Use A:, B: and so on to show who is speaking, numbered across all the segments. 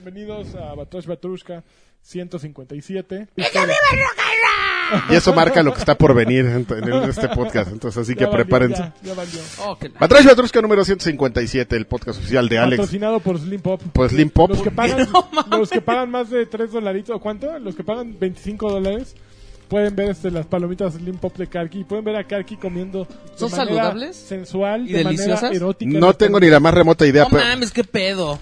A: Bienvenidos a Batosh Batrushka 157.
B: Y eso marca lo que está por venir en, en el- este podcast. Entonces, así que
A: Ya valió,
B: prepárense.
A: ya, ya valió.
C: Oh, que la-
B: Batrash Batrushka número 157, el podcast oficial de Alex.
A: Patrocinado por Slim Pop.
B: Pues Slim Pop.
A: Los que pagan,
C: No mames.
A: los que pagan más de 3 dolaritos, ¿cuánto? Los que pagan 25 dólares pueden ver este, las palomitas Slim Pop de Karki. Pueden ver a Karki comiendo. de
C: ¿Son
A: manera
C: saludables?
A: Sensual,
C: ¿Y
A: de manera
C: deliciosas?
A: erótica.
B: No tengo ni la más remota idea.
C: no
B: pero-
C: mames, qué pedo.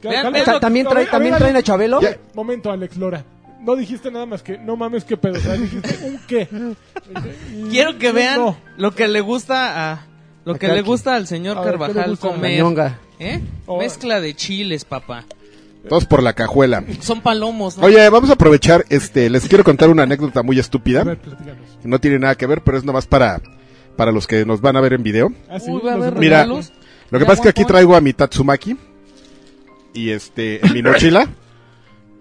A: Cal-
C: Vean,
A: cal-
C: vean
D: Ta-
C: lo-
D: también
A: a
D: trae,
A: ver,
D: también
A: a ver,
D: traen a Chabelo.
B: Ya.
A: Momento, Alex Lora. No dijiste nada más que no mames qué pedo. O sea, dijiste un qué. Y-
C: Quiero
A: y
C: que vean
A: Mm, no.
C: lo que le gusta a lo
D: A
C: que le
D: Kaki.
C: gusta al señor
A: A ver, ¿qué le
C: Carvajal
A: gusta?
C: comer.
D: Ñonga.
C: ¿Eh?
A: Oh.
C: Mezcla de chiles, papá.
B: Todos por la cajuela.
C: Son palomos, ¿no?
B: Oye, vamos a aprovechar, este, les quiero contar una anécdota muy
A: A
B: estúpida.
A: ver, platícanos.
B: No tiene nada que ver, pero es nomás para, para los que nos van a ver en video.
A: Ah, sí,
C: Uy, va a
A: los
C: haber
B: Mira,
C: regalos.
B: Lo que pasa es que aquí traigo a mi Tatsumaki y este, en mi mochila.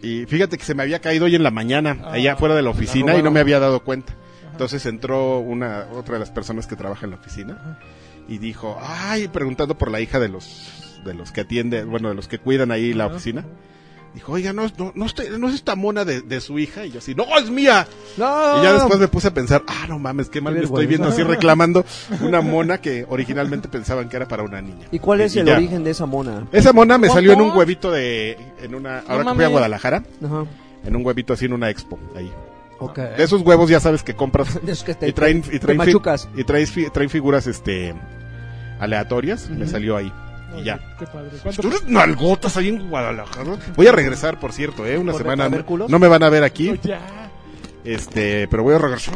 B: Y fíjate que se me había caído hoy en la mañana, allá afuera de Ah, la oficina, y no me había dado cuenta. Entonces entró una, otra de las personas que trabaja en la oficina y dijo, ay, preguntando por la hija de los, de los que atiende, bueno, de los que cuidan ahí la oficina. Dijo, oiga, no, no, no, estoy- no es esta mona de, de su hija. Y yo así, no, es mía.
D: No.
B: Y ya después me puse a pensar, ah, no mames, qué mal
D: Qué
B: me estoy
D: vergüenza.
B: viendo así reclamando una mona que originalmente pensaban que era para una niña.
D: ¿Y cuál es el
B: ya.
D: origen de esa mona?
B: Esa mona me
C: ¿Cómo?
B: salió en un huevito de, en una, ahora que fui a
C: mames.
B: Guadalajara,
D: Ajá.
B: en un huevito así en una expo, ahí.
D: Ok.
B: De esos huevos ya sabes que compras
D: De esos que te,
B: y traen,
D: te
B: y traen, fi-
D: machucas.
B: y traes fi- traen figuras, este, aleatorias, me salió ahí. Y
A: Oye,
B: ya.
A: Qué padre. ¿Cuánto
B: Tú eres nalgotas ahí en Guadalajara. Voy a regresar, por cierto, eh, una
D: ¿Por
B: semana.
D: recabar
B: No,
D: culos?
B: no me van a ver aquí,
A: No, ya.
B: este, pero voy a regresar.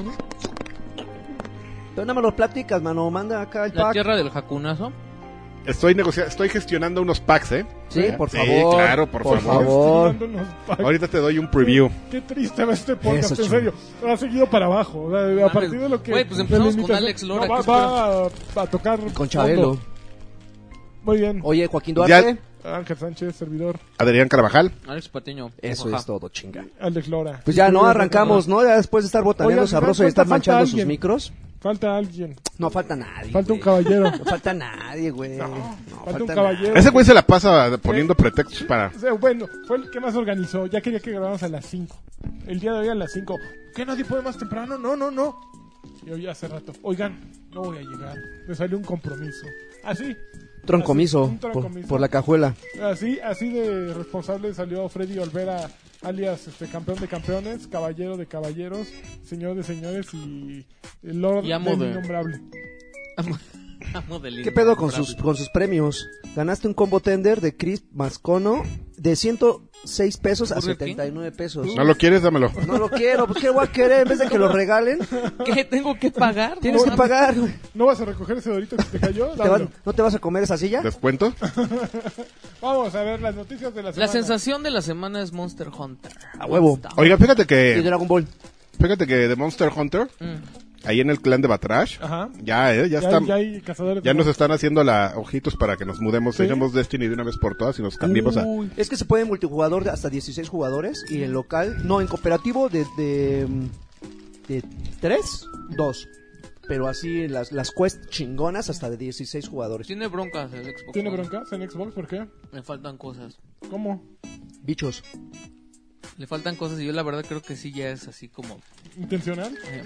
D: Tú nada más los platicas, mano. Manda acá el
C: La
D: pack.
C: tierra del jacunazo.
B: Estoy negociando, estoy gestionando unos packs, eh.
D: Sí, por
B: Sí,
D: favor.
B: claro, por favor.
A: Estoy dándonos pa-
B: Ahorita te doy un preview.
A: Qué triste va este podcast,
D: Eso,
A: en serio. Ha seguido para abajo. o sea, a
C: Mames.
A: partir de lo que.
C: Güey, pues empezamos
A: de la
C: con
A: imitación-
C: Alex Lora,
A: No, va
C: ¿qué
A: va a, a tocar.
D: Con Chabelo.
A: fondo. Muy bien.
D: Oye, Joaquín Duarte.
A: Ángel Sánchez, servidor.
B: Adrián Carvajal.
C: Alex Patiño.
D: Eso
C: Ojaja.
D: es todo, chinga.
A: Alex Lora.
D: Pues ya no arrancamos, ¿no? Ya después de estar botaneando
A: Oigan, ¿se dan
D: sabroso y estar
A: cuenta? Falta
D: manchando sus
A: alguien.
D: micros.
A: Falta alguien.
D: No falta nadie.
A: Falta un
D: güey.
A: caballero.
D: No falta nadie, güey. No,
A: falta un
D: nadie.
A: caballero.
B: Ese güey se la pasa poniendo pretextos para.
A: O sea, bueno, fue el que más organizó. Ya quería que grabáramos a las 5. El día de hoy a las 5. ¿Qué nadie puede más temprano? No, no, no. Y hoy hace rato. Oigan, no voy a llegar. Me salió un compromiso. Así.
D: Troncomiso,
A: Así, un
D: por-
A: troncomiso.
D: Por, la cajuela.
A: Así, así de responsable salió Freddy Olvera, alias este, campeón de campeones, caballero de caballeros, señor de señores y el lord
C: Y amo
A: del
C: de-
A: innombrable.
C: Amo- amo del
D: ¿Qué pedo con
C: innombrable.
D: sus, con sus premios? Ganaste un combo tender de Chris Mascono de 106 pesos a
C: ¿Burger King?
D: 79 pesos.
B: pues, ¿No lo quieres? Dámelo.
D: No lo quiero, pues qué voy a querer en vez de que lo regalen.
C: ¿Qué tengo que pagar?
D: Tienes
C: No,
D: que
C: mames.
D: pagar. güey.
A: ¿No vas a recoger ese dorito que te cayó?
D: ¿Te vas-
A: Dámelo.
D: ¿No te vas a comer esa silla?
B: ¿Descuento?
A: Vamos a ver las noticias de la semana.
C: La sensación de la semana es Monster Hunter.
D: A huevo.
B: Oiga, fíjate
D: Y
B: que.
D: Dragon Ball.
B: Fíjate que de Monster Hunter,
C: Mm.
B: ahí en el clan de Batrash,
A: Ajá.
B: ya, eh,
A: Ya,
B: ya está.
A: hay- ya hay cazadores.
B: Ya
A: de-
B: nos están haciendo la ojitos para que nos mudemos.
A: Sí.
B: Dejemos Destiny de una vez por todas y nos cambiemos a.
C: Uy.
D: Es que se puede multijugador de hasta 16 jugadores y en local, no, en cooperativo desde de 3, 2. Pero así las, las quests chingonas hasta de 16 jugadores.
C: Tiene broncas el Xbox.
A: ¿Tiene
C: One.
A: broncas en Xbox? ¿Por qué?
C: Me faltan cosas.
A: ¿Cómo?
D: Bichos.
C: Le faltan cosas y yo la verdad creo que sí ya es así como...
A: ¿Intencional?
C: eh,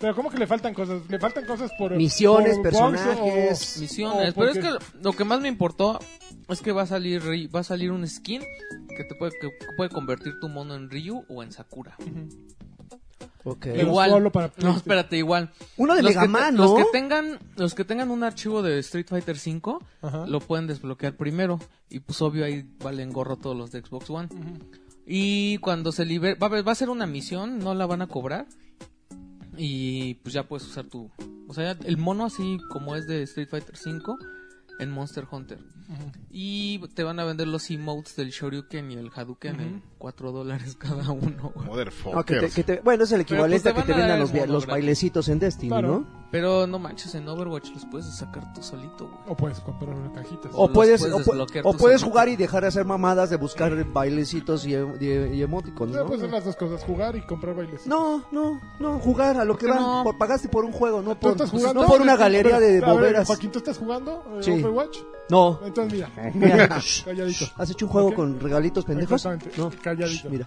A: Pero ¿cómo que le faltan cosas? Le faltan cosas por...
D: Misiones,
A: por bugs o-
D: personajes.
C: misiones.
A: o
C: Pero es
A: porque-
C: que lo que más me importó es que va a salir Ri- va a salir un skin que te puede, que puede convertir tu mono en Ryu o en Sakura.
D: Ok.
A: Pero
C: igual.
A: solo para
C: no,
A: PlayStation.
C: espérate, igual.
D: Uno de
C: los que,
D: Mega
C: te-
D: Man,
C: los
D: ¿no?
C: que tengan los que tengan un archivo de Street Fighter 5
A: Ajá.
C: lo pueden desbloquear primero y pues obvio ahí valen gorro todos los de Xbox One. Y cuando se libere va a, haber- va a ser una misión, no la van a cobrar. Y pues ya puedes usar tu o sea, ya el mono así como es de Street Fighter 5 en Monster Hunter. Y te van a vender los emotes del Shoryuken y el Hadouken en 4 dólares cada uno. güey.
D: No, Ah, que te-
B: Motherfuckers.
D: que te- bueno, es el equivalente
C: Pero, pues, te
D: a que te
C: van a
D: vendan
C: dar
D: los,
C: el mono
D: los
C: gratis.
D: bailecitos en Destiny,
A: Claro. Pues,
D: ¿no?
C: Pero no manches, en Overwatch los puedes sacar tú solito, güey.
A: O puedes comprar una cajita.
D: O
C: Los
D: puedes,
C: puedes
D: o, pu-
C: desbloquear
D: o
C: tú
D: puedes
C: solito.
D: jugar y dejar de hacer mamadas de buscar bailecitos y, em- y- y emoticons,
A: No,
D: ¿no?
A: pues son las dos cosas, jugar y comprar bailes.
D: No, no, no, jugar a lo que
C: ¿Por qué
D: van.
C: no?
D: Por- pagaste por un juego, no
A: ¿Tú
D: por,
A: estás
D: pues,
A: jugando?
D: no por una
A: Pero,
D: galería de
A: a ver,
D: boberas.
A: Joaquín, ¿tú estás jugando eh,
D: Sí.
A: Overwatch?
D: No.
A: Entonces, mira,
D: Mira, shh,
A: calladito.
D: has hecho un juego
A: Ok.
D: con regalitos pendejos.
A: Exactamente,
D: No.
A: calladito.
D: Shh, Mira.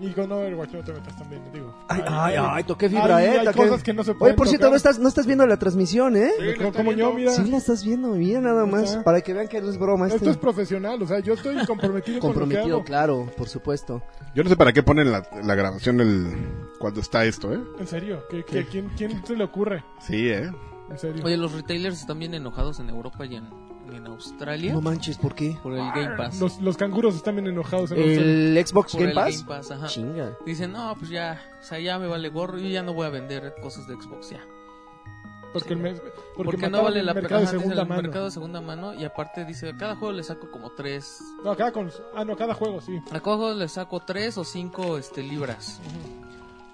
A: Y con Overwatch no te metas también, digo.
D: Ay, ay, ay, toqué
A: Ay,
D: fibra, eh.
A: Hay
D: toqué-
A: cosas que no se pueden
D: Oye, por cierto,
A: tocar.
D: no estás, no estás viendo la transmisión, eh.
B: Sí, lo estoy
A: Como yo,
B: viendo.
A: mira.
D: Sí, la estás viendo, mira nada más.
A: Ajá.
D: Para que vean que no es broma.
A: Esto
D: Este
A: es profesional, o sea, yo estoy comprometido, con
D: comprometido,
A: lo que hago.
D: claro, por supuesto.
B: Yo no sé para qué ponen la, la grabación el cuando está esto, ¿eh?
A: En serio, ¿qué, qué, quién, ¿quién se le ocurre?
B: Sí, ¿eh?
A: En serio.
C: Oye, los retailers están bien enojados en Europa y en, y en Australia
D: No manches, ¿por qué?
C: por el Game Pass.
A: Los, los canguros están bien enojados. ¿eh? en Australia.
D: ¿El Xbox
C: por
D: Game
C: el
D: Pass?
C: Game Pass, ajá.
D: Chinga.
C: Dicen, no, pues ya, o sea, ya me vale gorro, yo ya no voy a vender cosas de Xbox ya.
A: porque el mes-
C: Porque,
A: porque
C: no vale la
A: el
C: pena.
A: mercado de
C: Ajá, dicen,
A: segunda
C: el
A: mano.
C: mercado de segunda mano y aparte dice, a cada juego le saco como tres.
A: No, a cada cons- Ah, no, a cada juego, sí.
C: A cada juego le saco tres o cinco este, libras.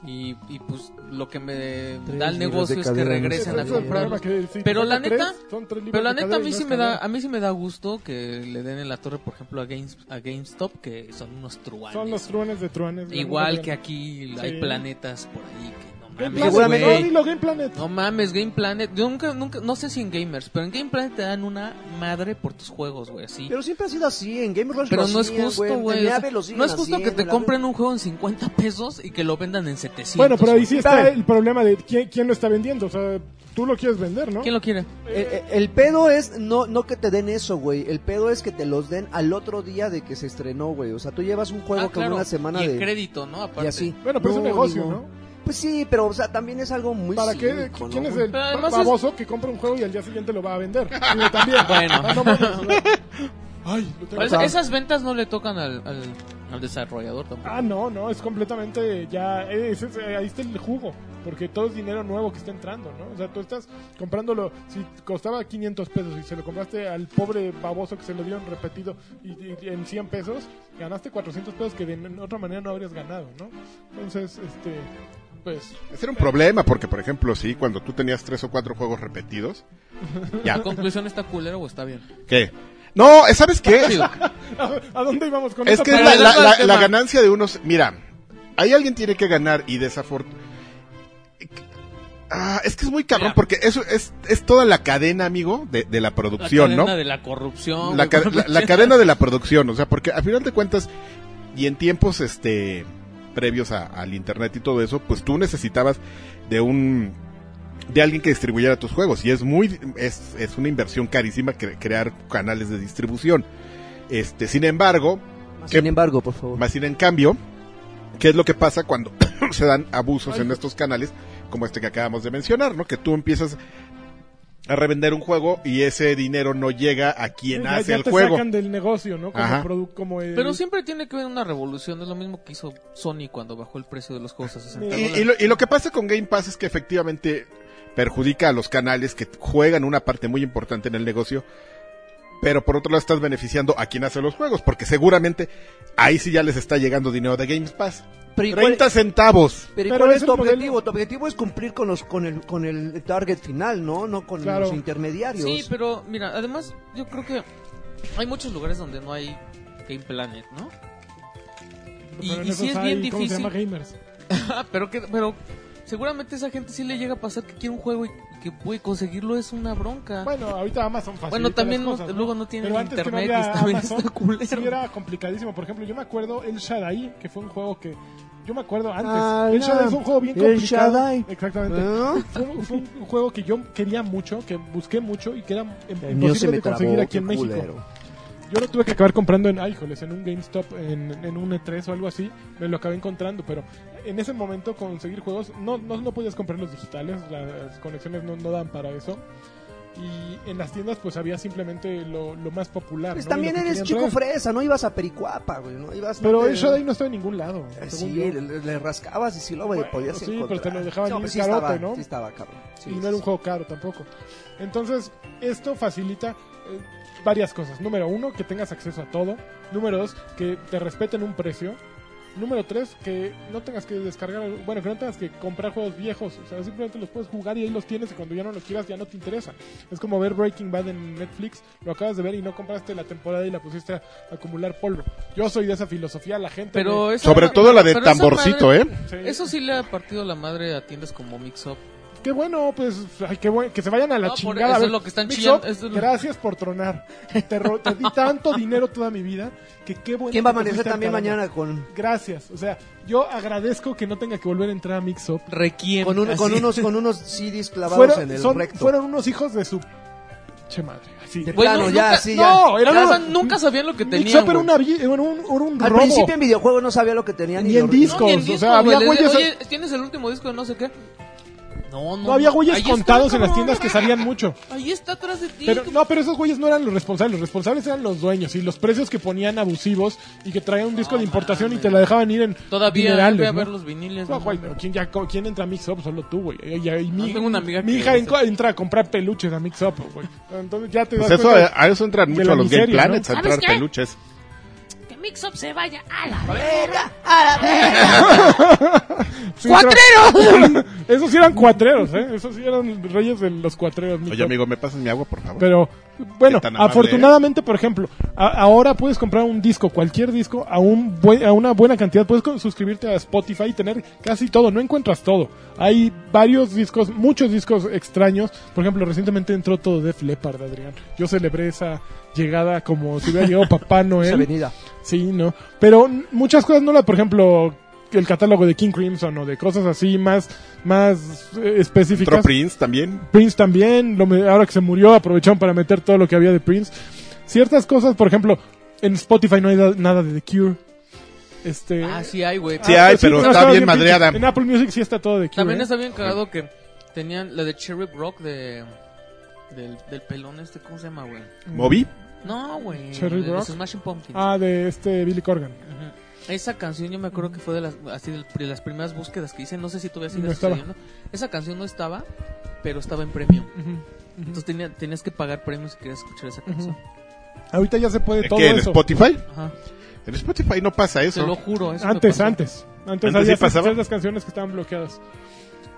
C: Y, y pues lo que me
D: Tres
C: da el
D: libras
C: negocio
D: de
C: es que
D: cadena, no
C: regresen
D: sabía.
C: a
A: Ese es el
C: comprarlos.
A: problema, que si
C: Pero
A: te
C: la
A: saca
C: neta-
A: tres, son tres libras
C: Pero la
A: de
C: neta a
A: cadena
C: mí
A: y
C: sí
A: no
C: me
A: es
C: da
A: cadena.
C: a mí sí me da gusto que le den en la torre, por ejemplo, a Games a GameStop que son unos truanes.
A: Son los truanes de truanes.
C: Igual que aquí
A: Sí.
C: hay planetas por ahí que no
A: Game Planet,
C: mames,
D: Seguramente-
A: no,
C: güey.
A: dilo Game Planet.
C: No mames, Game Planet. Yo nunca, nunca, no sé si en Gamers, pero en Game Planet te dan una madre por tus juegos, güey, así. Pero,
D: Pero siempre ha sido así, en Game Rush lo
C: no es
D: hacían,
C: justo,
D: en
C: güey. o sea,
D: Llave lo siguen
C: No es justo que
D: haciendo,
C: te
D: la
C: compren un juego en 50 pesos y que lo vendan en 700.
A: Bueno, pero ahí
C: güey.
A: sí
D: Está
A: está
D: bien.
A: el problema de quién, quién lo está vendiendo. O sea, tú lo quieres vender, ¿no?
C: ¿Quién lo quiere?
D: El, el- Eh, el pedo es no, no que te den eso, güey. El pedo es que te los den al otro día de que se estrenó, güey. O sea, tú llevas un juego
C: Ah,
D: con
C: claro.
D: una semana
C: y el
D: de...
C: crédito, ¿no? Aparte.
D: Y así.
A: Bueno, pero es un
D: No,
A: negocio,
D: digo,
A: ¿no?
D: Pues sí, pero o sea, también es algo muy
A: ¿Para qué?
D: cínico, ¿no,
A: ¿Quién es
D: güey?
A: el
C: Pero además
A: baboso que compra un juego y al día siguiente lo va a vender? Digo, también.
C: Bueno.
A: Ah, no mames, o sea. Ay, lo tengo.
C: O sea, esas ventas no le tocan al, al, al desarrollador tampoco.
A: Ah, no, no, es completamente ya. es- es- ahí está el jugo. Porque todo es dinero nuevo que está entrando, ¿no? O sea, tú estás comprándolo. Si costaba 500 pesos y se lo compraste al pobre baboso que se lo dieron repetido y, y- y en 100 pesos, ganaste 400 pesos que de n- otra manera no habrías ganado, ¿no? Entonces, este. Pues.
B: Ese era un problema porque, por ejemplo, sí, cuando tú tenías tres o cuatro juegos repetidos, ya.
C: La conclusión está culero o está bien.
B: ¿Qué? No, ¿sabes qué?
C: Digo,
A: ¿A dónde íbamos con Pues,
B: Es
A: esta
B: que es
A: plática?
B: la, la-
C: Regresando al
B: la-
C: tema.
B: la ganancia de unos. Mira, ahí alguien tiene que ganar y desafortunadamente. es que es muy cabrón
C: Mira.
B: porque eso es, es toda la cadena, amigo, de, de la
C: la
B: producción,
C: cadena
B: ¿no?
C: de la corrupción.
B: La,
C: güey.
B: ca- la- la cadena de la producción, o sea, porque a final de cuentas y en tiempos este previos a- al internet y todo eso, pues tú necesitabas de un de alguien que distribuyera tus juegos y es muy es, es una inversión carísima cre- crear canales de distribución. Este, sin embargo,
D: Sin embargo, por favor.
B: más sin en cambio, ¿qué es lo que pasa cuando se dan abusos en estos canales como este que acabamos de mencionar, ¿no? Que tú empiezas a revender un juego y ese dinero no llega a quien
A: Ya-
B: hace
A: ya
B: el
A: te
B: juego.
A: sacan del negocio, ¿no? Como,
B: Ajá.
A: produ- como el-
C: Pero siempre tiene que haber una revolución. Es lo mismo que hizo Sony cuando bajó el precio de los juegos a 60
B: Y,
C: dólares.
B: y lo, y lo que pasa con Game Pass es que efectivamente perjudica a los canales que juegan una parte muy importante en el negocio, pero por otro lado estás beneficiando a quien hace los juegos, porque seguramente ahí sí ya les está llegando dinero de Game Pass.
D: Pero ¿y cuál-
B: 30 centavos.
D: Pero ¿y
A: Pero
D: cuál
A: es
D: es tu
A: el modelo-
D: objetivo? Tu objetivo es cumplir con los con el con el target final, ¿no? No con
A: Claro.
D: los intermediarios.
C: Sí, pero mira, además yo creo que hay muchos lugares donde no hay Game Planet, ¿no?
A: Pero
C: Y,
A: en
C: y sí
A: esos
C: es bien
A: hay, ¿cómo se llama?
C: difícil.
A: Gamers.
C: Ah, pero que, pero seguramente a esa gente sí le llega a pasar que quiere un juego y que puede conseguirlo es una bronca.
A: Bueno, ahorita Amazon facilita
C: Bueno, también
A: las cosas,
C: no- luego no tienen
A: Pero antes que
C: internet
A: había
C: y está bien,
A: Amazon,
C: está culero.
A: sí era complicadísimo. Por ejemplo, yo me acuerdo El Shaddai, que fue un juego que... Yo me acuerdo antes.
D: Ah,
A: el
D: ya.
A: Shaddai es un juego bien
D: El
A: complicado.
D: Shaddai. Ah.
A: Exactamente.
D: ¿No?
A: Fue, un- fue un juego que yo quería mucho, que busqué mucho y que era im-
D: El mío ¿Eh? se
A: imposible
D: me
A: de
D: trabó,
A: conseguir aquí
D: qué
A: en México.
D: culero.
A: Yo lo tuve que acabar comprando en, ay, híjoles, en un GameStop, en, en un E3 o algo así, me lo acabé encontrando, pero en ese momento conseguir juegos, no, no, no podías comprar los digitales, las conexiones no, no dan para eso. Y en las tiendas pues había simplemente lo, lo más popular.
D: Pues
A: ¿no?
D: también
A: Y lo que
D: eres
A: querían
D: chico
A: traer.
D: fresa, no ibas a Pericuapa, güey, no ibas
A: Pero
D: no te-
A: el Shadow no estaba en ningún lado.
D: Eh,
A: según
D: Sí,
A: yo.
D: le, le rascabas y sí lo güey,
A: Bueno,
D: podías
A: sí, pero
D: encontrar.
A: te lo dejaban
D: pues
A: ir carote,
D: estaba,
A: ¿no?
D: Sí estaba, cabrón. Sí,
A: y no
D: sí,
A: era un
D: sí.
A: juego caro tampoco. Entonces, esto facilita eh, varias cosas. Número uno, que tengas acceso a todo. Número dos, que te respeten un precio. Número tres, que no tengas que descargar, bueno, que no tengas que comprar juegos viejos. O sea, simplemente los puedes jugar y ahí los tienes y cuando ya no los quieras ya no te interesa. Es como ver Breaking Bad en Netflix, lo acabas de ver y no compraste la temporada y la pusiste a acumular polvo. Yo soy de esa filosofía, la gente...
C: Pero
A: me-
C: esa-
B: Sobre todo la de
C: pero esa
B: tamborcito,
C: madre-
B: ¿eh?
A: Sí.
C: Eso sí le ha partido la madre a tiendas como Mix Up.
A: Qué bueno, pues, ay, qué bueno, que se vayan a la
C: No, por-
A: chingada.
C: eso
A: A ver,
C: es lo que están
A: Mix
C: chillando,
A: Up,
C: eso es lo-
A: Gracias por tronar. Te, ro- te di tanto dinero toda mi vida que qué bueno.
D: ¿Quién va a
A: que te
D: amanecer
A: fuiste al
D: también
A: carajo.
D: mañana con,
A: Gracias. O sea, yo agradezco que no tenga que volver a entrar a Mix Up.
C: Requiem.
D: con, un- con
C: así.
D: unos, con unos CDs clavados
A: Fueron,
D: en el
A: son-
D: recto?
A: fueron unos hijos de su. Che madre. Así.
D: De
C: Güey,
D: plano,
C: no,
D: ya,
C: nunca,
D: sí, ya.
A: no, era
C: ya
A: una-
C: saben, nunca sabían lo que tenían.
A: Mix Up era,
C: güey.
A: una vi- era un, era un
D: Al
A: robo.
D: principio en videojuegos no sabía lo que tenían.
A: Ni
D: y
A: en
D: lo-
A: disco.
C: No, ni en
A: discos, o
C: discos,
A: sea, había
C: güey, le-
A: güeyes-
C: Oye, tienes el último disco de no sé qué. No, no.
A: No había güeyes
C: ahí
A: contados
C: está,
A: en las
C: cabrón.
A: tiendas que sabían mucho.
C: Ahí está atrás de ti.
A: Pero,
C: tú-
A: no, pero esos güeyes no eran los responsables. Los responsables eran los dueños y los precios que ponían abusivos y que traían un disco de importación y te la dejaban ir en
C: Todavía
A: dinerales,
C: voy a
A: ¿no?
C: ver los viniles.
A: No,
C: no
A: güey,
C: mames.
A: pero ¿quién, ya, co- quién entra a Mix Up? Solo tú, güey. Y- y- y mi,
C: tengo una amiga
A: mi
C: que
A: hija
C: hace-
A: enco- entra a comprar peluches a Mix Up, güey. Entonces ya te das
B: Pues eso,
A: cuenta-
B: a eso entran
A: de
B: mucho
A: la
B: a los
A: miseria,
B: Game Planets,
A: ¿no?
B: a entrar
E: ¿Sabes qué?
B: peluches.
E: Que Mix Up se vaya a la vez.
A: Sí, ¡Cuatreros! Esos sí eran cuatreros, ¿eh? Esos sí eran reyes de los cuatreros. Mix
B: Oye,
A: Up.
B: amigo, ¿me pasas mi agua, por favor?
A: Pero, bueno,
B: Qué tan amable
A: afortunadamente, por ejemplo, a- ahora puedes comprar un disco, cualquier disco, a, un buen- a una buena cantidad. Puedes con- suscribirte a Spotify y tener casi todo. No encuentras todo. Hay varios discos, muchos discos extraños. Por ejemplo, recientemente entró todo Def Leppard, Adrián. Yo celebré esa llegada como si hubiera llegado Papá
D: Esa
A: Noel.
D: avenida.
A: Sí, no. Pero n- muchas cosas no la, por ejemplo, el catálogo de King Crimson o de cosas así más, más eh,
B: Entró
A: específicas.
B: Prince también.
A: Prince también, lo me- ahora que se murió, aprovecharon para meter todo lo que había de Prince. Ciertas cosas, por ejemplo, en Spotify no hay da- nada de The Cure. Este,
C: Ah, sí hay, güey.
B: Sí hay, pero está bien
A: pinche.
B: madreada.
A: En Apple Music sí está todo de Cure.
C: También
A: ¿eh?
C: está bien cagado que tenían la de Cherry Rock de... Del, del pelón este, ¿cómo se llama, güey?
B: Moby.
C: No, güey.
A: ¿Cherry
C: de los
A: Rock?
C: Smashing Pumpkins.
A: Ah, de este Billy Corgan.
C: Ujú. Esa canción yo me acuerdo que fue de las, así de, de las primeras búsquedas que hice. No sé si todavía sigue
A: No estaba.
C: sucediendo. Esa canción no estaba, pero estaba en premium.
A: Ujú.
C: Entonces tenía- tenías que pagar premium si querías escuchar esa canción.
A: Ahorita ya se puede
B: ¿De
A: todo
B: qué? eh, ¿En
A: eso.
B: Spotify?
C: Ajá.
B: En Spotify no pasa
C: Te lo
B: eso.
C: juro. eso me
A: Antes,
C: pasó.
A: antes. Antes
B: Antes
A: había
B: sí pasaba.
A: ciertas canciones que estaban bloqueadas.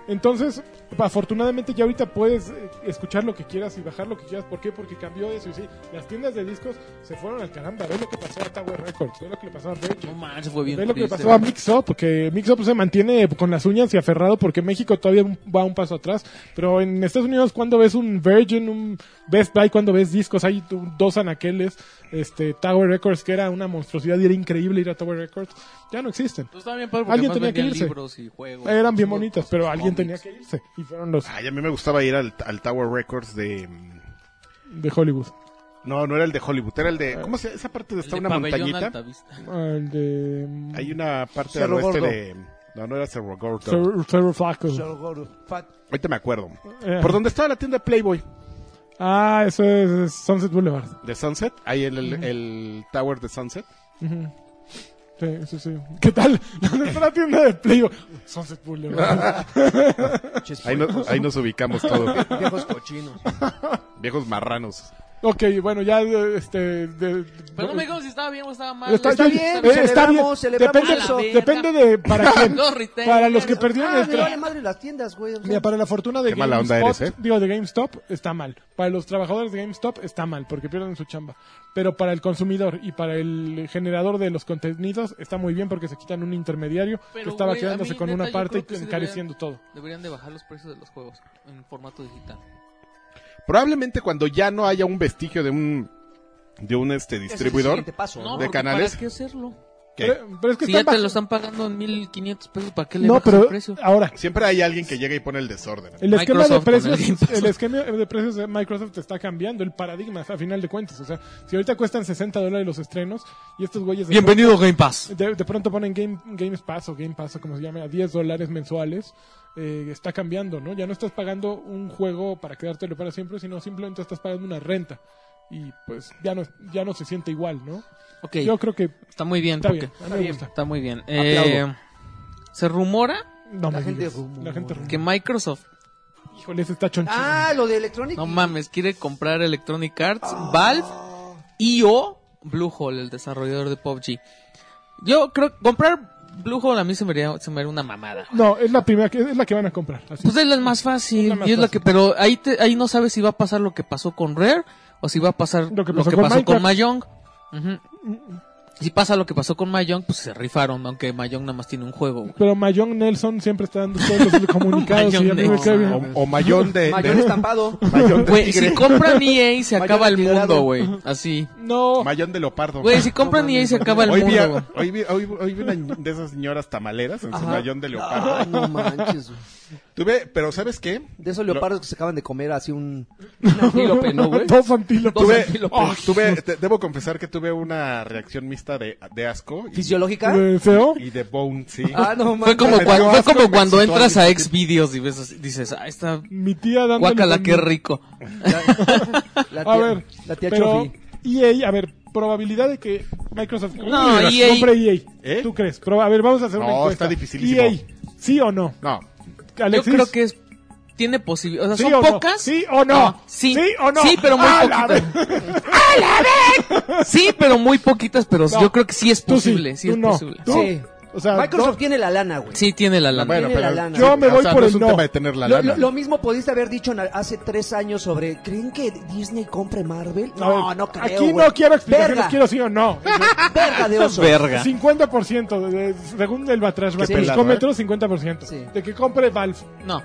A: Entonces, afortunadamente ya ahorita puedes eh, escuchar lo que quieras y bajar lo que quieras. ¿Por qué? Porque cambió eso. Y sí, las tiendas de discos se fueron al caramba. Ve lo que pasó a Tower Records. Ve lo que le pasó a Virgin.
C: No manches, fue bien.
A: Ve lo que le
C: triste,
A: pasó a
C: güey.
A: Mixup, porque Mixup se mantiene con las uñas y aferrado porque México todavía un- va un paso atrás. Pero en Estados Unidos, cuando ves un Virgin, un Best Buy, cuando ves discos, hay tu- dos anaqueles, este, Tower Records, que era una monstruosidad y era increíble ir a Tower Records, ya no existen.
C: Pues estaba bien padre porque
A: Alguien
C: además
A: tenía que
C: vendían
A: irse.
C: libros y juegos.
A: Eran bien
C: Chingo,
A: bonitas,
C: cosas,
A: pero alguien
C: cómics.
A: tenía que irse. Y fueron los
B: Ay, a mí me gustaba ir al, al Tower Records de... mm,
A: de Hollywood.
B: No, no era el de Hollywood, era el de... ¿Cómo se Esa parte donde
C: El
B: está
C: de
B: una
C: Pabellón
B: montañita.
C: Altavista.
A: Ah, El de.
B: Hay una parte
D: Cerro
B: del oeste
D: Gordo.
B: de... No, no era Cerro Gordo.
A: Cerro- Cerro Flaco.
D: Solo gordo. Fat.
B: Ahorita me acuerdo.
A: Eh.
B: Por donde estaba la tienda Playboy
A: Ah, eso es es Sunset Boulevard.
B: de Sunset. Ahí el, el, el Tower de Sunset.
A: Ujú. Sí, sí, sí. ¿Qué tal? ¿Dónde está la tienda de Playo? Sunset Boulevard.
D: Chis-
B: Ahí, no- ahí nos ubicamos todos.
D: Viejos cochinos.
B: Viejos marranos.
A: ok, bueno, ya eh, este... de-
C: Pero no me dijeron si estaba bien o estaba mal.
A: Está,
D: Está
A: yo-
D: bien,
A: eh, está bien.
D: celebramos, celebramos
A: Depende,
C: eso.
A: depende de para quién.
C: Los retailers.
A: para los que perdieron
D: Ah,
A: el
D: me vale
A: tra-
D: madre las tiendas, güey. o sea.
A: Mira, para la fortuna de
B: Qué mala onda eres, ¿eh?
A: digo, de GameStop, está mal. Para los trabajadores de GameStop, está mal, porque pierden su chamba. Pero para el consumidor y para el generador de los contenidos, está muy bien, porque se quitan un intermediario que
C: Pero,
A: estaba
C: güey, a
A: quedándose
C: mí,
A: con
C: neta,
A: una
C: yo
A: parte
C: creo
A: y
C: que sí
A: encareciendo todo.
C: Deberían de bajar los precios de los juegos en formato digital.
B: Probablemente cuando ya no haya un vestigio de un... De un este
D: Ese es el
B: distribuidor.
D: siguiente paso,
C: No,
B: ¿De
C: porque
B: canales?
C: ¿Para qué hacerlo?
B: que
A: Pero, pero es que
C: Si ya
A: están
C: te
A: baj-
C: lo están pagando en 1500 pesos, ¿para qué le
A: No,
C: bajas el
A: pero
C: precio?
A: ahora,
B: Siempre hay alguien que llega y pone el desorden.
A: el esquema de
C: Microsoft con
A: precios,
C: el Game Pass.
A: el esquema de precios de Microsoft está cambiando, el paradigma, a final de cuentas. O sea, si ahorita cuestan 60 dólares los estrenos y estos güeyes de,
C: Bienvenido Game Pass.
A: de, de pronto ponen Game, Games Pass o Game Pass o como se llame, a 10 dólares mensuales, eh, está cambiando, ¿no? Ya no estás pagando un juego para quedártelo para siempre, sino simplemente estás pagando una renta. Y pues ya no, ya no se siente igual, ¿no?
C: Ok,
A: Yo creo que
C: está muy bien.
A: está
C: porque-
A: bien, a mí me gusta.
C: Está muy bien.
D: Aplaudo.
C: Eh, se rumora
A: No
D: La
A: me
D: gente
A: digas.
D: rumora.
A: La gente rumora.
C: que Microsoft,
A: Híjole, ese está chonchísimo.
D: Ah, lo de Electronic.
C: no mames, quiere comprar Electronic Arts,
A: Ah.
C: Valve y o Bluehole, el desarrollador de PUBG. Yo creo que comprar Bluehole a mí se me haría, se me haría una mamada.
A: No, es la primera que, es la que van a comprar. así.
C: Pues es la más fácil
A: Es la más
C: y es la
A: fácil.
C: que pero ahí te- ahí no sabes si va a pasar lo que pasó con Rare o si va a pasar
A: Lo
C: lo
A: que
C: que
A: pasó
C: pasó,
A: con
C: con, Mahjong. Ujú. Si pasa lo que pasó con Mayong, pues se rifaron, aunque Mayong nada más tiene un juego. güey.
A: Pero Mayón Nelson siempre está dando todos los comunicados. y a mí me
C: Mayón
A: cae bien.
B: O, o mayón de.
D: Mayor
B: de-
D: estampado.
B: mayón de
C: Güey,
B: tigre.
C: si compran EA se
D: Mayón
C: acaba el
D: atigrado.
C: mundo, güey. Así.
A: No,
B: Mayón de leopardo.
C: Güey, si compran EA se acaba el
B: Hoy vi,
C: mundo,
B: a-
C: güey.
B: hoy, vi, hoy, hoy vi una de esas señoras tamaleras en su
D: Ajá.
B: mayón de leopardo.
D: Ah, no manches. güey.
B: Tuve, pero ¿sabes qué?
D: De esos leopardos que se acaban de comer así un...
C: Un antílope, ¿no, güey?
A: dos antílopes.
B: Tuve,
C: antílopes.
B: oh, tuve- te- debo confesar que tuve una reacción mixta de, de asco y,
D: ¿Fisiológica?
A: Eh, ¿Feo?
B: y de bone, sí.
D: Ah, no manches.
C: Fue como,
B: Me
C: cuando,
B: dio
C: fue
B: asco,
C: como
B: me
C: cuando
B: excitó
C: entras
B: al
C: a Xvideos y ves así- dices, ah, esta
A: Mi tía dando.
C: guácala, qué rico.
D: La tía,
A: A ver,
D: La tía
A: pero
D: Chofi.
A: EA, a ver, probabilidad de que Microsoft
C: No, E EA.
A: compre EA.
B: ¿Eh?
A: ¿Tú crees? Proba- a ver, vamos a hacer una
B: No,
A: encuesta.
B: está dificilísimo.
A: EA, ¿sí o no?
B: No,
C: Yo
A: Alexis,
C: creo que es, tiene posibilidades. O
A: ¿sí
C: sea,
A: o
C: son
A: no?
C: pocas.
A: ¿Sí o no?
C: Ah, sí.
A: ¿Sí o no?
C: Sí, pero muy
A: ¡A la
C: poquitas.
A: vez!
C: Sí, pero muy poquitas, pero
A: No.
C: yo creo que sí es
A: Tú sí,
C: posible. Sí,
A: tú
C: es
A: no.
C: posible.
A: ¿Tú?
D: Sí.
A: O sea,
D: Microsoft
A: no-
D: tiene la lana, güey.
C: Sí, tiene la lana.
B: bueno,
D: Tiene la
B: pero
D: lana.
A: Yo me
B: o
A: voy
B: sea,
A: por
B: no
A: el
B: es un
A: no.
B: tema de tener la
D: Lo,
B: lana.
D: lo- lo mismo pudiste haber dicho na- hace tres años sobre, ¿creen que Disney compre Marvel?
A: A ver,
D: No, no creo,
A: Aquí
D: güey.
A: no quiero explicaciones,
D: Verga,
A: quiero sí o no.
D: verga de oso.
C: Verga.
A: 50% de- según el Batrash
B: Qué pelado,
A: Batrascómetro,
C: ¿eh?
A: 50%.
D: Sí.
A: De que compre Valve.
C: No.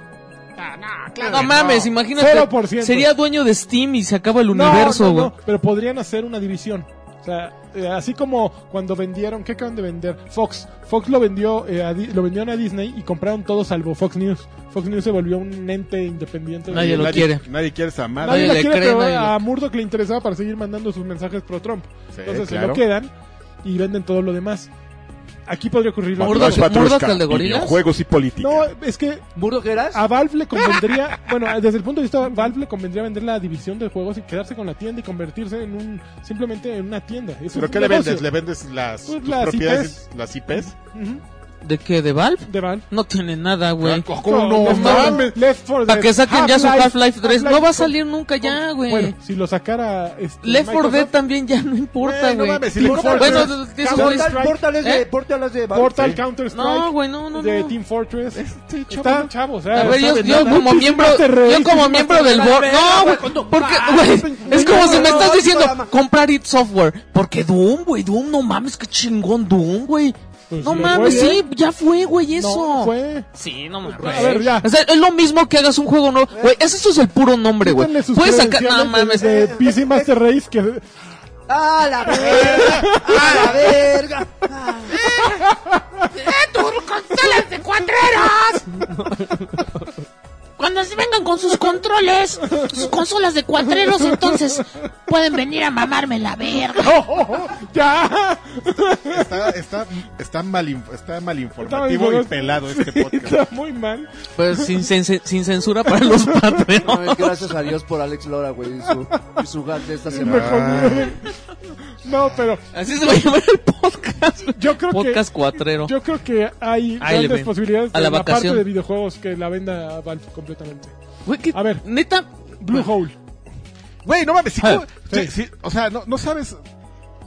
A: Ah,
E: no,
C: No mames, imagínate.
A: 0%.
C: Sería dueño de Steam y se acaba el
A: No,
C: universo,
A: no,
C: güey.
A: no, pero podrían hacer una división. O sea, eh, así como cuando vendieron, ¿qué acaban de vender? Fox. Fox lo vendió eh, a Di- lo vendieron a Disney y compraron todo salvo Fox News. Fox News se volvió un ente independiente. de-
C: Nadie lo
B: nadie,
C: quiere.
B: Nadie quiere esa madre.
A: Nadie
C: nadie
A: la
C: le
A: quiere,
C: cree,
A: pero
C: nadie le-
A: a Murdoch le interesaba para seguir mandando sus mensajes pro Trump.
B: Sí,
A: Entonces se
B: claro.
A: lo quedan y venden todo lo demás. Aquí podría ocurrir lo
C: Murdoch-
A: mismo.
B: Patrushka,
C: Murdoch, el de gorilas.
B: Videojuegos y política.
A: No, es que
D: ¿Burdo que eras?
A: a Valve le convendría, bueno, desde el punto de vista de Valve le convendría vender la división de juegos y quedarse con la tienda y convertirse en un simplemente en una tienda. Eso
B: ¿Pero
A: es
B: qué
A: un
B: le
A: negocio.
B: vendes? ¿Le vendes las
A: Pues
B: tus
A: las
B: propiedades, las IPs?
A: Ujú,
C: ¿De qué? ¿De Valve?
A: De Valve.
C: No tiene nada, güey.
B: Ah, ¿Cómo no?
A: Left for-
B: mames.
A: Left for
C: Para
A: Dead,
C: que saquen ya su Half-Life 3. no va a
A: Half-Life,
C: salir nunca ya, güey.
A: Bueno, si lo sacara este,
C: Left 4 Dead
A: Microsoft,
C: también ya no importa,
B: Güey, no
C: güey.
B: mames, si le
A: Bueno,
B: compras-
C: bueno,
A: Counter-
C: de esos güeyes-
D: Portal, Portal es de,
C: ¿Eh?
D: Portal es de Valve.
A: Portal
B: Sí.
A: Counter Strike.
C: No, güey, no, no,
A: De
C: no.
A: Team Fortress.
B: Este chavo
A: Ah, Está
B: no-
A: chavo, o sea,
C: A ver,
A: no
C: yo,
A: sabe
C: yo
A: nada.
C: como
A: Tú sí
C: miembro,
A: más te reíste,
C: yo como
A: tú más
C: miembro del board, no, güey, porque, güey, es como si me estás diciendo comprar it software, porque Doom, güey, Doom, no mames, qué chingón Doom, güey,
A: Pues
C: no
A: sí,
C: mames,
A: güey.
C: sí, ya fue, güey, eso.
A: No, fue.
C: Sí, no mames.
A: A ver, ya. Eh.
C: O sea, es lo mismo que hagas un juego nuevo. Güey, eso es el puro nombre, güey.
A: Quítenle sus
C: Puedes sacar.
A: credenciales
C: No mames.
A: De, de PC Master Race que
D: ¡A Ah, la verga! ¡A la verga!
E: tus controles de cuadreras! Cuando se vengan con sus controles, sus consolas de cuatreros, entonces pueden venir a mamarme la verga.
A: ya
B: Está, está, está, mal, inf- está mal informativo
A: informado.
B: y pelado este podcast.
A: está muy mal.
C: Pues sin, cen- sin censura para los
D: No, es
C: Patreon.
D: que gracias a Dios por Alex Lora, güey, y su, y su gag de esta
A: Me
D: semana.
B: Ah.
A: pone- No, pero
C: Así se va a llamar el podcast. güey.
A: yo creo
C: Podcast
A: que
C: cuatrero.
A: yo creo que hay
C: Ahí le
A: grandes
C: ven.
A: posibilidades
C: A
A: de
C: la
A: la,
C: vacación.
A: parte de videojuegos que la venda Valve completamente.
C: Güey, que-
A: A ver.
C: Neta.
A: Blue Hole.
B: Güey, no mames. Si,
C: Ah,
B: si- si- o sea, no, no sabes.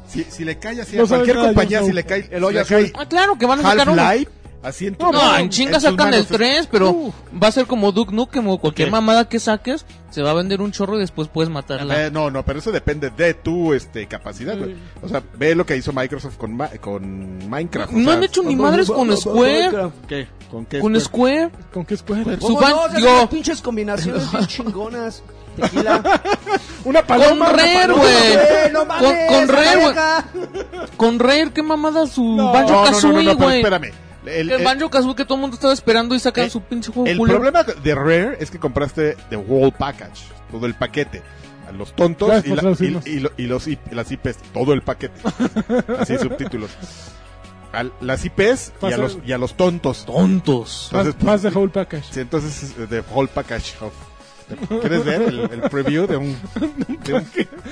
B: Si, si le cae así
A: No
B: a
A: sabes
B: cualquier
A: nada,
B: compañía,
A: yo
B: si
A: no.
B: le cae el
D: El hoyo
B: hoyo si
C: Ah, claro que van a sacar uno.
B: Half-Life, así en tu-
C: No, en chinga
B: tus
C: sacan el
B: manos.
C: 3, pero
B: Uh,
C: va a ser como Duke Nukem o cualquier
B: ¿Qué?
C: mamada que saques, se va a vender un chorro y después puedes matarla.
B: eh, no, no, pero eso depende de tu este, capacidad, güey.
A: Sí.
B: O sea, ve lo que hizo Microsoft con, Ma- con Minecraft. o
C: no
B: sea,
C: han hecho ni madres con Square,
B: ¿Qué? ¿Con qué?
C: con
B: Square?
C: Square,
A: ¿Con qué Square?
C: su
D: ¿Cómo
C: ban-
D: no? Se hacen
C: digo-
D: unas pinches combinaciones bien chingonas. Tequila.
A: Una
C: con
A: paloma. una
C: Rare,
A: paloma. Eh,
C: güey.
D: Güey, no
C: Con,
D: mames,
C: con Rare, güey.
D: verga.
C: Con Rare, qué mamada su
A: No.
B: No, no,
C: Banjo
B: no, no,
C: Kazooie,
B: no, pero
C: güey.
B: espérame. El,
C: el
B: el-
C: Banjo Kazooie que todo el mundo estaba esperando y sacan
B: Eh,
C: su pinche juego
B: El
C: culero.
B: problema de Rare es que compraste The Whole Package, todo el paquete. A los tontos
A: Gracias
B: y,
A: por
B: la-
D: pues,
A: traducirnos.
B: y- y lo- y los, I- y las IPs, todo el paquete. Así subtítulos. Al- las IPs y a,
A: Pasa-
B: los, y a los tontos.
C: Tontos.
A: Más,
B: Entonces, pues,
A: más de Whole Package.
B: sí, entonces es, eh, The Whole Package. of- ¿Quieres ver el, el preview de un, de un,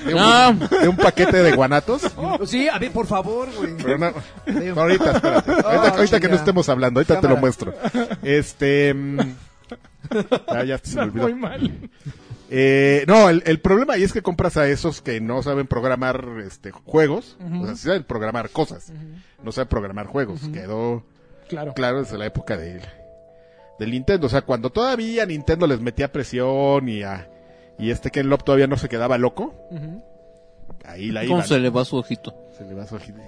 B: de un-
C: Ah.
B: de un paquete de guanatos?
D: Sí, a ver, por favor, güey.
B: Pero no- no, ahorita, espérate. Ahorita,
D: Ah,
B: ahorita que
D: chinga.
B: no estemos hablando, ahorita te lo
D: Cámara.
B: muestro. Este. mm, ah, ya se
A: Está
B: me
A: muy
B: olvidó.
A: mal.
B: Eh, no, el, el problema ahí es que compras a esos que no saben programar este, juegos. O sea, sí saben programar cosas. No saben programar juegos. Quedó
A: Claro.
B: claro desde la época de, del Nintendo. O sea, cuando todavía Nintendo les metía presión y a. Y este Ken Lop todavía no se quedaba loco.
A: Ujú.
B: Ahí la
C: ¿Cómo
B: iban.
C: se le va su ojito?
B: Se le va su ojito.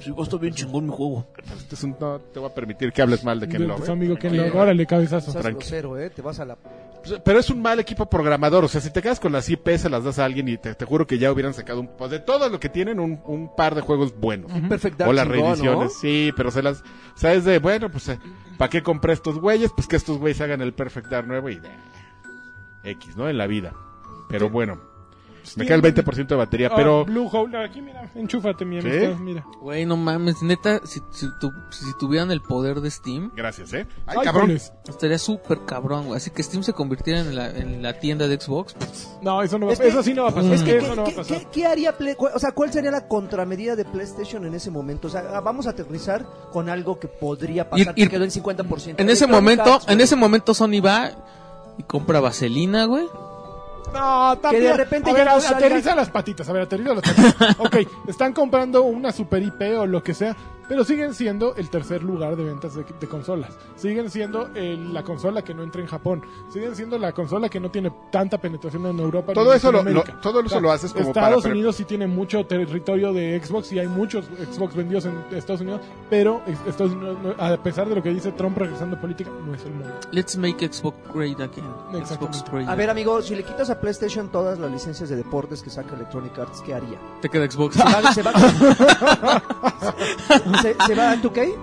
F: Sí, va a estar bien chingón mi juego.
B: Este es un- no te voy a permitir que hables mal de Ken
A: de
B: Love,
A: tu
B: ¿eh?
A: amigo Ken Love. Órale, cabezazo.
D: Seas
B: Tranqui.
D: grosero, ¿eh? Te vas a la...
B: Pues, Pero es un mal equipo programador. O sea, si te quedas con las IP, se las das a alguien y te, te juro que ya hubieran sacado un, pues, de todo lo que tienen, un, un par de juegos buenos.
D: Perfect Dark
B: O las
D: chingón, ¿no?
B: reediciones. Sí, pero se las. O sea, es de, bueno, pues, ¿para qué compré estos güeyes? Pues que estos güeyes hagan el Perfect Dark nuevo y de. X, ¿no? En la vida. Pero bueno, pues, me queda el 20% de batería,
D: Oh.
A: Ah,
B: pero.
A: Blue Hole, aquí mira, enchúfate, mi
B: ¿Sí?
A: amistad, mira.
C: Güey, no mames, neta, si, si tu- si tuvieran el poder de Steam,
B: Gracias, ¿eh? Ay,
A: Ay,
B: cabrón.
A: joles.
C: estaría súper cabrón, güey. Así que Steam se convirtiera en la, en la tienda de Xbox.
A: No, eso no va a
D: Es que-
A: pasar. Eso sí no va a pasar.
D: Es que,
A: eso
D: ¿qué,
A: no va a
D: qué-
A: pasar.
D: qué- qué haría Play- cu- O sea, ¿cuál sería la contramedida de PlayStation en ese momento? O sea, ah, vamos a aterrizar con algo que podría pasar.
C: Ir- ir-
D: que quedó en 50%.
C: En ese
D: Electronic
C: momento,
D: Arts,
C: en
D: güey.
C: ese momento Sony va y compra vaselina, güey.
A: No, también.
D: Que de repente
A: a ver,
D: ya no
A: a-
D: salga.
A: aterriza las patitas, a ver, aterriza las patitas. ok, están comprando una super IP o lo que sea, pero siguen siendo el tercer lugar de ventas de, de consolas. Siguen siendo eh, la consola que no entra en Japón. Siguen siendo la consola que no tiene tanta penetración en Europa. ni
B: Todo
A: en
B: eso lo-
A: Latinoamérica.
B: lo- todo eso lo haces como para-
A: Estados
B: pero-
A: Unidos sí tiene mucho territorio de Xbox y hay muchos Xbox vendidos en Estados Unidos, pero es- Estados Unidos, no- a pesar de lo que dice Trump regresando a política, no es el mundo.
C: Let's make Xbox great again.
A: Exactamente.
C: Xbox great.
D: A ver, amigo, si le quitas a PlayStation todas las licencias de deportes que saca Electronic Arts, ¿qué haría?
C: te queda Xbox.
D: ¿Se va, se va- ¿Se- se va a 2K?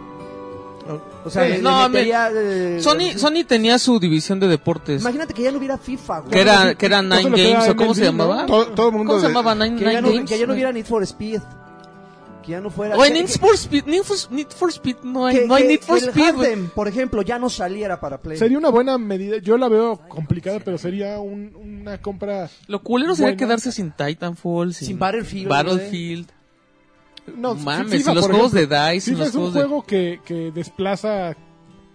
D: O sea, le- le
C: No, me-
D: metería, eh,
C: Sony, Sony tenía su división de deportes.
D: Imagínate que ya no hubiera FIFA, güey.
C: Que era, que era Nine
A: Eso lo que
C: Games,
A: era
C: o cómo se
A: MLB, ¿no?
C: llamaba.
B: Todo, todo el mundo.
C: ¿Cómo se
B: de-
C: llamaba Nine,
D: que, ya
C: Nine
D: no,
C: Games?
D: que ya no hubiera Need for Speed. Que ya no fuera...
C: Güey,
D: que-
C: Need
D: que-
C: for Speed, Need for, Need for Speed, no hay,
D: que-
C: no hay
D: que
C: Need for
D: el
C: Speed, güey.
D: Harden, por ejemplo, ya no saliera para Play.
A: Sería una buena medida, yo la veo complicada, pero sería un- una compra
C: Lo culero sería
A: Bueno.
C: quedarse sin Titanfall, sin,
D: Sin Battlefield,
C: Battlefield.
A: No,
C: Mames,
A: sí, FIFA,
C: y los
A: por
C: juegos
A: ejemplo.
C: de DICE, y
A: FIFA
C: los
A: es un
C: juegos de-
A: juego que, que desplaza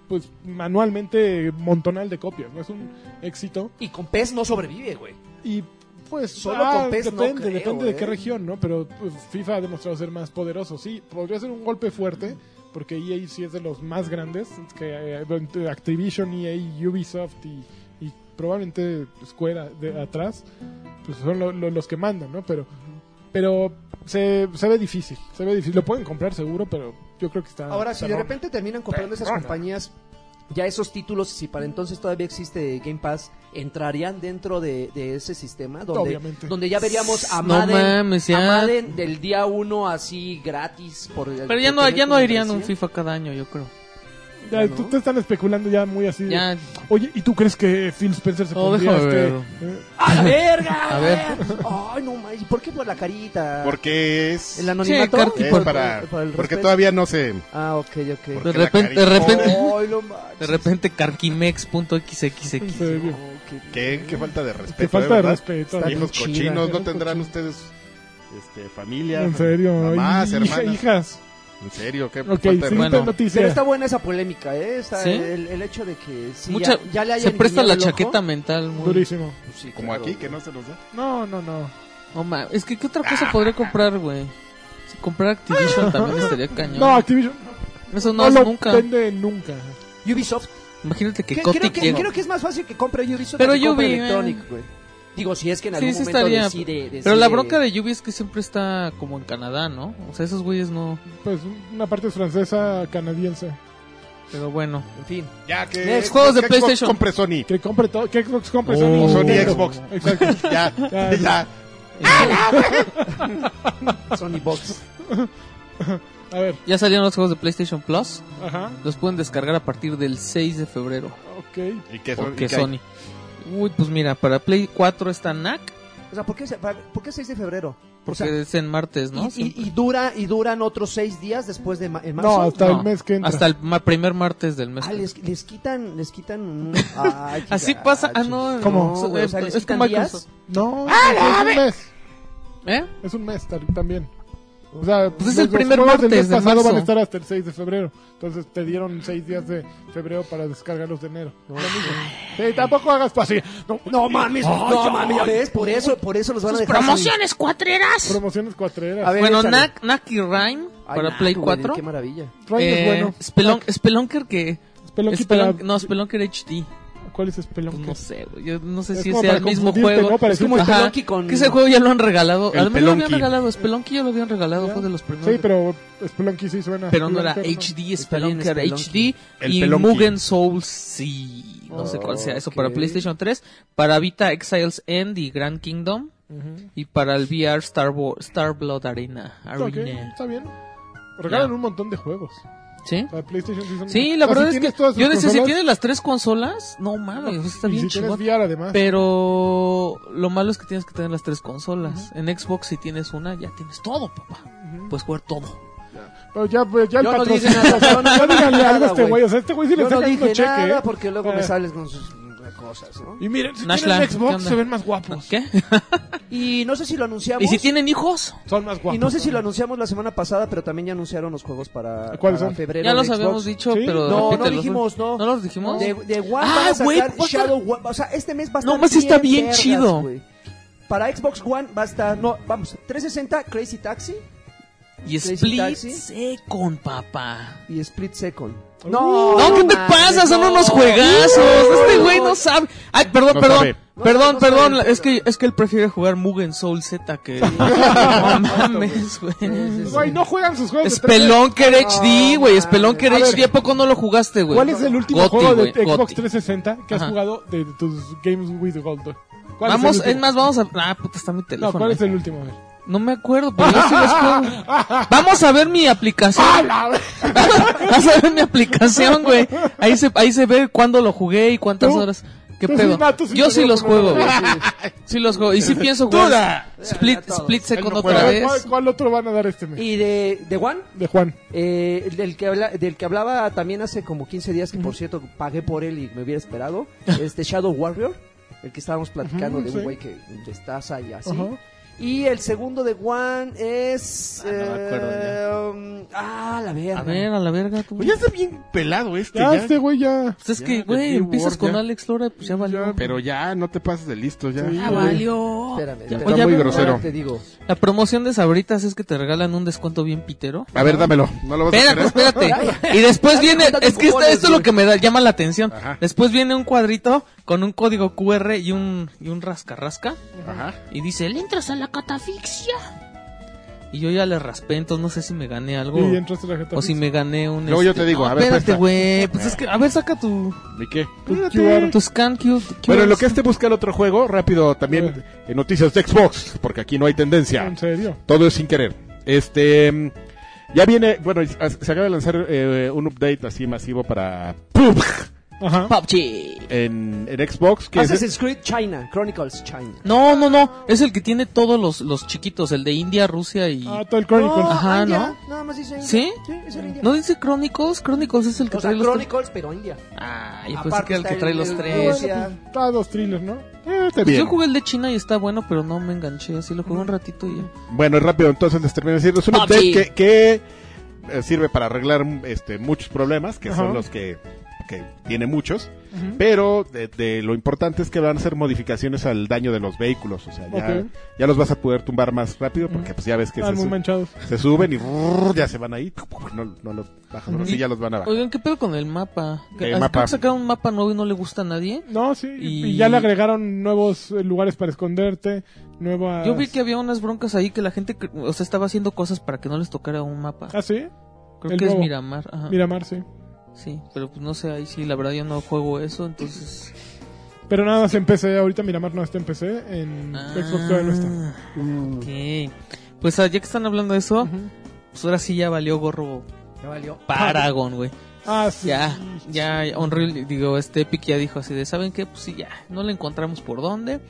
A: pues manualmente montonal de copias, ¿no? Es un éxito
D: Y con PES no sobrevive, güey.
A: y pues
D: Solo con PES no
A: depende,
D: creo,
A: depende de
D: ¿eh?
A: qué región, ¿no? Pero pues, FIFA ha demostrado ser más poderoso, sí, podría ser un golpe fuerte porque EA sí es de los más grandes, que eh, entre Activision, EA, Ubisoft y, y probablemente Square a- de atrás, pues son lo- lo- los que mandan, ¿no? Pero pero se, se ve difícil, se ve difícil. Lo pueden comprar seguro, pero yo creo que está.
D: Ahora, si
A: está
D: de
A: roto.
D: repente terminan comprando esas compañías, ya esos títulos, si para entonces todavía existe Game Pass, entrarían dentro de, de ese sistema donde,
A: Obviamente.
D: donde ya veríamos a
C: No
D: Madden,
C: mames, ya.
D: a Madden del día uno así gratis. Por,
C: Pero ya no, ya no irían un FIFA cada año, yo creo.
A: Ya, tú- te están especulando ya muy así. de,
C: Ya,
A: Oye, ¿y tú crees que Phil Spencer se
C: Oh,
A: pondría
C: déjame
A: este,
C: ver.
A: eh,
D: ¡A la verga!
C: A ver.
D: Ay, no mames. ¿y ¿Por qué por la carita?
B: Porque es.
D: ¿El anonimato?
C: Sí, Carti,
B: es
C: por-
B: para,
D: por el
B: porque
D: respeto.
B: todavía no se.
D: Ah, ok, ok.
B: Porque
C: de
B: la
C: repente, de
B: carita-
C: repente,
D: Ay, no
C: de
D: manches.
C: repente, carquimex.xxx.
A: se ve?
D: No, Oh, qué-
B: Qué, qué falta de respeto. ¿eh?
A: Qué falta de
B: ¿verdad?
A: respeto.
D: Está bien
B: Viejos
D: chida.
B: cochinos, ¿no
A: Viejos
B: tendrán
A: cochinos.
B: ustedes este, familia?
A: En serio,
B: Mamás,
A: Hija-
B: hermanas.
A: hijas.
B: En serio, qué
A: Ok,
B: falta de
A: siguiente
B: respeto.
C: Bueno.
A: noticia.
D: Pero está buena esa polémica, ¿eh? Está
C: ¿Sí?
D: el, el hecho de que sí,
C: Mucha-
D: ya, ya le hayan
C: se presta
D: guiñado
C: la
D: el ojo.
C: chaqueta mental. muy-
A: Durísimo.
D: Pues sí,
B: Como
D: claro.
B: aquí, que no se nos da.
A: No, no, no.
C: No mames, es que ¿qué otra cosa podría comprar, güey? Si comprar Activision también estaría cañón.
A: No, Activision
C: Eso no,
A: no,
C: es
A: lo
C: nunca.
A: vende nunca.
D: Ubisoft.
C: Imagínate que
D: Que-
C: Kotick
D: creo, que,
C: llega.
D: creo que es más fácil que compre Ubisoft
C: Pero
D: que compre
C: Ubi,
D: Electronic, güey. Digo, si es que en
C: Sí,
D: algún
C: sí
D: momento
C: estaría,
D: decide,
C: Pero la bronca de Yubi es que siempre está como en Canadá, ¿no? O sea, esos güeyes no.
A: Pues una parte es francesa, canadiense.
C: Pero bueno.
D: En fin.
B: Ya que.
C: Next, juegos de
B: que
C: PlayStation.
B: Compre Sony.
A: Que compre todo. Que Xbox compre
C: Oh.
A: Sony.
B: O Sony
A: Nintendo.
B: Xbox.
A: Exacto.
B: Ya,
A: Ya,
B: ya.
C: Eh,
D: Sony Box.
A: A ver,
C: Ya salieron los juegos de PlayStation Plus.
A: ajá.
C: Los pueden descargar a partir del 6 de febrero.
A: Ok.
B: ¿Y qué son?
C: Porque
B: ¿Y qué hay?
C: Sony. Uy, pues mira, para Play 4 está NAC.
D: O sea, ¿por qué, se- para- ¿por qué 6 de febrero? O
C: Porque
D: sea,
C: es en martes, ¿no?
D: y- y, y dura, y duran otros 6 días después de ma- en marzo.
A: No, hasta
C: No,
A: el mes que entra.
C: Hasta el ma- primer martes del mes.
D: Ah, les, les quitan, les quitan... un- Ay, qué
C: Así pasa. Ah, no.
D: gachos.
A: ¿Cómo?
C: no,
D: No, güey, o sea,
C: es-
D: les
C: es
D: quitan
C: como
D: días.
C: Microsoft.
A: No,
B: ¡Ah,
A: es un mes.
C: ¿Eh?
A: Es un mes tal- también. O sea,
C: Pues es el primer
A: juegos del
C: martes
A: mes
C: de
A: pasado
C: marzo.
A: van a estar hasta el 6 de febrero. Entonces te dieron 6 días de febrero para descargarlos de enero. No, lo mismo. Sí, tampoco hagas pa' así. No,
D: No mames, no mames, ¿ves? Por eso, por eso los van a dejar.
E: Promociones cuatreras.
A: promociones cuatreras.
D: A ver,
C: Bueno,
D: échale.
C: NAC, NAC y Rhyme
D: Ay,
C: para
D: nah,
C: Play
D: güey,
C: 4.
D: Qué maravilla.
A: Rhyme es
C: Eh,
A: bueno.
C: Spelunk- Spelunker que...
A: Spelunky
C: Spelunk-
A: para-
C: no, Spelunker HD.
A: ¿Cuál es Spelunky?
C: Pues no sé, güey. Yo no sé
A: Es
C: si
A: como
C: sea
A: para
C: el mismo
A: confundirte,
C: juego.
A: ¿no? Para
D: Es como
A: decirte-
C: Ajá,
D: Spelunky con-
C: Que ese juego ya lo han regalado.
B: El
C: Además, lo habían
B: Pelonqui.
C: regalado. Spelunky ya lo habían regalado. Fue de los primeros.
A: Sí, pero Spelunky sí suena.
C: Pero no era
A: Spelunker,
C: HD, Spelunky era HD.
D: Spelunky.
B: El
C: y
B: Pelonqui.
C: Mugen Souls, sí. No sé cuál sea eso. Para
D: Ok.
C: PlayStation 3, para Vita Exiles End y Grand Kingdom.
A: Ujú.
C: Y para el VR Star, Wo- Star Blood Arena.
A: Ok,
C: Arena.
A: Está bien. Regalan
C: Ya.
A: un montón de juegos.
C: ¿Sí?
A: Para PlayStation sí son-
C: Sí, la
A: O sea, si
C: verdad es
A: tienes
C: que
A: todas sus
C: yo decía, si
A: consolas,
C: tienes las tres consolas, no mames, está
A: y
C: bien
A: si tienes
C: chingón.
A: VR además.
C: Pero lo malo es que tienes que tener las tres consolas. En Xbox si tienes una, ya tienes todo, papá. Puedes jugar todo.
A: Pero ya, pues, ya el
D: Yo no dije
A: patrocinio.
D: nada, yo no
A: ya
D: dije
A: díganle
D: nada,
A: algo a este
D: güey.
A: güey. O sea, este güey sí le
D: Yo
A: está
D: no
A: cayendo
D: dije
A: cheque.
D: nada
A: ¿eh?
D: porque luego
A: Ah.
D: me sales con sus cosas, ¿no?
A: Y miren, si
C: Nashlan,
A: tienen
C: ¿qué
A: Xbox
C: onda?
A: se ven más guapos.
C: ¿Qué?
D: Y no sé si lo anunciamos.
C: ¿Y si tienen hijos?
A: Son más guapos.
D: Y no sé si lo anunciamos la semana pasada, pero también ya anunciaron los juegos para,
A: ¿Cuáles
D: para
A: son?
D: febrero.
C: Ya
D: de
C: los
D: Xbox.
C: habíamos dicho,
A: Sí.
C: pero
D: No, no
C: repítelos.
D: dijimos, no.
C: ¿No los dijimos?
D: De, de One
C: Ah,
D: van a sacar
C: güey, va a estar-
D: Shadow War- O sea, este mes va a
C: No,
D: estar.
C: más está bien
D: vergas,
C: chido.
D: güey. Para Xbox One va a estar. No, vamos. 360, Crazy Taxi
C: Y
D: Crazy
C: Split
D: Taxi.
C: Second, papá.
D: y Split Second.
A: Uh.
D: No,
C: No, ¿qué te
D: mames,
C: pasa? Son
D: no.
C: unos juegazos. Este güey no sabe. Ay, perdón,
B: No
C: perdón.
B: sabe.
D: No,
C: Perdón,
D: no sabe,
C: perdón.
D: no sabe.
C: es, que, es que él prefiere jugar Mugen Soul Z que. no mames, güey.
A: Güey, no juegan sus juegos. de 3D.
C: Spelunker HD, güey.
D: mames.
C: Spelunker
A: A ver.
C: HD. ¿A poco no lo jugaste, güey?
A: ¿Cuál es el último
C: Gotti,
A: juego de
C: güey,
A: Xbox
C: Gotti.
A: 360 que has
C: Ajá.
A: jugado de tus Games with Gold? ¿Cuál el
C: Vamos,
A: último?
C: es más, vamos a. Ah, puta, está mi teléfono.
A: No, ¿cuál es
C: ahí.
A: el último? A ver.
C: No me acuerdo, pero yo sí los juego. Vamos a ver mi aplicación. Vas a ver mi aplicación, güey. Ahí se, ahí se ve cuándo lo jugué y cuántas
A: Tú-
C: horas. ¿Qué
A: tú sí,
C: pedo?
A: no, tú sí
C: Yo
A: te
C: sí
A: veo
C: los
A: como
C: juego,
A: no.
C: güey. Sí los juego. Y sí pienso jugar. Split,
D: Ya, ya
C: split
D: todos.
C: second
B: Él no
C: otra
B: juega.
A: ¿Cuál- cuál-
C: vez.
A: ¿Cuál otro van a dar este mes?
D: Y de, de One,
A: De Juan.
D: eh, el del, que habla- del que hablaba también hace como 15 días, que por cierto pagué por él y me hubiera esperado. Este Shadow Warrior, el que estábamos platicando
A: Ujú,
D: de
A: sí.
D: un güey que destaza y así.
A: Ajá.
D: Y el segundo de One es.
C: Ah, no me acuerdo ya.
D: eh, ah, la verga.
C: A ver, a la verga, tú.
B: Pues ya está bien pelado este,
A: Ya,
B: ya.
A: este güey ya.
C: Pues es
B: Ya,
C: que,
B: de
C: güey,
B: Gear
C: empiezas
B: War,
C: con
B: ya.
C: Alex Lora, pues ya valió.
B: Pero ya, no te pases de listo, ya.
A: Sí.
C: Ah,
E: Ya valió.
D: Espérame,
B: Ya
D: espérame.
B: está muy
C: ve-
B: grosero.
D: Te digo.
C: La promoción de Sabritas es que te regalan un descuento bien pitero.
B: A ver, dámelo. No lo vas
C: Espérate,
B: a esperar.
C: espérate. Y después
D: Ya,
C: viene,
D: ya, ya,
C: es que esta-
D: cojones,
C: esto es lo que me da, llama la atención.
B: Ajá.
C: Después viene un cuadrito con un código QR y un, y un rasca rasca.
B: Ajá.
C: Y dice,
E: Le
C: "Link".
E: entras a la catafixia.
C: y yo ya le raspé, entonces no sé si me gané algo.
A: Y entraste la gente.
C: o si me gané un.
B: Luego yo te digo,
C: no,
B: a ver,
C: Espérate,
B: presta.
C: güey. Pues es que, a ver, saca tu,
B: ¿Y qué?
A: Tu
B: Espérate.
A: QR.
C: tu scan Q.
B: Bueno, en lo que este busca el otro juego, rápido
A: A
B: también
A: ver.
B: en noticias de Xbox, porque aquí no hay tendencia.
A: En serio.
B: Todo es sin querer. Este. mm, Ya viene. Bueno, es- se acaba de lanzar eh, un update así masivo para PUBG
A: Ajá.
C: PUBG.
B: en, en Xbox.
C: Ah,
B: Que es-
D: Assassin's Creed China, Chronicles China.
C: No, no, no. Es el que tiene todos los, los chiquitos, el de India, Rusia y.
A: Ah, todo el Chronicle.
D: No,
C: Ajá,
D: India,
C: ¿no?
D: Nada más dice India.
C: ¿Sí?
D: es el India.
C: ¿No dice Chronicles? Chronicles es el que
D: o sea,
C: trae los. tres-
D: Chronicles, pero India.
C: Ah, yo pensé
D: Aparte
C: que era el que
D: está
C: trae
D: el-
C: los
D: el-
A: Ah, bueno,
C: tres.
A: pues,
D: ya.
A: está dos thrillers, ¿no?
B: eh, está
C: Pues
B: bien.
C: yo jugué el de China y está bueno, pero no me enganché. Así lo jugué un ratito y ya.
B: Bueno, rápido, entonces les termino de decir. Es un
C: PUBG.
B: update que, que, eh, sirve para arreglar este, muchos problemas, que
A: Ajá.
B: son los que, que tiene muchos. Pero de, de lo importante es que van a hacer modificaciones al daño de los vehículos. O sea, ya,
A: Ok.
B: ya los vas a poder tumbar más rápido, porque pues ya ves que
A: Están
B: se,
A: muy
B: su-
A: manchados.
B: se suben y brrr, ya se van ahí. No, no lo bajan, pero sí ya los van a bajar.
C: Oigan, ¿qué pedo con el mapa?
B: ¿Qué
C: ¿Qué, ¿Has
B: mapa?
C: sacado un mapa nuevo y no le gusta a nadie?
A: No, sí. Y...
C: Y-
A: ya le agregaron nuevos eh, lugares para esconderte. Nuevas.
C: Yo vi que había unas broncas ahí que la gente, cre- o sea, estaba haciendo cosas para que no les tocara un mapa.
A: Ah, sí.
C: Creo
A: el
C: que es
A: nuevo.
C: Miramar, ajá.
A: Miramar, sí.
C: Sí, pero pues no sé, ahí sí, la verdad yo no juego eso, entonces...
A: Pero nada más en PC. Ahorita Miramar no está en PC. En Xbox todavía no está.
C: Ah, ok. Pues ah, ya que están hablando de eso,
A: Ujú.
C: pues ahora sí ya valió gorro
D: Ya valió.
C: Paragon, güey.
A: Ah, sí.
C: Ya, ya, Unreal, digo, este Epic ya dijo así de, ¿saben qué? Pues sí, ya, no le encontramos por dónde,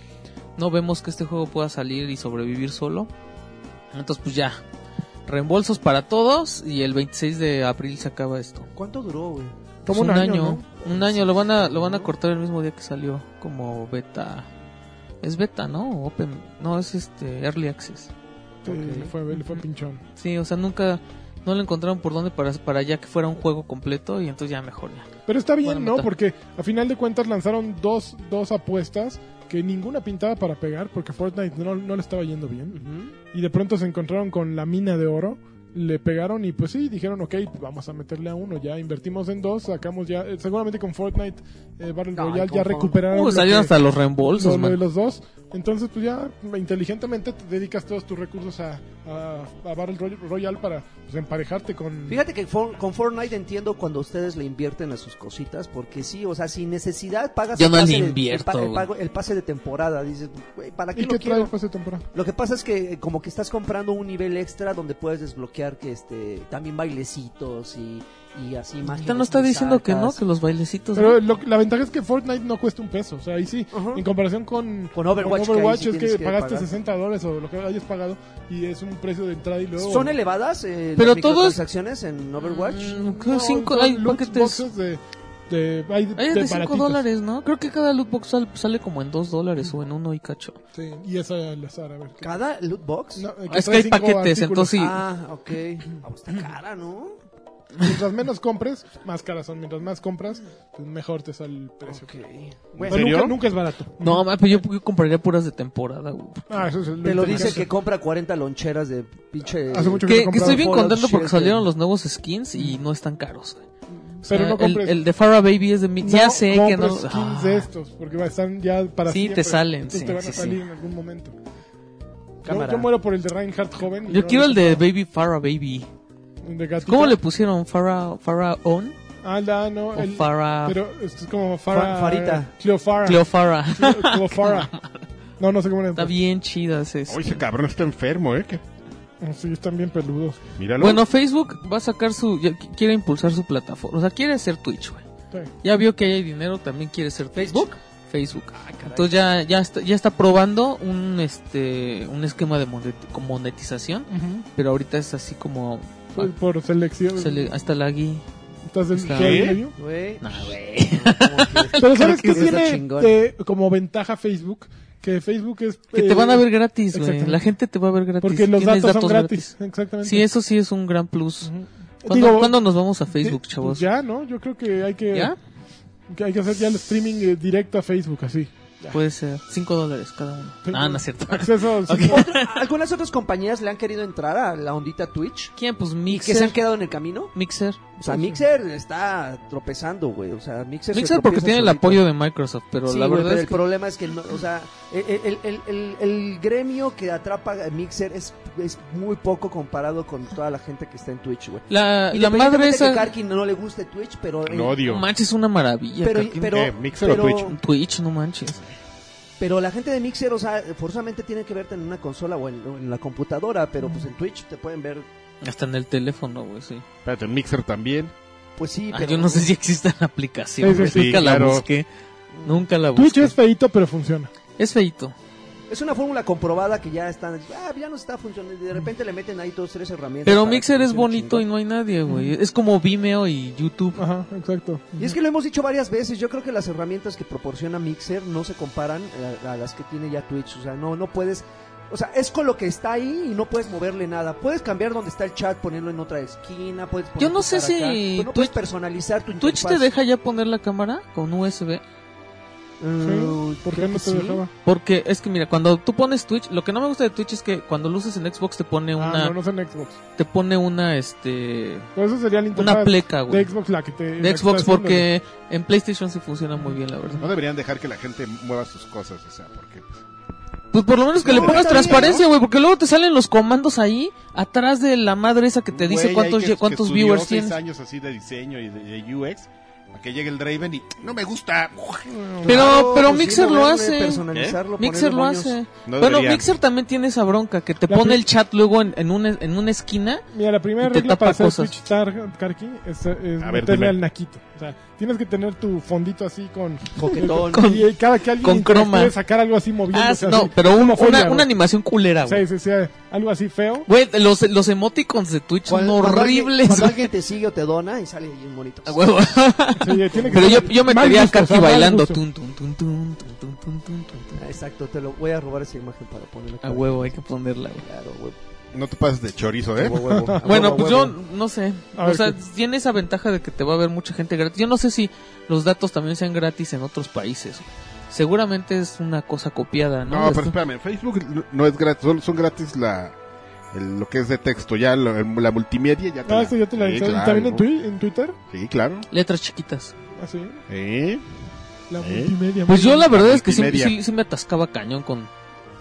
C: no vemos que este juego pueda salir y sobrevivir solo. Entonces, pues ya, reembolsos para todos y el 26 de abril se acaba esto.
D: ¿Cuánto duró, güey?
A: Como un
C: Pues
A: año,
C: un año, lo van a, lo van a cortar el mismo día que salió, como beta. Es beta, ¿no? O Open, no, es este, Early Access.
A: Sí, le, fue, le fue pinchón.
C: Sí, o sea, nunca, no le encontraron por dónde para, para ya que fuera un juego completo y entonces ya mejor ya.
A: Pero está bien,
C: Buena
A: ¿no?
C: meta.
A: Porque a final de cuentas lanzaron dos, dos apuestas que ninguna pintaba para pegar porque Fortnite no, no le estaba yendo bien. Y de pronto se encontraron con la mina de oro le pegaron y pues sí, dijeron, ok, vamos a meterle a uno, ya invertimos en dos, sacamos ya, eh, seguramente con Fortnite eh, Battle
D: Ay,
A: Royale
D: por
A: ya
D: favor.
A: recuperaron
C: Uh,
A: lo
C: salieron
A: que-
C: hasta los reembolsos,
A: lo- lo
C: man.
A: de los dos. Entonces, pues ya inteligentemente te dedicas todos tus recursos a, a, a Battle Roy- Royale para pues, emparejarte con...
D: Fíjate que for- con Fortnite entiendo cuando ustedes le invierten a sus cositas, porque sí, o sea, sin necesidad pagas
C: Yo no le
D: de-
C: invierto,
D: pa- el,
C: güey.
D: pago- el pase de temporada. Dices, güey, ¿para qué
A: ¿Y
D: lo
A: qué trae
D: quiero?
A: el pase de temporada?
D: Lo que pasa es que eh, como que estás comprando un nivel extra donde puedes desbloquear que este también bailecitos y, y así más.
C: Ahorita no está diciendo que no, que los bailecitos.
A: Pero
C: ¿no?
A: lo- la ventaja es que Fortnite no cuesta un peso. O sea, ahí sí,
D: Ajá.
A: en comparación con,
D: Con Overwatch, que ahí sí
A: es que,
D: tienes que
A: pagaste
D: pagar.
A: 60 dólares o lo que hayas pagado y es un precio de entrada y luego.
D: ¿Son elevadas eh,
C: Pero
D: las
C: todos-
D: microtransacciones en Overwatch?
C: Mm, creo
A: No,
C: cinco,
A: son
C: hay
A: loot
C: paquetes.
A: boxes de, de, hay de,
C: Hay de 5
A: baratitos.
C: dólares, ¿no? Creo que cada loot box sal- sale como en 2 dólares o en uno y cacho.
A: Sí, y es al azar, a ver. ¿qué-
D: ¿Cada loot box?
A: no, eh,
C: Es que
A: trae
C: hay
A: cinco
C: paquetes,
A: artículos.
C: entonces sí.
D: Ah, ok. Ah, está cara, ¿no?
A: Ah, Mientras menos compres, más caras son. Mientras más compras, pues mejor te sale el precio.
D: Ok.
A: O
C: Pues
D: Bueno,
A: sea,
B: ¿En serio?
A: nunca, nunca es barato.
C: No, ma, pero yo, yo compraría puras de temporada, güey.
A: Ah, eso es
D: te lo dice el
A: inteligente.
D: que compra 40 loncheras de pinche...
A: Hace mucho
C: Que,
A: no
C: que
A: compraba
C: estoy bien
D: Fallout
C: contento porque
D: Shelter.
C: salieron los nuevos skins y no están caros, güey. O sea,
A: Pero no
C: Ah, el,
A: compres.
C: el de Farah Baby es de mil. ya
A: No
C: sé que no. Ah.
A: compres skins de este estos, porque va- están ya para
C: Sí,
A: siempre.
C: te salen,
A: Entonces
C: sí,
A: te van
C: sí,
A: a
C: sí.
A: salir en algún momento. Yo,
D: Cámara.
A: yo muero por el de Reinhardt joven. y
C: Ah, Yo
A: no
C: quiero
A: lo-
C: el de Baby Farah Baby.
A: el de gatito.
C: ¿Cómo le pusieron? ¿Farah, Farah On?
A: Ah, la, no,
C: ¿O
A: el-
C: Farah?
A: Pero esto es como Farah.
D: Fa- Farita.
A: Cleofara.
C: Cleo Farah.
A: Cleofara. No, no sé cómo le
C: Está bien chida ese.
B: Oye, ese cabrón está enfermo, ¿eh? Que-
A: Sí, están bien peludos.
B: Míralo.
C: Bueno, Facebook va a sacar su. ya qui- Quiere impulsar su plataforma. O sea, quiere hacer Twitch, güey.
A: Sí.
C: Ya vio que hay dinero, también quiere ser Facebook. Facebook. Entonces ya, ya, está, ya está probando un este un esquema de monet- con monetización, pero ahorita es así como
A: Por- Por selección.
C: se le- hasta la gui.
A: ¿Estás en
C: Está-
A: ¿Qué? ¿Qué?
D: Güey.
A: Pero ¿sabes qué
D: que está
A: tiene
D: chingón.
A: de- como ventaja Facebook? Que Facebook es...
C: Que
A: eh,
C: te van a ver gratis, güey.
A: exactamente.
C: La gente te va a ver gratis.
A: Porque los
C: Tienes
A: datos, son gratis. Exactamente.
C: Sí, eso sí es un gran plus.
A: Ujú.
C: ¿Cuándo,
A: Digo,
C: cuándo nos vamos a Facebook,
A: di-
C: chavos?
A: Ya, ¿no? Yo creo que hay que...
C: ¿Ya?
A: que hay que hacer ya el streaming eh, directo a Facebook, así.
C: Puede ser. Cinco dólares cada uno. Ah, no es cierto.
A: Acceso... sí.
D: Otra- algunas otras compañías le han querido entrar a la ondita Twitch
C: ¿Quién? Pues
D: y que se han
C: Mixer. Pues
D: quedado en el camino.
C: Mixer.
D: O sea, Mixer está tropezando, güey. O sea, Mixer. se
C: Mixer porque
D: tropieza
C: tiene el
D: solito.
C: apoyo de Microsoft, pero
D: Sí,
C: la
D: güey,
C: verdad
D: pero
C: es
D: el
C: que
D: problema es que, no, o sea, el, el- el- el- el gremio que atrapa a Mixer es, es muy poco comparado con toda la gente que está en Twitch, güey.
C: la, la
D: Independientemente
C: madre esa...
D: que Karki no le guste Twitch, pero... eh,
B: Lo odio.
C: No manches, es una maravilla.
D: Pero,
C: Karki.
D: pero,
B: ¿Qué? ¿Mixer o
D: pero-
B: Twitch?
C: Twitch, no manches.
D: Pero la gente de Mixer, o sea, forzosamente tiene que verte en una consola o en, o en la computadora, pero pues en Twitch te pueden ver,
C: Hasta en el teléfono, güey, sí.
B: Espérate, en Mixer también.
D: pues sí,
C: Ah,
D: pero...
C: yo no sé si existe la aplicación.
A: Sí, sí,
C: güey,
B: sí,
C: Nunca
B: claro.
C: la busqué. Nunca la busqué.
A: Twitch es feito, pero funciona.
C: Es feito.
D: Es una fórmula comprobada que ya están, ah, ya no está funcionando, y de repente le meten ahí dos, tres herramientas.
C: Pero
D: para que
C: Mixer es
D: funcione
C: bonito y
D: chingón. Ah,
C: no hay nadie, güey. Es como Vimeo y YouTube.
A: Ajá, exacto.
D: Y es que lo hemos dicho varias veces, yo creo que las herramientas que proporciona Mixer no se comparan eh, a, a las que tiene ya Twitch, o sea, no, no puedes... O sea, es con lo que está ahí y no puedes moverle nada. Puedes cambiar donde está el chat, ponerlo en otra esquina, puedes poner
C: Yo no
D: tu
C: sé
D: cara
C: si
D: acá, pero no puedes
C: Twitch-
D: personalizar tu
C: Twitch te
D: interfaz.
C: deja ya poner la cámara con USB.
D: Uh,
A: Sí, ¿Por qué
D: creo
A: no
D: que
A: te
D: sí.
A: dejaba?
C: Porque es que, mira, cuando tú pones Twitch, lo que no me gusta de Twitch es que cuando lo usas en Xbox te pone una.
A: Ah, no, no es en Xbox.
C: Te pone una, este.
A: Pero eso sería la
C: Una
A: interfaz
C: pleca, güey.
A: de Xbox la que te... la
C: De
A: que
C: Xbox,
A: está haciendo.
C: porque en PlayStation sí funciona muy bien, la verdad.
B: No deberían dejar que la gente mueva sus cosas, o sea, porque...
C: Pues por lo menos que
D: No,
C: le pongas
D: está bien,
C: transparencia, güey, porque luego te salen los comandos ahí, atrás de la madre esa que te dice
B: Güey,
C: cuántos,
B: hay que-
C: ye- cuántos
B: que estudió
C: viewers
B: seis
C: tienes.
B: años así de diseño y de, de UX, para que llegue el Draven y... ¡No me gusta!
C: Pero,
D: Claro,
C: pero
D: pues sí,
C: Mixer lo
D: moverle,
C: hace.
D: personalizarlo,
C: Mixer
D: ponerle
C: lo
D: baños.
C: hace.
B: No
C: bueno,
B: deberían.
C: Mixer también tiene esa bronca, que te
A: La
C: pone
A: pri-
C: el chat luego en, en una, en una esquina.
A: Mira, la primera
C: Y te
A: regla
C: tapa
A: para hacer
C: cosas.
A: Twitch Tar- Karki es, es
B: A ver,
A: meterle
B: dime.
A: al naquito. O sea, tienes que tener tu fondito así con...
D: Coquetón.
A: con- y cada que alguien
C: con
A: interactúe,
C: croma.
A: sacar algo así moviéndose. así.
C: Ah, no, pero un-
A: Como
C: una,
A: folla,
C: una animación culera,
A: güey. Sí,
C: güey.
A: sí, sí, algo así feo.
C: Güey, los, los emoticons de Twitch son
D: Cuando- cuando alguien-
C: horribles.
D: Cuando alguien te sigue o te dona y sale ahí un bonito.
C: A huevo.
A: Sí, eh, tiene que
C: Pero yo,
A: ser
C: yo
A: mal
C: metería a
A: gusto, o
C: Karki
A: sea, mal
C: bailando.
A: gusto.
C: Tun, tun, tun, tun, tun, tun, tun, tun, tun.
D: Ah, Exacto, te lo voy a robar esa imagen para ponerla.
C: A huevo, hay que ponerla, güey.
D: Claro, huevo,
B: No te pases de chorizo, ¿eh?
D: huevo, huevo, a
C: Bueno,
D: huevo,
C: pues
D: a
C: yo
D: huevo.
C: no sé.
A: A
C: o
A: ver,
C: sea,
A: ¿qué?
C: tiene esa ventaja de que te va a ver mucha gente gratis. Yo no sé si los datos también sean gratis en otros países. Seguramente es una cosa copiada, ¿no?
B: No, pero
C: Esto-
B: espérame, Facebook no es gratis, solo son gratis la, el- lo que es de texto, ya lo- la multimedia ya te
A: Ah, eso ya te la
B: Sí,
A: avisé. ¿Y
B: claro,
A: ¿También en,
B: ¿no?
A: twi- en Twitter?
B: Sí, claro.
C: Letras chiquitas.
A: Ah, sí.
B: Sí.
A: La
B: ¿Eh?
A: multimedia.
C: Pues
A: muy
C: yo la
A: bien.
C: verdad es que sí,
B: Multimedia.
C: sí- sí me atascaba cañón con,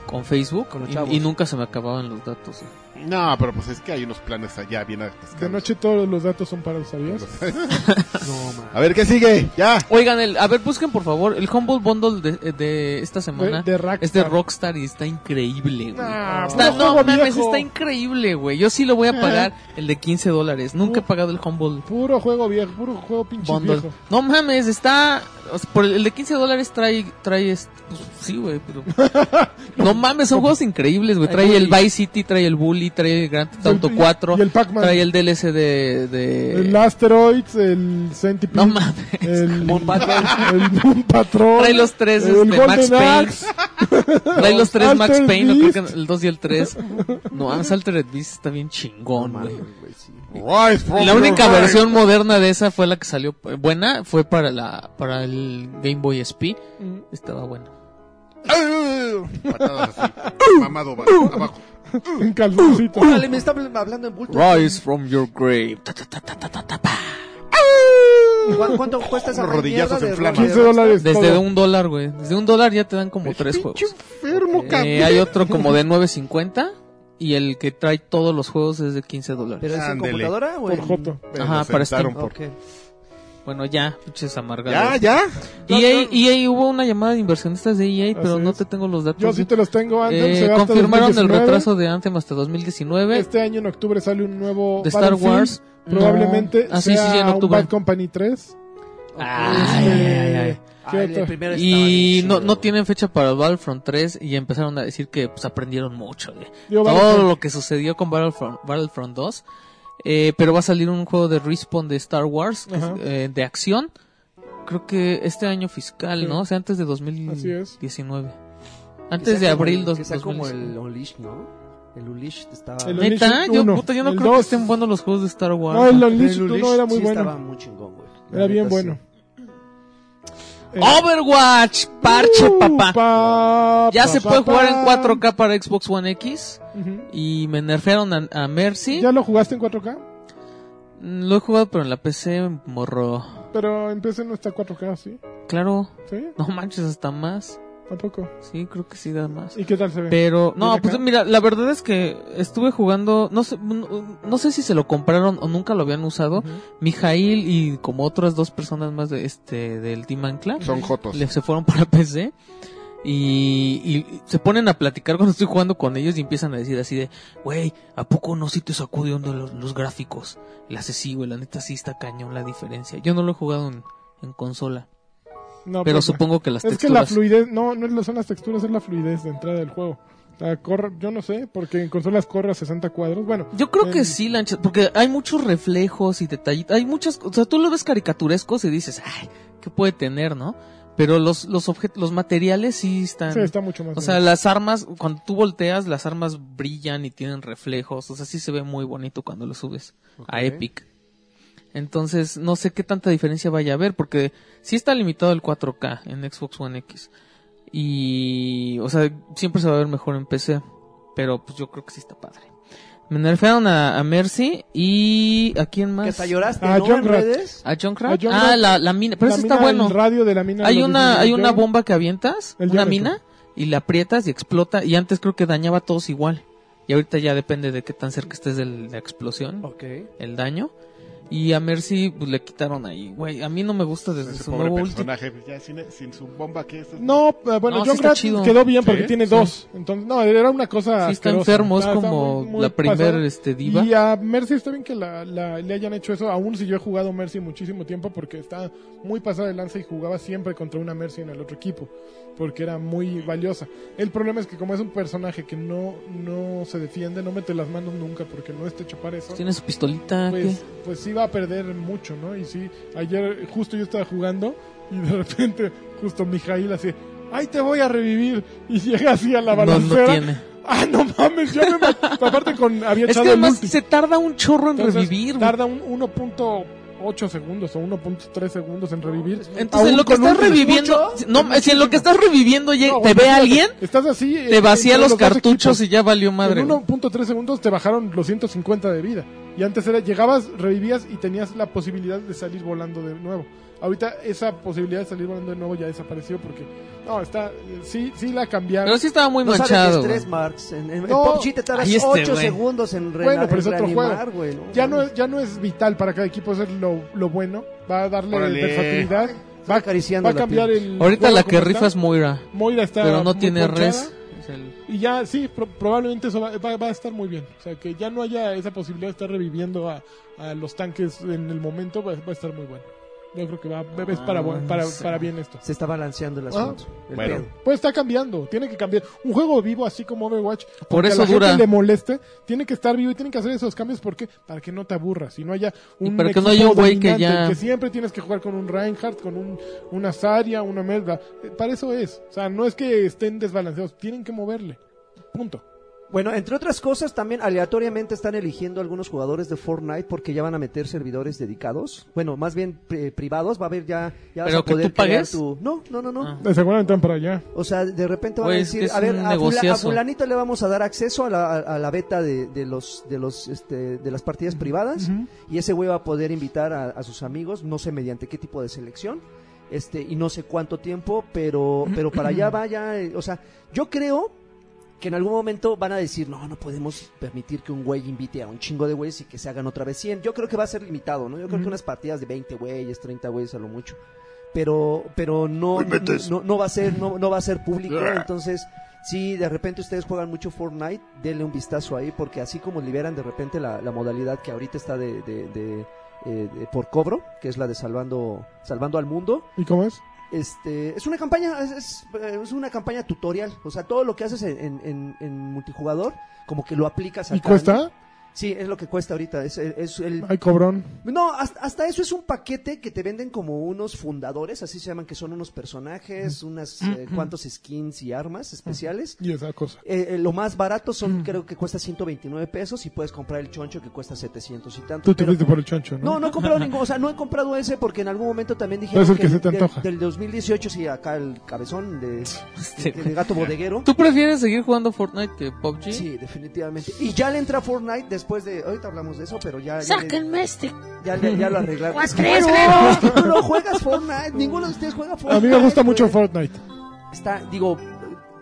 C: con Facebook
D: Con los
C: y-
D: chavos.
C: y, nunca se me acababan los datos. eh.
B: No, pero pues es que hay unos planes allá bien atascados.
A: De noche todos los datos son para los ¿sabías?
D: No, man.
B: A ver, ¿qué sigue? Ya.
C: Oigan, el, a ver, busquen por favor el Humble Bundle de, de esta semana.
A: De, de Rack.
C: Es de Rockstar y está increíble, güey.
A: Nah,
C: Está-
A: puro
C: no
A: juego
C: mames,
A: viejo.
C: está increíble, güey. Yo sí lo voy a pagar el de 15 dólares. Nunca he pagado el Humble
A: Puro juego viejo, puro juego pinche
C: Bundle.
A: viejo.
C: No mames, está. o sea, por el, el de 15 dólares trae. trae este- pues, sí, güey, pero. no mames, son juegos increíbles, güey. Trae el Vice City, trae el Bully, trae el Grand Theft Auto
A: Y el-
C: 4.
A: Y el Pac-Man.
C: Trae el DLC de.
A: El
C: de...
A: Asteroids, el Centipede.
C: Eh, No mames.
A: El
D: Moon Patrol.
A: El Moon Patrol.
C: Trae los tres
A: el
C: este, Max
A: Golden
C: Payne.
A: Axe.
C: Trae los tres Max
A: Altered
C: Payne, no creo
A: Beast.
C: que el 2 y el 3. No, mames, Altered Beast está bien chingón, güey.
B: Rise from
C: La
B: your
C: única
B: grave.
C: versión moderna de esa fue la que salió eh, buena, fue para la para el Game Boy SP. Estaba bueno.
B: Patadas así. Mamado va- abajo.
A: Un
C: Uh,
A: calzoncito.
D: Órale, me está habl- hablando en bulto.
C: Rise from your grave. Ta, ta, ta, ta, ta, ta, ta, pa.
D: ¿Cu- ¿Cuánto cuesta esa
B: Unos rodillazos
D: mierda
B: en
D: de
B: flama.
A: 15
D: Rockstar?
A: dólares.
C: Desde
A: todo.
C: un dólar, güey. Desde un dólar ya te dan como tres juegos.
B: enfermo,
C: Eh,
B: cabrón.
C: hay otro como de 9.50 y el que trae todos los juegos es de 15 dólares.
D: ¿Pero es en
B: Ándele.
D: computadora o en...?
A: Por Joto.
B: Pero
C: Ajá,
B: nos
C: para
B: sentaron
C: Steam.
B: por-
D: Ok.
C: Bueno, ya, pinches amargados.
B: Ya, ya.
C: EA, EA hubo una llamada de inversionistas de EA, pero
A: Así
C: no
A: es.
C: te tengo los datos.
A: Yo sí te los tengo, Anthem
C: Eh,
A: se va hasta
C: confirmaron
A: 2019.
C: el retraso de Anthem hasta 2019.
A: Este año en octubre sale un nuevo
C: de Star
A: Battlefield.
C: Wars.
A: Probablemente
C: No. Ah, sí,
A: sea
C: sí, sí, en
A: un
C: octubre.
A: Bad Company Este, 3.
C: Ay, ay, ay.
A: ¿Qué
D: Ah, el
A: otro?
D: primero estaba
C: Ah, Y
D: bien
C: no,
D: chido.
C: no tienen fecha para el Battlefront 3 y empezaron a decir que pues, aprendieron mucho de
A: Digo,
C: todo
A: Battlefront.
C: lo que sucedió con Battlefront, Battlefront 2. Eh, pero va a salir un juego de Respawn de Star Wars que es,
A: Ajá.
C: eh, de acción. Creo que este año fiscal,
A: Sí.
C: ¿no? O sea, antes de
A: Así es.
C: 2019.
D: Que
C: Antes
D: sea
C: de
D: como
C: abril
D: el-
C: dos-
D: Que sea como el
C: 2019.
D: Unleashed, ¿no? El Unleashed estaba...
A: El Unleashed
C: Neta, yo,
A: uno.
C: puta, yo no
A: El
C: creo que
A: dos.
C: estén buenos los juegos de Star Wars.
A: No, el
D: El
A: Unleashed uno
D: Unleashed
A: era muy
D: sí
A: bueno.
D: estaba muy chingón, güey. La
A: Era bien
D: neta,
A: bueno. Eh,
C: Overwatch, ¡Oh, parche,
A: uh,
C: papá.
A: pa-
C: Ya se
A: pa-
C: puede
A: pa-
C: jugar en 4K para Xbox One X.
A: Ujú.
C: Y me nerfearon a, a Mercy.
A: ¿Ya lo jugaste en 4K?
C: Mm, Lo he jugado, pero en la PC, morro.
A: Pero en PC no está 4K, ¿sí?
C: Claro,
A: ¿Sí?
C: no manches, hasta más.
A: Tampoco.
C: Sí, creo que sí da más.
A: ¿Y qué tal se ve?
C: Pero, no,
A: Mira
C: pues
A: acá.
C: mira, la verdad es que estuve jugando, no sé, no, no sé si se lo compraron o nunca lo habían usado.
A: Ujú.
C: Mijail y como otras dos personas más de este, del Team Ancla.
A: Pues,
B: Son jotos.
C: le- se fueron para PC y, y se ponen a platicar cuando estoy jugando con ellos y empiezan a decir así de, güey, ¿a poco no si te sacudieron de los, los gráficos? Las sí, güey, la neta sí está cañón la diferencia. Yo no lo he jugado en, en consola,
A: No,
C: pero
A: pues,
C: supongo que las
A: Es que la
C: texturas...
A: fluidez, no, no es la- son las texturas, es la fluidez de entrada del juego. O sea, corre- yo no sé, porque en consolas corre a 60 cuadros. Bueno,
C: Yo creo que
A: en-
C: sí, Lancha, porque hay muchos reflejos y detallitos, hay muchas, o sea, tú lo ves caricaturesco y dices, ay, ¿qué puede tener, no? Pero los, los objetos, los materiales sí están...
A: sí, está mucho más.
C: O sea,
A: bien.
C: las armas, cuando tú volteas, las armas brillan y tienen reflejos. O sea, sí se ve muy bonito cuando lo subes a Epic. Entonces, no sé qué tanta diferencia vaya a haber, porque sí está limitado el 4K en Xbox One X. Y, o sea, siempre se va a ver mejor en PC. Pero, pues yo creo que sí está padre. Me nerfearon a, a Mercy y. ¿A quién
D: sí. Que
C: más?
D: hasta lloraste,
A: Ah,
D: ¿no?
A: John
D: En
A: Rat.
D: redes.
C: ¿A
A: A
C: Junkrat?
A: Junkrat.
C: Ah, la, la mina. Pero
A: La
C: eso está
A: mina,
C: bueno.
A: El radio de la mina.
C: Hay
A: lo
C: una,
A: definió
C: hay
A: yo.
C: una bomba que avientas,
A: El
C: una
A: diámetro.
C: mina, y la aprietas y explota. Y antes creo que dañaba a todos igual. Y ahorita ya depende de qué tan cerca estés de la explosión,
D: Ok.
C: el daño. Y a Mercy pues, le quitaron ahí, güey. A mí no me gusta desde
B: Ese
C: su
B: pobre
C: nuevo ulti.
B: personaje. pues, Ya sin, sin su bomba, ¿qué es eso?
A: No, eh, bueno,
C: No, sí
A: John
C: está
A: Rat
C: chido.
A: quedó bien porque
B: Sí,
A: tiene
C: sí.
A: dos. Entonces, no, era una cosa.
C: Sí, está
A: asquerosa.
C: enfermo, es
A: Está- está
C: como
A: muy- muy
C: la primer
A: pasada.
C: este, diva.
A: Y a Mercy está bien que la, la- le hayan hecho eso, aún si yo he jugado Mercy muchísimo tiempo porque está muy pasada de lanza y jugaba siempre contra una Mercy en el otro equipo, porque era muy valiosa. El problema es que como es un personaje que no, no se defiende, no mete las manos nunca porque no está hecho para eso.
C: Tiene su pistolita.
A: Pues,
C: ¿qué?
A: pues sí va a perder mucho, ¿no? Y sí, ayer justo yo estaba jugando y de repente justo Mijail así, ¡ay, te voy a revivir! Y llega así a la
C: No, no
A: balacera.
C: tiene.
A: ¡Ah, no mames! Ya me mató. Aparte con, había
C: Es
A: echado
C: que
A: el
C: además
A: ulti.
C: se tarda un chorro en
A: Entonces,
C: revivir. güey.
A: Tarda un 1.4 8 segundos o 1.3 segundos en revivir.
C: Entonces,
A: Aún
C: lo que
A: con
C: estás
A: un
C: reviviendo,
A: cartucho,
C: no, si en lo que estás reviviendo llega-
A: no,
C: te ve alguien,
A: Estás así. eh,
C: te vacía los cartuchos y ya valió madre.
A: En
C: güey.
A: 1.3 segundos te bajaron los 150 de vida. Y antes era, llegabas, revivías y tenías la posibilidad de salir volando de nuevo. Ahorita esa posibilidad de salir volando de nuevo ya desapareció porque... No, está... eh, Sí, sí la cambiaron.
C: Pero sí estaba muy
D: No
C: manchado.
D: sabes que
C: güey.
D: es tres marks. En, en, en
A: No.
D: PUBG te tardas
C: Ahí este,
D: 8
C: güey.
D: segundos en, re,
A: Bueno, pero
D: en
A: es otro
D: reanimar,
A: juego.
D: güey. ¿no?
A: ya no, es- ya no es vital para cada equipo, eso es lo, lo bueno. Va a darle
B: Órale.
A: versatilidad. Va,
D: acariciando
A: va a
D: la
A: cambiar
D: piel.
A: el...
C: Ahorita
A: juego
C: la que
A: como
C: rifa
A: está.
C: es Moira,
A: Moira está
C: pero no
A: muy
C: tiene
A: ponchada.
C: res. Es el-
A: Y ya, sí, pro- probablemente eso va, va- va a estar muy bien. O sea, que ya no haya esa posibilidad de estar reviviendo a, a los tanques en el momento, va, va a estar muy bueno. Yo creo que va, es para, buen-
D: Ah,
A: para, para bien esto.
D: Se está balanceando
A: Ah.
D: el asunto. el
B: bueno.
D: pedo.
A: Pues está cambiando, tiene que cambiar. Un juego vivo así como Overwatch,
C: Por
A: aunque a
C: eso
A: la
C: dura.
A: gente le moleste, tiene que estar vivo y tiene que hacer esos cambios porque para que no te aburras y no haya un
C: para que no
A: equipo
C: haya un güey que
A: dominante,
C: ya-
A: que siempre tienes que jugar con un Reinhardt, con un una Zarya, una merda. Eh, Para eso es. O sea, no es que estén desbalanceados, tienen que moverle. Punto.
D: Bueno, entre otras cosas, también aleatoriamente están eligiendo algunos jugadores de Fortnite porque ya van a meter servidores dedicados. Bueno, más bien pri- privados. Va a haber ya. ya vas
C: ¿Pero
D: a
C: que
D: poder
C: tú pagues?
D: crear tu- No, no, no, no.
C: Ah.
A: De seguramente van para allá.
D: O sea, de repente van
C: Güey,
D: a
C: es que Pues,
D: decir,
C: es
D: a ver,
C: un
D: a, fula- a
C: negociazo.
D: fulanito le vamos a dar acceso a la, a- a la beta de, de los de los este, de las partidas privadas y ese güey va a poder invitar a, a sus amigos, no sé mediante qué tipo de selección, este y no sé cuánto tiempo, pero pero para allá vaya, eh, o sea, yo creo que en algún momento van a decir, no, no podemos permitir que un güey invite a un chingo de güeyes y que se hagan otra vez 100. Yo creo que va a ser limitado, ¿no? Yo creo que unas partidas de 20 güeyes, 30 güeyes a lo mucho. Pero, pero no, no, no va a ser, no, no va a ser público, entonces... Si de repente ustedes juegan mucho Fortnite, denle un vistazo ahí, porque así como liberan de repente la, la modalidad que ahorita está de, de- de, eh, de por cobro, que es la de salvando, salvando al mundo,
A: ¿Y cómo es?
D: este, es una campaña, es, es, eh, es una campaña tutorial. O sea, todo lo que haces en, en- en- en multijugador, como que lo aplicas
A: ¿Y
D: acá, ¿no?
A: cuesta?
D: Sí, es lo que cuesta ahorita. Es, el- es el,
A: Ay, cobrón.
D: no, hasta, hasta eso es un paquete que te venden como unos fundadores, así se llaman, que son unos personajes, unas eh, cuantos skins y armas especiales.
A: Y esa cosa.
D: Eh, eh, lo más barato son, creo que cuesta 129 pesos y puedes comprar el choncho que cuesta 700 y tanto.
A: Tú te
D: pero-
A: fuiste por el choncho, ¿no?
D: no, no he comprado ninguno, o sea, no he comprado ese porque en algún momento también dije
A: Es el que se te antoja.
D: del 2018 sí acá el cabezón de,
C: Este,
D: de- de gato bodeguero.
C: ¿Tú prefieres seguir jugando Fortnite que PUBG?
D: Sí, definitivamente. Y ya le entra Fortnite después de ahorita hablamos de eso, pero ya ya, le-
E: Sáquenme este
D: ya le- ya lo arreglaron.
B: Pues,
E: cuatrero.
D: Es que tú no juegas Fortnite, ninguno de ustedes juega Fortnite.
A: A mí me gusta mucho
D: güey.
A: Fortnite.
D: Está, digo,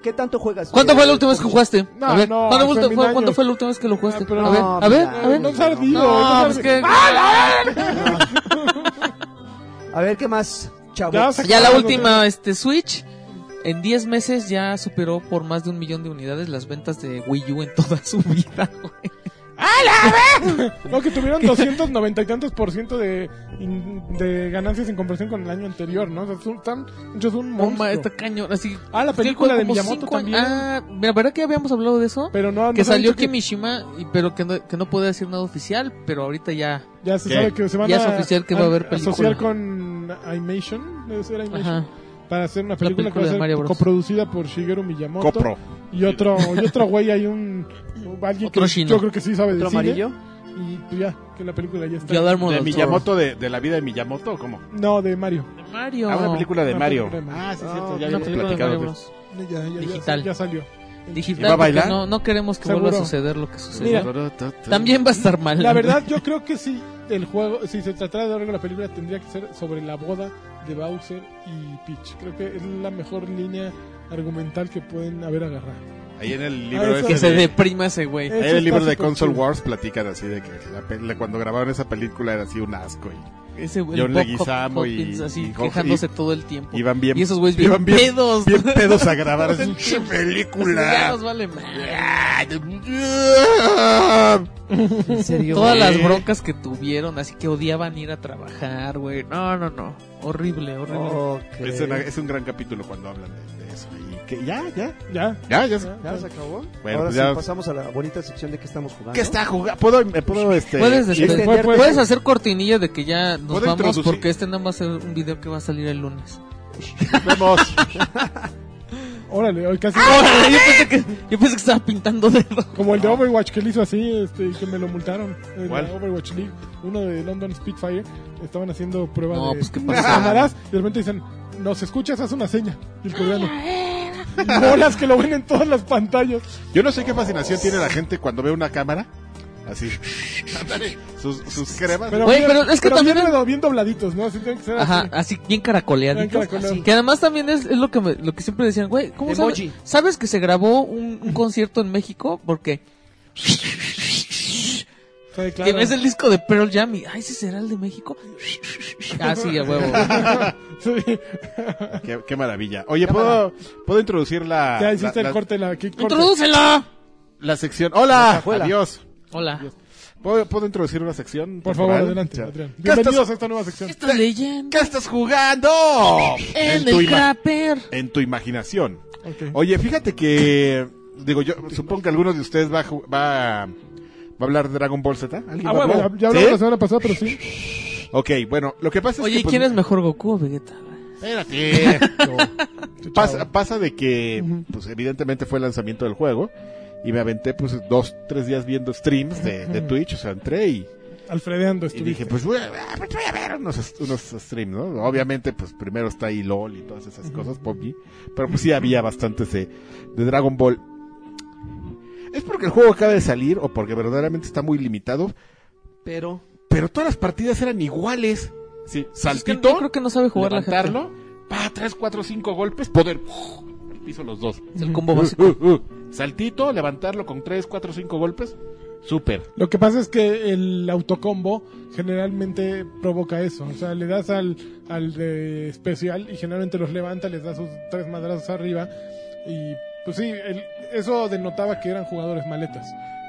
D: ¿qué tanto juegas?
C: ¿Cuánto
D: Eh,
C: fue la última vez que
D: PUBG?
C: jugaste?
A: pues, No,
C: a ver,
A: no,
C: ¿cuándo,
A: hace
C: fue-
A: mil
C: fue-
A: años.
C: cuándo fue la última vez que lo jugaste?
A: Ah, pero
C: a ver,
D: no,
C: a ver,
D: mira,
C: a ver.
A: No se ardido.
C: No,
A: no
C: pues
A: se
C: que-
A: ardido.
D: A ver qué más, chavo.
A: Ya se-
C: Ya la última, este, Switch. En 10 meses ya superó por más de un millón de unidades las ventas de Wii U en toda su vida, güey.
A: No, que tuvieron 290 y tantos por ciento de, de ganancias en comparación con el año anterior, ¿no? O sea, son, están hechos un
C: No, ma,
A: monstruo.
C: Está cañón, así.
A: Ah, la película
C: Como
A: de Miyamoto
C: cinco años-
A: también.
C: Ah, mira, ¿verdad que ya habíamos hablado de eso?
A: Pero no,
C: que
A: nos han
C: salió
A: dicho que
C: Kimishima, y, pero que no, que no podía decir nada oficial, pero ahorita ya.
A: ya se
B: ¿Qué?
A: sabe que se van
C: Ya es
A: a
C: oficial que va a haber película.
A: asociar con Animation, debe ser Animation,
C: Ajá.
A: para hacer una película,
C: película
A: que
C: de
A: va a
C: Mario
A: ser
C: Bros.
A: coproducida por Shigeru Miyamoto
B: Copro.
A: y otro y otro güey hay un alguien
C: Otro
A: que
C: chino.
A: yo creo que sí sabe de
D: ¿Otro
A: cine.
D: amarillo?
A: y pues ya que la película ya está.
C: Guillermo
B: ¿De
C: del
B: Miyamoto, de, de la vida de Miyamoto o cómo?
A: No, de Mario.
C: Toro. Mario.
B: Ah, una película de
A: Una
B: Mario.
A: película de Mario.
B: Ah, sí, cierto,
D: No,
B: ya
C: Una
B: habíamos
C: película de
B: platicado.
C: Mario
B: de-
C: Bros.
A: Ya, ya- ya-
C: Digital.
A: ya salió. En
C: Digital.
B: ¿Y va a
C: porque
B: bailar?
C: No, no queremos que
A: Seguro.
C: vuelva a suceder lo que sucedió.
A: Mira.
C: También va a estar mal.
A: La verdad, yo creo que si el juego, si se tratara de algo la película, tendría que ser sobre la boda de Bowser y Peach. Creo que es la mejor línea argumental que pueden haber agarrado.
B: Ahí en el
A: Ah,
B: libro
A: eso-
B: ese
C: Que se
B: de-
C: deprima ese güey.
A: Eh,
B: ahí en
A: Eso
B: el libro
A: está
B: de
A: súper
B: Console
A: cool.
B: Wars platican así de que la pe- la- cuando grabaron esa película era así un asco y
C: Ese güey.
B: John
C: Bob Hop-
B: Leguizamo y-
C: Hopkins así,
B: y Hop-
C: quejándose
B: y-
C: todo el tiempo.
B: iban bien
C: Y esos güeyes
B: iban
C: bien,
B: bien
C: pedos.
B: bien pedos a grabar
C: Todo el
B: así, "Che,
C: tiempo". Ya
B: película.
C: nos vale madre.
D: ¿En serio?
C: Todas
D: güey?
C: las broncas que tuvieron, así que odiaban ir a trabajar, güey. No, no, no. Horrible, horrible.
D: Ok.
B: Es, una- es un gran capítulo cuando hablan de, de eso. Y que ya, ya,
A: Ya.
B: ya, ya. se-
D: ¿Ya se acabó?
B: Bueno,
D: Ahora
B: pues
D: sí,
B: ya-
D: pasamos a la bonita sección de que estamos jugando.
B: ¿Qué está jugando? ¿Puedo, me puedo este,
C: Puedes
B: y-
A: Fue-
C: despedir.
D: Pues
A: fue-
C: Puedes hacer cortinilla de que ya nos
B: ¿Puedo
C: vamos
B: introducir?
C: porque este nada más es un video que va a salir el lunes.
B: Nos vemos.
A: Órale, hoy casi.
C: Órale, yo pensé que, yo pensé que estaba pintando dedo.
A: Como el de Overwatch que le hizo así, este, y que me lo multaron. En
B: ¿Cuál?
A: la Overwatch League, uno de London Spitfire, estaban haciendo pruebas
C: No,
A: de
C: pues, ¿qué pasa?
A: cámaras y de repente dicen, nos escuchas, haz una seña. Y el coreano, bolas que lo ven en todas las pantallas.
B: Yo no sé qué fascinación tiene la gente cuando ve una cámara. Así. Ándale, sus, sus cremas.
A: Pero,
C: Güey,
A: bien,
C: pero es que también-
A: bien, do- bien dobladitos, ¿no? Así tienen que ser
C: Ajá,
A: así.
C: así bien caracoleaditos.
A: Bien caracoleados.
C: Así. Que además también es, es lo que me- lo que siempre decían, güey, ¿cómo sabes?
D: Emoji.
C: ¿Sabes que se grabó un, un concierto en México? Porque
A: Sí, claro.
C: tienes el disco de Pearl Jam y, ay, ¿ese será el de México? ah, sí, a huevo.
A: Sí.
B: Qué, qué maravilla. Oye, ¿puedo, ¿puedo introducir
A: Ya
B: la, Ah, la,
A: hiciste
B: la-
A: el corte, la, ¿qué corte?
C: ¡Introdúcelo!
B: la sección? ¡Hola!
D: cajuela.
B: Adiós.
C: Hola.
B: ¿Puedo, puedo introducir una sección?
A: Por favor,
B: temporal?
A: adelante,
B: Ya.
A: Adrián.
B: ¿Qué estás,
A: Bienvenidos a esta nueva sección.
C: ¿Qué estás leyendo?
B: qué estás jugando?
C: En
B: tu
C: el
B: ima-
C: crapper.
B: en tu imaginación.
A: Ok.
B: Oye, fíjate que. Digo, yo supongo que alguno de ustedes va a, ju- va a, va a hablar de Dragon Ball Z. ¿Alguien
A: Ah,
B: va a
A: bueno,
B: hablar?
A: ya hablamos
B: ¿Sí?
A: la semana pasada, pero sí.
B: Ok, bueno, lo que pasa es
C: Oye,
B: que. pues,
C: ¿quién es mejor, Goku o Vegeta?
B: Espérate.
A: Chao.
B: pasa, pasa de que, pues evidentemente fue el lanzamiento del juego. Y me aventé, pues, dos, tres días viendo streams de, de Twitch. O sea, entré y,
A: Alfredeando
B: y
A: estuviste.
B: dije, pues voy a, ah, pues, voy a ver unos, unos streams, ¿no? Obviamente, pues primero está ahí LOL y todas esas cosas, Poppy. Pero pues sí había bastantes de, de Dragon Ball. Es porque el juego acaba de salir o porque verdaderamente está muy limitado.
D: Pero.
B: Pero todas las partidas eran iguales. Sí,
C: Yo
B: saltito,
C: creo que no sabe jugar la
B: levantarlo,
C: gente.
B: pa, tres, cuatro, cinco golpes, poder. al piso los dos.
C: Es el combo básico.
B: Uh, uh, uh. Saltito, levantarlo con tres, cuatro, cinco golpes. Súper.
A: Lo que pasa es que el autocombo generalmente provoca eso. O sea, le das al, al de especial y generalmente los levanta, les da sus tres madrazos arriba. Y pues sí, el- eso denotaba que eran jugadores maletas.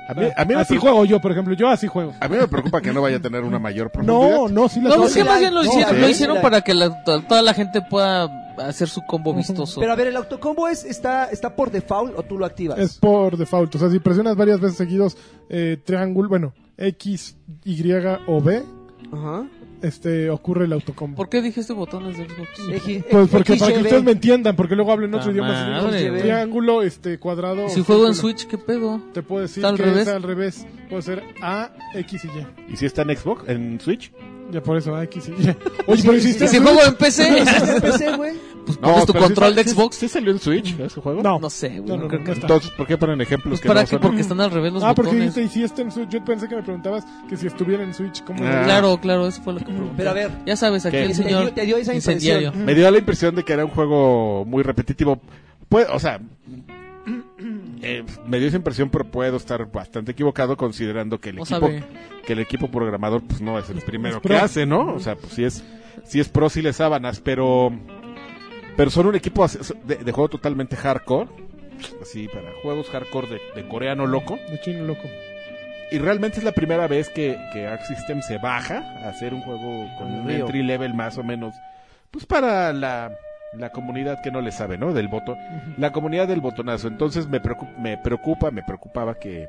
B: A
C: Ah,
B: mí, a mí me
A: así
B: preocupa-
A: juego yo, por ejemplo. Yo así juego.
B: A mí me preocupa que no vaya a tener una mayor profundidad.
A: No, no, sí las
C: No, pues
A: sí
C: que
D: la-
A: las-
C: más bien lo
A: no,
C: hicieron,
A: sí.
C: lo hicieron
D: la-
C: para que la- to- toda la gente pueda hacer su combo vistoso.
D: Pero a ver, ¿el autocombo es, está, está por default o tú lo activas?
A: Es por default. O sea, si presionas varias veces seguidos eh, triángulo, bueno, X, Y o B,
D: Ajá.
A: este, ocurre el autocombo.
C: ¿Por qué dije este botón es de Xbox?
D: Eji-
A: Pues porque para que
D: XYB.
A: ustedes me entiendan, porque luego hablo en otro
C: Ah,
A: idioma. así,
C: madre,
A: ¿no?
C: güey.
A: triángulo, este, cuadrado.
C: Si
A: o
C: juego en
A: círculo.
C: Switch, ¿qué pedo?
A: Te puedo decir
C: ¿Está al
A: que
C: revés?
A: es al revés. Puede ser A, X y Y.
B: ¿Y si está en Xbox? ¿En Switch?
A: Ya por eso, A, X y Y. Oye, pero hiciste.
C: Y si
A: Switch?
C: juego en PC,
D: En PC, güey.
C: pues pones tu
B: pero sí
C: control
B: está-
C: de Xbox.
B: ¿Sí, sí salió en Switch ese juego?
A: No.
C: No sé, güey.
A: No, no,
C: no
A: no,
C: creo
A: no
C: que-
A: está.
B: Entonces, ¿por qué ponen ejemplos
C: Pues
B: que
C: para
B: no
C: qué,
B: son?
C: porque están al revés los
A: Ah, porque
C: botones.
A: dijiste hiciste en Switch. Yo pensé que me preguntabas que si estuviera en Switch, ¿cómo
B: Ah.
A: era?
C: Claro, claro, eso fue lo que pregunté.
D: Pero a ver.
C: Ya sabes, aquí
B: ¿Qué?
C: el
D: Te
C: señor
D: dio- te dio esa
C: incendiario.
D: impresión.
B: Me dio la impresión de que era un juego muy repetitivo. Pues, o sea, eh, me dio esa impresión, pero puedo estar bastante equivocado considerando que el
C: No
B: equipo
C: sabe.
B: que el equipo programador pues no es el primero
A: Es
B: que
A: pro.
B: hace, ¿no? O sea, pues sí es sí es pro sí le sábanas, pero pero son un equipo as- de, de juego totalmente hardcore, así para juegos hardcore de- de coreano loco.
A: De chino loco.
B: Y realmente es la primera vez que, que Arc System se baja a hacer un juego con un
D: Río.
B: entry level más o menos. Pues para la, la comunidad que no le sabe, ¿no? Del botón. La comunidad del botonazo. Entonces me, preocu- me preocupa, me preocupaba que,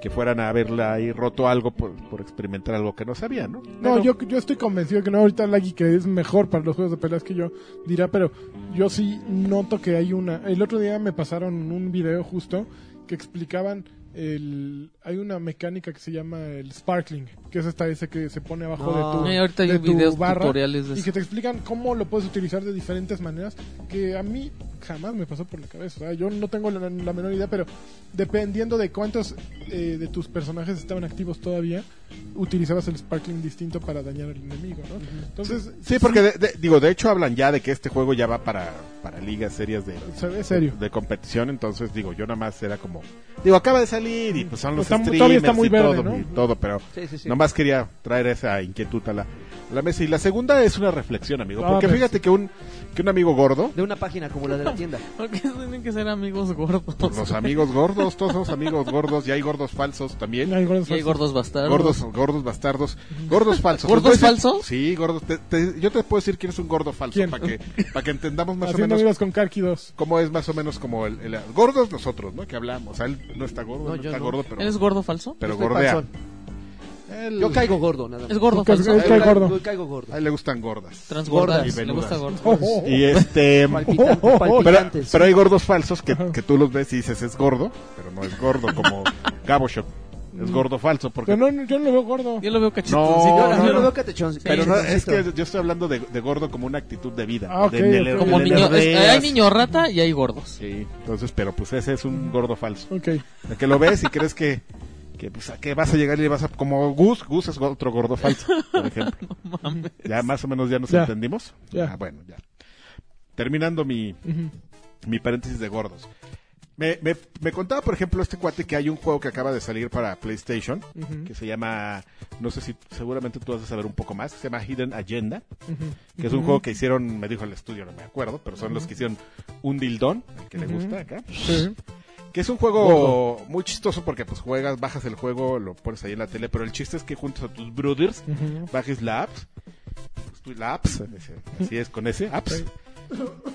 B: que fueran a verla ahí roto algo por, por experimentar algo que no sabía, ¿no?
A: No, yo, yo estoy convencido que no. Ahorita Laggy, que es mejor para los juegos de peleas que yo, dirá, pero yo sí noto que hay una. El otro día me pasaron un video justo que explicaban. El, hay una mecánica que se llama el sparkling, que es esta ese que se pone abajo
D: No.
A: de tu,
C: Eh, ahorita hay
A: de tu
C: videos
A: barra
C: tutoriales de
A: y
C: eso.
A: que te explican cómo lo puedes utilizar de diferentes maneras que a mí jamás me pasó por la cabeza. O sea, yo no tengo la, la menor idea, pero dependiendo de cuántos eh, de tus personajes estaban activos todavía, utilizabas el sparkling distinto para dañar al enemigo, ¿no? Entonces,
B: Sí, porque de- de- digo, de hecho hablan ya de que este juego ya va para, para ligas serias de,
A: se ve serio.
B: de competición, entonces digo, yo nada más era como, digo, acaba de salir y pues son los
A: Está mu-
B: streamers
A: todavía está muy
B: y
A: verde,
B: todo,
A: ¿no?
B: y todo, pero
D: Sí, sí, sí.
B: nomás quería traer esa inquietud a la, a la mesa. Y la segunda es una reflexión, amigo,
A: A
B: porque
A: ver,
B: fíjate que un que un amigo gordo,
D: De una página como la de la tienda.
C: ¿Por qué tienen que ser amigos gordos?
B: los amigos gordos, todos somos amigos gordos y hay gordos falsos también.
A: Ay, gordos
C: Y hay
A: falsos.
C: gordos bastardos.
B: Gordos, gordos bastardos, gordos falsos.
C: ¿Gordos
B: Entonces,
C: falsos?
B: Sí, gordos. te- te- yo te puedo decir quién es un gordo falso
A: ¿Quién?
B: para que, para que entendamos más o
A: Haciendo
B: menos
A: amigos con Karki 2.
B: cómo es más o menos como el, el- gordos nosotros, ¿no? Que hablamos. O sea, él no está gordo, no
D: No, yo
B: está
D: no.
B: gordo, pero
C: ¿Eres gordo falso?
B: pero
D: Estoy
B: gordea.
D: panzón.
B: Él-
D: Yo caigo gordo, nada más.
C: Es gordo,
A: Porque es-
C: falso.
A: es- Cae gordo.
D: Yo caigo gordo.
B: A él le gustan gordas.
C: Transgordas.
B: gordas y
C: Le gusta
B: venudas.
C: gordo.
B: Y este.
D: Palpitantes,
A: Pero-
B: Pero,
D: palpitantes.
B: pero hay gordos falsos que, que tú los ves y dices es gordo, pero no es gordo, como Gabo Shop. Es gordo falso porque
A: Yo no, yo no lo veo gordo.
C: Yo lo
B: No,
C: veo
D: Yo-
C: cachetoncito.
B: no,
D: yo
B: no.
D: lo veo catechón.
B: Pero no, es
D: cachechoncito.
B: que yo estoy hablando de, de gordo como una actitud de vida.
A: Ah,
B: de
A: ok,
B: nele-
A: ok.
C: Como
B: de
C: niño, es-
B: nerdeas.
C: hay niño rata y hay gordos.
B: Sí, entonces, pero pues ese es un gordo falso.
A: Ok.
B: El que lo ves y crees que, que, pues, a que vas a llegar y le vas a... Como Gus, Gus es otro gordo falso, por ejemplo. Ya más o menos ya nos
A: Ya.
B: entendimos.
A: Ya.
B: Ah, bueno, ya. Terminando mi,
A: Ujú.
B: mi paréntesis de gordos. Me, me- me contaba, por ejemplo, este cuate que hay un juego que acaba de salir para PlayStation, que se llama, no sé si seguramente tú vas a saber un poco más, se llama Hidden Agenda, que es un juego que hicieron, me dijo el estudio, no me acuerdo, pero son los que hicieron un dildón, el que le gusta acá. Que es un juego muy chistoso porque pues juegas, bajas el juego, lo pones ahí en la tele, pero el chiste es que juntos a tus brothers bajes la apps, pues, tú la apps, ese, así es con ese, apps.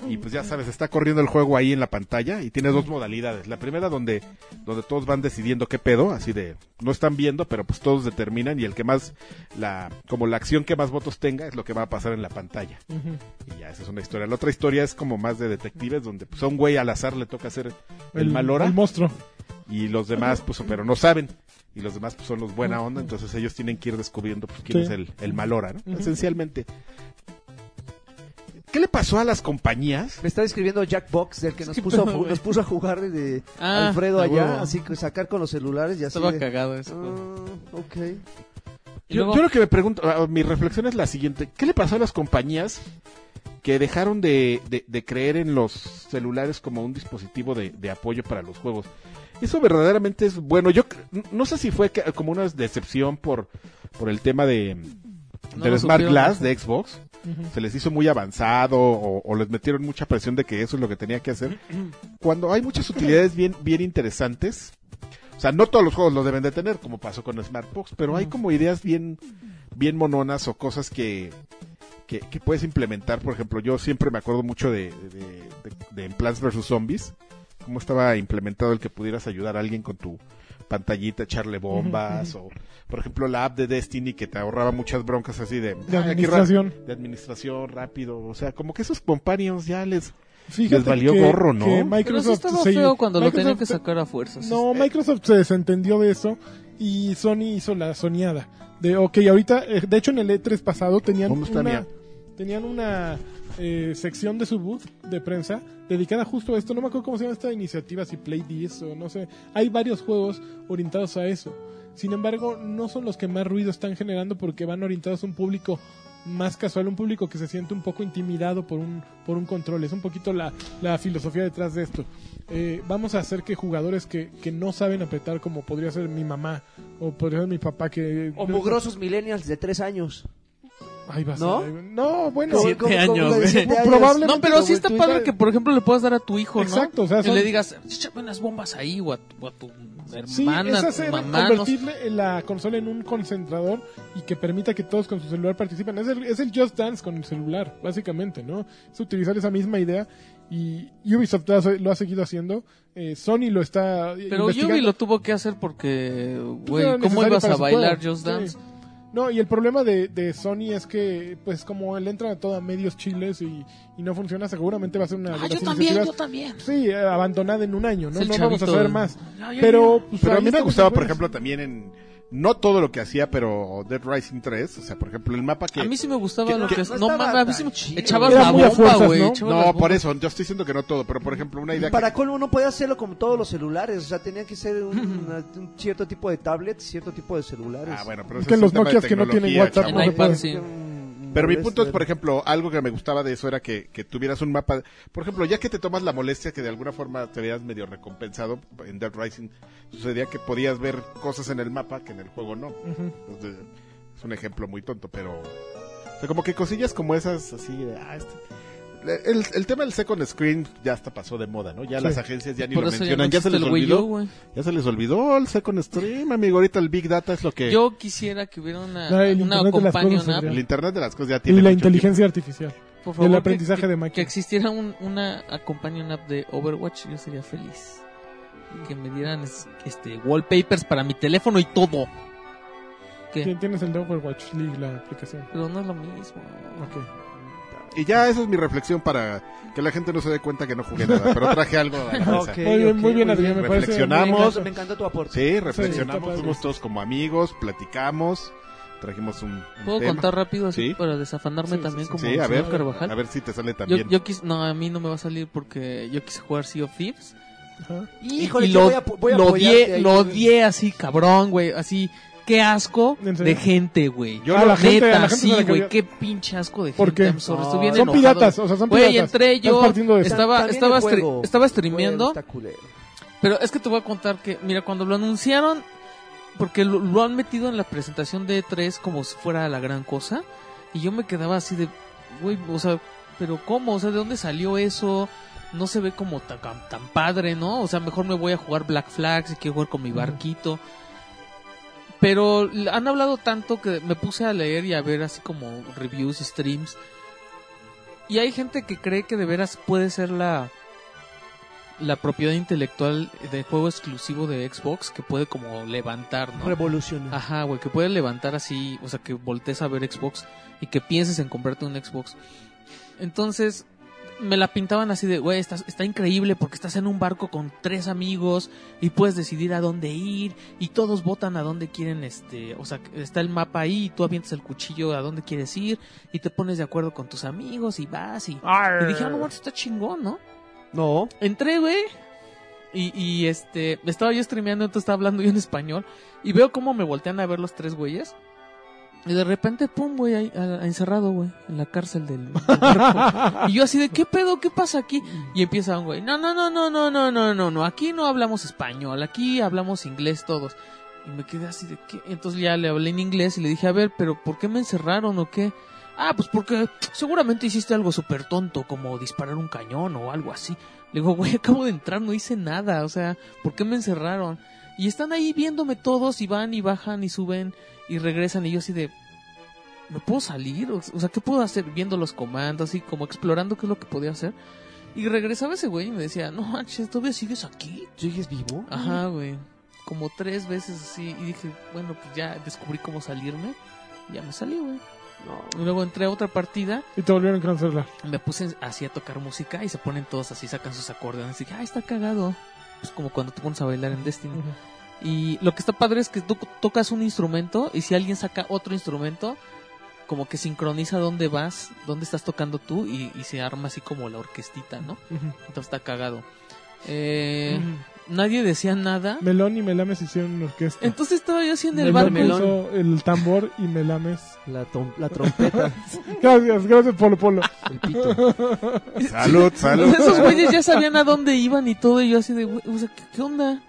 B: Y pues ya sabes, está corriendo el juego ahí en la pantalla y tiene dos modalidades. La primera donde, donde todos van decidiendo qué pedo, así de, no están viendo, pero pues todos determinan y el que más, la, como la acción que más votos tenga es lo que va a pasar en la pantalla. Y ya, esa es una historia. La otra historia es como más de detectives, donde pues, a un güey al azar le toca hacer el, mal hora
A: El monstruo.
B: y los demás, pues, pero no saben. Y los demás pues, son los buena onda, entonces ellos tienen que ir descubriendo pues, quién
A: Sí.
B: es el, el mal hora, ¿no? Esencialmente. ¿Qué le pasó a las compañías?
D: Me está describiendo Jack Box, del que nos puso a, ju- nos puso a jugar de
C: Ah,
D: Alfredo
C: a
D: allá,
C: huevo.
D: así que sacar con los celulares y así.
C: Estaba
D: de,
C: cagado eso.
D: ah, ok.
C: Y
B: Yo,
C: luego-
B: yo lo que me pregunto, ah, mi reflexión es la siguiente. ¿Qué le pasó a las compañías que dejaron de, de- de creer en los celulares como un dispositivo de, de apoyo para los juegos? Eso verdaderamente es bueno. Yo cre- n- no sé si fue que- como una decepción por, por el tema de,
C: No
B: del
C: lo
B: Smart
C: supieron.
B: Glass de Xbox. Se les hizo muy avanzado o, o les metieron mucha presión de que eso es lo que tenía que hacer. Cuando hay muchas utilidades bien, bien interesantes, o sea, no todos los juegos los deben de tener, como pasó con Smartbox, pero hay como ideas bien, bien mononas o cosas que, que, que puedes implementar. Por ejemplo, yo siempre me acuerdo mucho de, de, de- de en Plants vs. Zombies, cómo estaba implementado el que pudieras ayudar a alguien con tu pantallita, echarle bombas, o por ejemplo la app de Destiny que te ahorraba muchas broncas así de, "Ay, Ah, aquí ra-
A: administración.
B: de administración rápido, o sea, como que esos companions ya les...
A: Fíjate
B: Les valió gorro, ¿no?
A: que
C: Pero sí
A: Microsoft
C: estaba
A: se-
C: feo cuando lo tenían
A: Microsoft-
C: que sacar a fuerzas.
A: No, Microsoft se desentendió de eso y Sony hizo la soñada. De, ok, ahorita, eh, de hecho en el E3 pasado tenían
B: ¿Dónde está
A: una,
B: mía?
A: tenían una eh, sección de su booth de prensa dedicada justo a esto. No me acuerdo cómo se llama esta iniciativa, si Play 10 o no sé. Hay varios juegos orientados a eso. Sin embargo, no son los que más ruido están generando porque van orientados a un público más casual, un público que se siente un poco intimidado por un, por un control. Es un poquito la, la filosofía detrás de esto. Eh, vamos a hacer que jugadores que, que no saben apretar, como podría ser mi mamá o podría ser mi papá, que.
D: O mugrosos millennials de tres años.
A: Ahí va a
D: ¿no?
A: ser, ahí va- No, bueno.
D: Como-
C: Siete
D: como- como
C: años,
D: la de
C: güey.
D: siete años.
A: Probable-
C: No, pero sí está
A: Tú
C: padre
A: sabes-
C: que, por ejemplo, le puedas dar a tu hijo, ¿no?
A: Exacto, o sea,
C: Y
A: son-
C: le digas, échame unas bombas ahí, o a tu, o a tu
A: Sí,
C: hermana,
A: esa
C: tu
A: era
C: mamá, no sé.
A: convertirle la consola en un concentrador y que permita que todos con su celular participen. Es el, es el Just Dance con el celular, básicamente, ¿no? Es utilizar esa misma idea y Ubisoft lo ha, lo ha seguido haciendo. eh, Sony lo está eh,
C: Pero
A: investigando.
C: Yubi lo tuvo que hacer porque,
A: Pues era
C: güey, ¿cómo
A: necesario
C: ibas
A: para
C: a
A: su
C: bailar
A: juego.
C: Just Dance?
A: Sí. No, y el problema de, de Sony es que, pues, como le entran a todo a medios chiles y, y no funciona, seguramente va a ser una.
E: Ah,
A: de
E: yo
A: las
E: también, yo
A: iniciativas,
E: también.
A: Sí, eh, abandonada en un año, ¿no?
C: Es el
A: No vamos a
C: chavito.
A: saber más.
E: Ya, ya,
A: Pero, pues,
B: Pero a
A: ahí
B: mí me
A: están
B: gustaba,
A: esos
B: por
A: juegos.
B: ejemplo, también en... No todo lo que hacía, pero Dead Rising 3, o sea, por ejemplo, el mapa que...
C: A mí sí me gustaba
B: que-
C: lo
B: que-
C: que...
D: no
C: No,
D: estaba
C: mames, a mí
D: tan
C: sí me...
D: chido.
C: Echabas
A: Era
C: la
A: muy a
C: bomba,
A: fuerzas,
C: güey.
A: ¿no?
C: echabas la
B: No,
C: bomba.
B: por eso, yo estoy diciendo que no todo, pero por ejemplo, una idea que-
D: Para colmo no podía hacerlo como todos los celulares, o sea, tenía que ser un, una- un cierto tipo de tablets, cierto tipo de celulares.
B: Ah, bueno, pero
A: Es
B: ese
A: que
B: es
A: los
B: un tema de
A: Nokias que no tienen
B: tecnología,
A: WhatsApp
B: chavo.
A: no se
C: En iPad
A: puede.
C: sí.
B: Pero mi punto es, por ejemplo, algo que me gustaba de eso era que, que tuvieras un mapa. Por ejemplo, ya que te tomas la molestia que de alguna forma te veas medio recompensado en Dead Rising, sucedía que podías ver cosas en el mapa que en el juego no. Entonces, es un ejemplo muy tonto, pero. O sea, como que cosillas como esas, así. de, ah, este- El, el tema del second screen ya hasta pasó de moda, ¿no? Ya
A: Sí.
B: las agencias ya ni
C: Por
B: lo
C: eso ya no
B: mencionan, ya, se
C: existe
B: les
C: el Wii U,
B: olvidó.
C: güey.
B: Ya se les olvidó el second stream, amigo. Ahorita el Big Data es lo que.
C: Yo quisiera que hubiera una,
A: No, Ah, el
C: una
A: Internet de las
C: companion
A: cosas,
C: app,
A: Adrián.
B: El Internet de las cosas ya tiene.
A: Y la
B: mucho tiempo.
A: inteligencia artificial.
C: por
A: Y
C: favor.
A: el
C: que-
A: aprendizaje
C: que-
A: de máquina.
C: Que existiera un- una companion app de Overwatch, yo sería feliz. Que me dieran es- este wallpapers para mi teléfono y todo. ¿Qué?
A: Tien- Tienes el de Overwatch League, la aplicación.
C: Pero no es lo mismo.
A: Ok.
B: Y ya esa es mi reflexión para que la gente no se dé cuenta que no jugué nada, pero traje algo a la mesa.
D: Ok,
A: Muy bien,
D: ok,
A: muy bien, Adrián, me parece.
B: Reflexionamos.
A: muy bien.
D: Me encanta, me encanta tu aporte.
B: Sí,
A: está
B: reflexionamos,
A: padre.
B: fuimos todos como amigos, platicamos, trajimos un, un
C: ¿Puedo
B: tema.
C: contar rápido así
B: Sí.
C: para desafandarme
A: Sí,
C: también
A: sí,
C: como
B: sí,
C: el
B: a
C: señor
B: ver.
C: Carvajal?
B: A ver si te sale
C: yo,
B: también.
C: yo quis- no, a mí no me va a salir porque yo quise jugar Sea of Thieves.
D: Híjole,
C: y
D: yo
C: lo,
D: voy a, apo- voy a
C: lo
D: apoyarte
C: odié,
D: ahí.
C: lo odié así, cabrón, güey. Así, qué asco
A: ¿En serio?
C: de gente, güey.
B: Yo
A: Ah,
B: lo-
A: la gente- a
C: Neta,
A: la gente
C: sí,
A: se la
C: güey,
A: cayó.
C: qué pinche asco de
A: ¿Por
C: gente.
A: qué?
C: I'm sorry,
D: No,
C: estoy bien
A: Son
C: enojado.
A: piratas, o sea, son piratas.
C: Güey, entré
A: Están
C: yo,
A: partiendo de-
C: estaba-
D: También el
C: estaba stre-
D: juego.
C: estaba
D: El juego
C: streameando.
D: está culero.
C: Pero es que te voy a contar que, mira, cuando lo anunciaron, porque lo, lo han metido en la presentación de E3 como si fuera la gran cosa, y yo me quedaba así de, güey, o sea, pero ¿cómo? O sea, ¿de dónde salió eso? No se ve como tan, tan, tan padre, ¿no? O sea, mejor me voy a jugar Black Flags y quiero jugar con mi barquito. Pero l- han hablado tanto que me puse a leer y a ver así como reviews, y streams. Y hay gente que cree que de veras puede ser la, la propiedad intelectual de juego exclusivo de Xbox que puede como levantar, ¿no?
D: Revolucionario.
C: Ajá, güey, que puede levantar así, o sea, que voltees a ver Xbox y que pienses en comprarte un Xbox. Entonces, me la pintaban así de, güey, estás- está increíble porque estás en un barco con tres amigos y puedes decidir a dónde ir y todos votan a dónde quieren, este, o sea, está el mapa ahí y tú avientas el cuchillo a dónde quieres ir y te pones de acuerdo con tus amigos y vas y... Y dije, ah, no, mames, está chingón, ¿no?
D: No.
C: entré, güey. Y, y, este, estaba yo streameando, entonces estaba hablando yo en español. Y veo cómo me voltean a ver los tres güeyes. Y de repente, pum, güey, ahí, a- encerrado, güey, en la cárcel del. del barco. y yo así de, ¿qué pedo? ¿Qué pasa aquí? Y empieza un güey, no, no, no, no, no, no, no, no, no, aquí no hablamos español, aquí hablamos inglés todos. Y me quedé así de, ¿qué? Entonces ya le hablé en inglés y le dije, a ver, pero ¿por qué me encerraron o qué? Ah, pues porque seguramente hiciste algo súper tonto, como disparar un cañón o algo así. Le digo, güey, acabo de entrar, no hice nada, o sea, ¿por qué me encerraron? Y están ahí viéndome todos y van y bajan y suben y regresan y yo así de... ¿Me puedo salir? O o sea, ¿qué puedo hacer? Viendo los comandos y como explorando qué es lo que podía hacer. Y regresaba ese güey y me decía, no manches, ¿todavía sigues aquí?
D: ¿Sigues vivo?
C: Ajá, güey. Como tres veces así. Y dije, bueno, pues ya descubrí cómo salirme. Ya me salí, güey. Y luego entré a otra partida
A: Y te volvieron a cancelar.
C: me puse así a tocar música y se ponen todos así, sacan sus acordeones y dije, ah, está cagado. Pues como cuando te pones a bailar en Destiny.
A: Ujú.
C: Y lo que está padre es que tú tocas un instrumento y si alguien saca otro instrumento, como que sincroniza dónde vas, dónde estás tocando tú y, y se arma así como la orquestita, ¿no?
A: Ujú.
C: Entonces está cagado. Eh, Nadie decía nada.
A: Melón y Melames hicieron una orquesta.
C: Entonces estaba yo así en el
A: Melón
C: barco.
D: melón.
A: puso el tambor y Melames.
D: La, tom- la trompeta.
A: Gracias, gracias Polo Polo.
D: el pito.
B: Salud, salud.
C: Esos güeyes ya sabían a dónde iban y todo, y yo así de, "Güey, o sea, ¿qué, qué onda?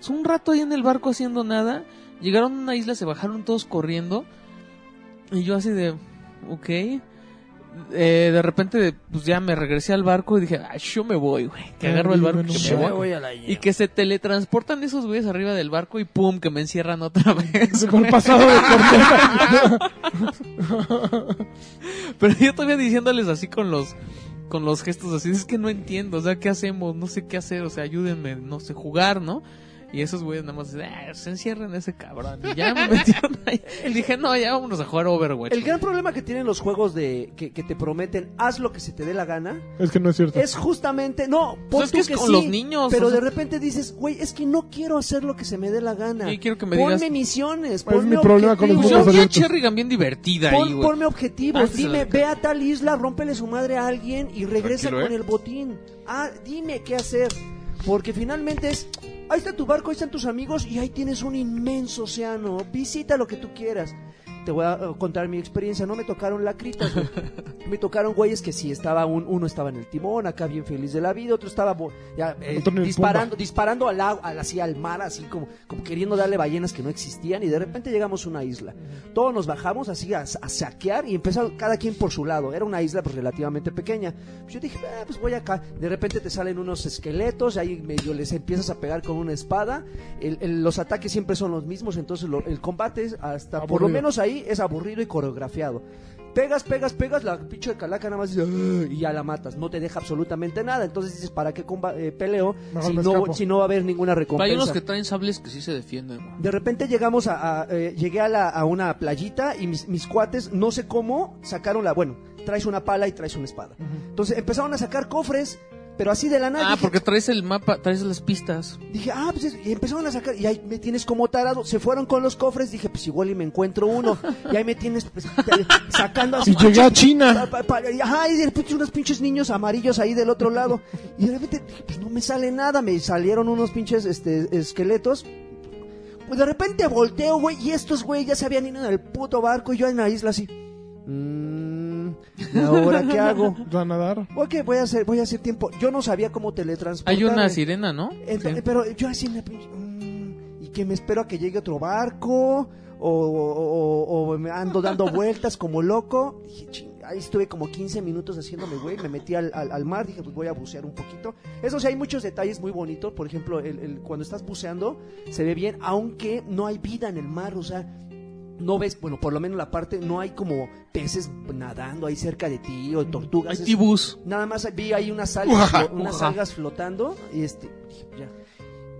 C: Es un rato ahí en el barco haciendo nada. Llegaron a una isla, se bajaron todos corriendo. Y yo así de, ok. Eh, de repente, pues ya me regresé al barco y dije, ah, yo me voy, güey. Que agarro el barco y que me
F: Yo
C: voy.
F: me voy a la ñe.
C: Y que se teletransportan esos güeyes arriba del barco y pum, que me encierran otra vez.
A: Con
C: güey.
A: el pasado de corneta.
C: Pero yo todavía diciéndoles así con los con los gestos así, es que no entiendo, o sea, ¿qué hacemos? No sé qué hacer, o sea, ayúdenme, no sé jugar, ¿no? Y esos güeyes nada más dicen, ah, se encierran ese cabrón. Y ya me metieron ahí. Y dije, no, ya vámonos a jugar Overwatch.
D: El gran problema que tienen los juegos de que, que te prometen haz lo que se te dé la gana
A: Es que no es cierto.
D: es justamente no pon
C: es
D: tú
C: que es con
D: sí,
C: los niños,
D: pero
C: o sea-
D: de repente dices güey es que no quiero hacer lo que se me dé la gana
C: Yo quiero que me
D: ponme
C: digas-
D: misiones
A: Pues es
D: ponme
A: mi problema con los
C: Pues
D: objetivos.
C: yo
A: juegos
C: vi a
A: abiertos.
C: Cherrigan bien divertida
D: Pon-
C: ahí, güey.
D: ponme objetivos,
C: Ah, sí, se
D: dime,
C: la-
D: ve a tal isla, rómpele su madre a alguien y regresa
B: Tranquilo,
D: con
B: ¿eh?
D: el botín. Ah, dime qué hacer. Porque finalmente es, ahí está tu barco, ahí están tus amigos y ahí tienes un inmenso océano. Visita lo que tú quieras. Te voy a eh, contar mi experiencia, no me tocaron lacritas, güey. me tocaron güeyes que sí, estaba un, uno estaba en el timón, acá bien feliz de la vida, otro estaba bo- ya, eh,
A: Otro en el
D: disparando, disparando al agua, al- así al mar, así como, como queriendo darle ballenas que no existían y de repente llegamos a una isla. Todos nos bajamos así a, a saquear y empezaron cada quien por su lado. Era una isla pues, relativamente pequeña. Pues yo dije, "Ah, pues voy acá. De repente te salen unos esqueletos, ahí medio les empiezas a pegar con una espada. El- el- los ataques siempre son los mismos, entonces lo- el combate es hasta por lo
A: Aburrido.
D: menos ahí es aburrido y coreografiado. Pegas, pegas, pegas, la pinche calaca nada más dice, "Ugh", y ya la matas. No te deja absolutamente nada. Entonces dices, ¿para qué comba- eh, peleo
A: Mejor
D: si
A: me
D: no,
A: escapo.
D: si no va a haber ninguna recompensa?
C: Hay unos que traen sables que sí se defienden, güey.
D: De repente llegamos a, a, eh, llegué a, la- a una playita y mis, mis cuates, no sé cómo, sacaron la, bueno, traes una pala y traes una espada. Entonces empezaron a sacar cofres, pero así de la nada.
C: Ah,
D: dije,
C: porque traes el mapa, traes las pistas.
D: Dije, ah, pues es- y empezaron a sacar, y ahí me tienes como tarado. Se fueron con los cofres, dije, pues igual y me encuentro uno. Y ahí me tienes pues, pe- sacando así.
A: Y llegué a
D: pa-
A: China.
D: pa- pa- y, Ajá, y de repente unos pinches niños amarillos ahí del otro lado. Y de repente, dije, pues no me sale nada, me salieron unos pinches este, esqueletos. Pues de repente volteo, güey, y estos güey ya se habían ido en el puto barco y yo en la isla así. Mmm, ¿ahora qué hago?
A: A nadar.
D: Ok, voy a hacer, voy a hacer tiempo. Yo no sabía cómo teletransportarme.
C: Hay una sirena, ¿no?
D: Ento-
C: Sí.
D: Pero yo así me... pin- mm, Y que me espero a que llegue otro barco o, o- o- o me ando dando vueltas como loco. Dije, "Ching". ahí estuve como 15 minutos haciéndome, güey. Me metí al, al- al mar, dije, pues voy a bucear un poquito. Eso sí, hay muchos detalles muy bonitos. Por ejemplo, el- el- cuando estás buceando se ve bien, aunque no hay vida en el mar, o sea... No ves, bueno, por lo menos la parte, no hay como peces nadando ahí cerca de ti o tortugas.
C: Hay
D: es-
C: tibus.
D: Nada más vi ahí unas algas, flo- unas algas flotando y este, dije, ya.